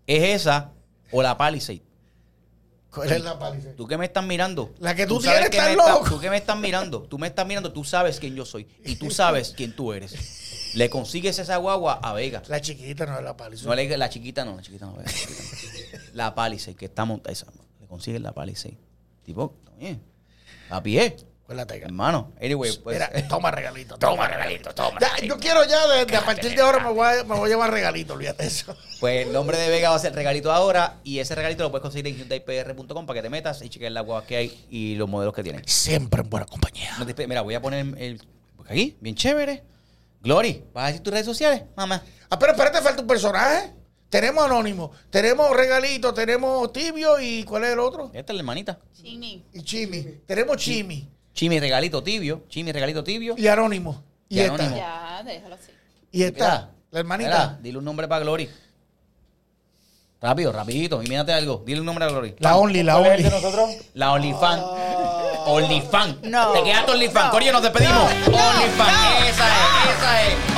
Speaker 2: Es esa o la Palisade.
Speaker 1: ¿Cuál es la paliza?
Speaker 2: Tú que me estás mirando.
Speaker 1: La que tú tienes,
Speaker 2: sabes que
Speaker 1: estás
Speaker 2: me estás-
Speaker 1: loco.
Speaker 2: Tú que me estás mirando. Tú me estás mirando. Tú sabes quién yo soy. Y tú sabes quién tú eres. Le consigues esa guagua a Vega.
Speaker 1: La chiquita no es la paliza.
Speaker 2: No le- la chiquita no, la chiquita no. La, chiquita no. La Palisade que está montada. esa, Le consigues la Palisade. Tipo, oye, a pie,
Speaker 1: Con la tega.
Speaker 2: eh, hermano. Anyway, pues.
Speaker 1: Mira, toma regalito, toma regalito, toma. Ya, yo quiero ya, de, de a partir de ahora me voy a, me voy a llevar regalito, olvídate de eso.
Speaker 2: Pues el nombre de Vega va a ser regalito ahora y ese regalito lo puedes conseguir en HyundaiPR.com para que te metas y cheques las guaguas que hay y los modelos que tienen.
Speaker 1: Siempre en buena compañía.
Speaker 2: No te espe- Mira, voy a poner el. porque Aquí, bien chévere. Glory, ¿vas a decir tus redes sociales, mamá?
Speaker 1: Ah, pero espérate, falta un personaje. Tenemos Anónimo, tenemos Regalito, tenemos Tibio y ¿cuál es el otro?
Speaker 2: Esta es la hermanita.
Speaker 4: Chimi.
Speaker 1: Y Chimi. Tenemos Chimi
Speaker 2: Chimi Regalito Tibio. Chimi Regalito Tibio.
Speaker 1: y Anónimo. Y,
Speaker 2: Y
Speaker 1: está.
Speaker 2: Anónimo.
Speaker 4: Ya, déjalo así.
Speaker 1: Y
Speaker 2: Mira,
Speaker 1: está. La
Speaker 2: mira,
Speaker 1: hermanita.
Speaker 2: dile un nombre para Glory. Rápido, rapidito. Imagínate algo. Dile un nombre a Glory.
Speaker 1: La Only, la
Speaker 3: ¿Cuál es el
Speaker 1: Only.
Speaker 3: de nosotros?
Speaker 2: La OnlyFan. OnlyFan.
Speaker 1: Ah.
Speaker 4: No.
Speaker 2: Te quedaste OnlyFan. Corillo, nos despedimos.
Speaker 4: no,
Speaker 2: OnlyFan. esa
Speaker 4: no,
Speaker 2: es, esa es.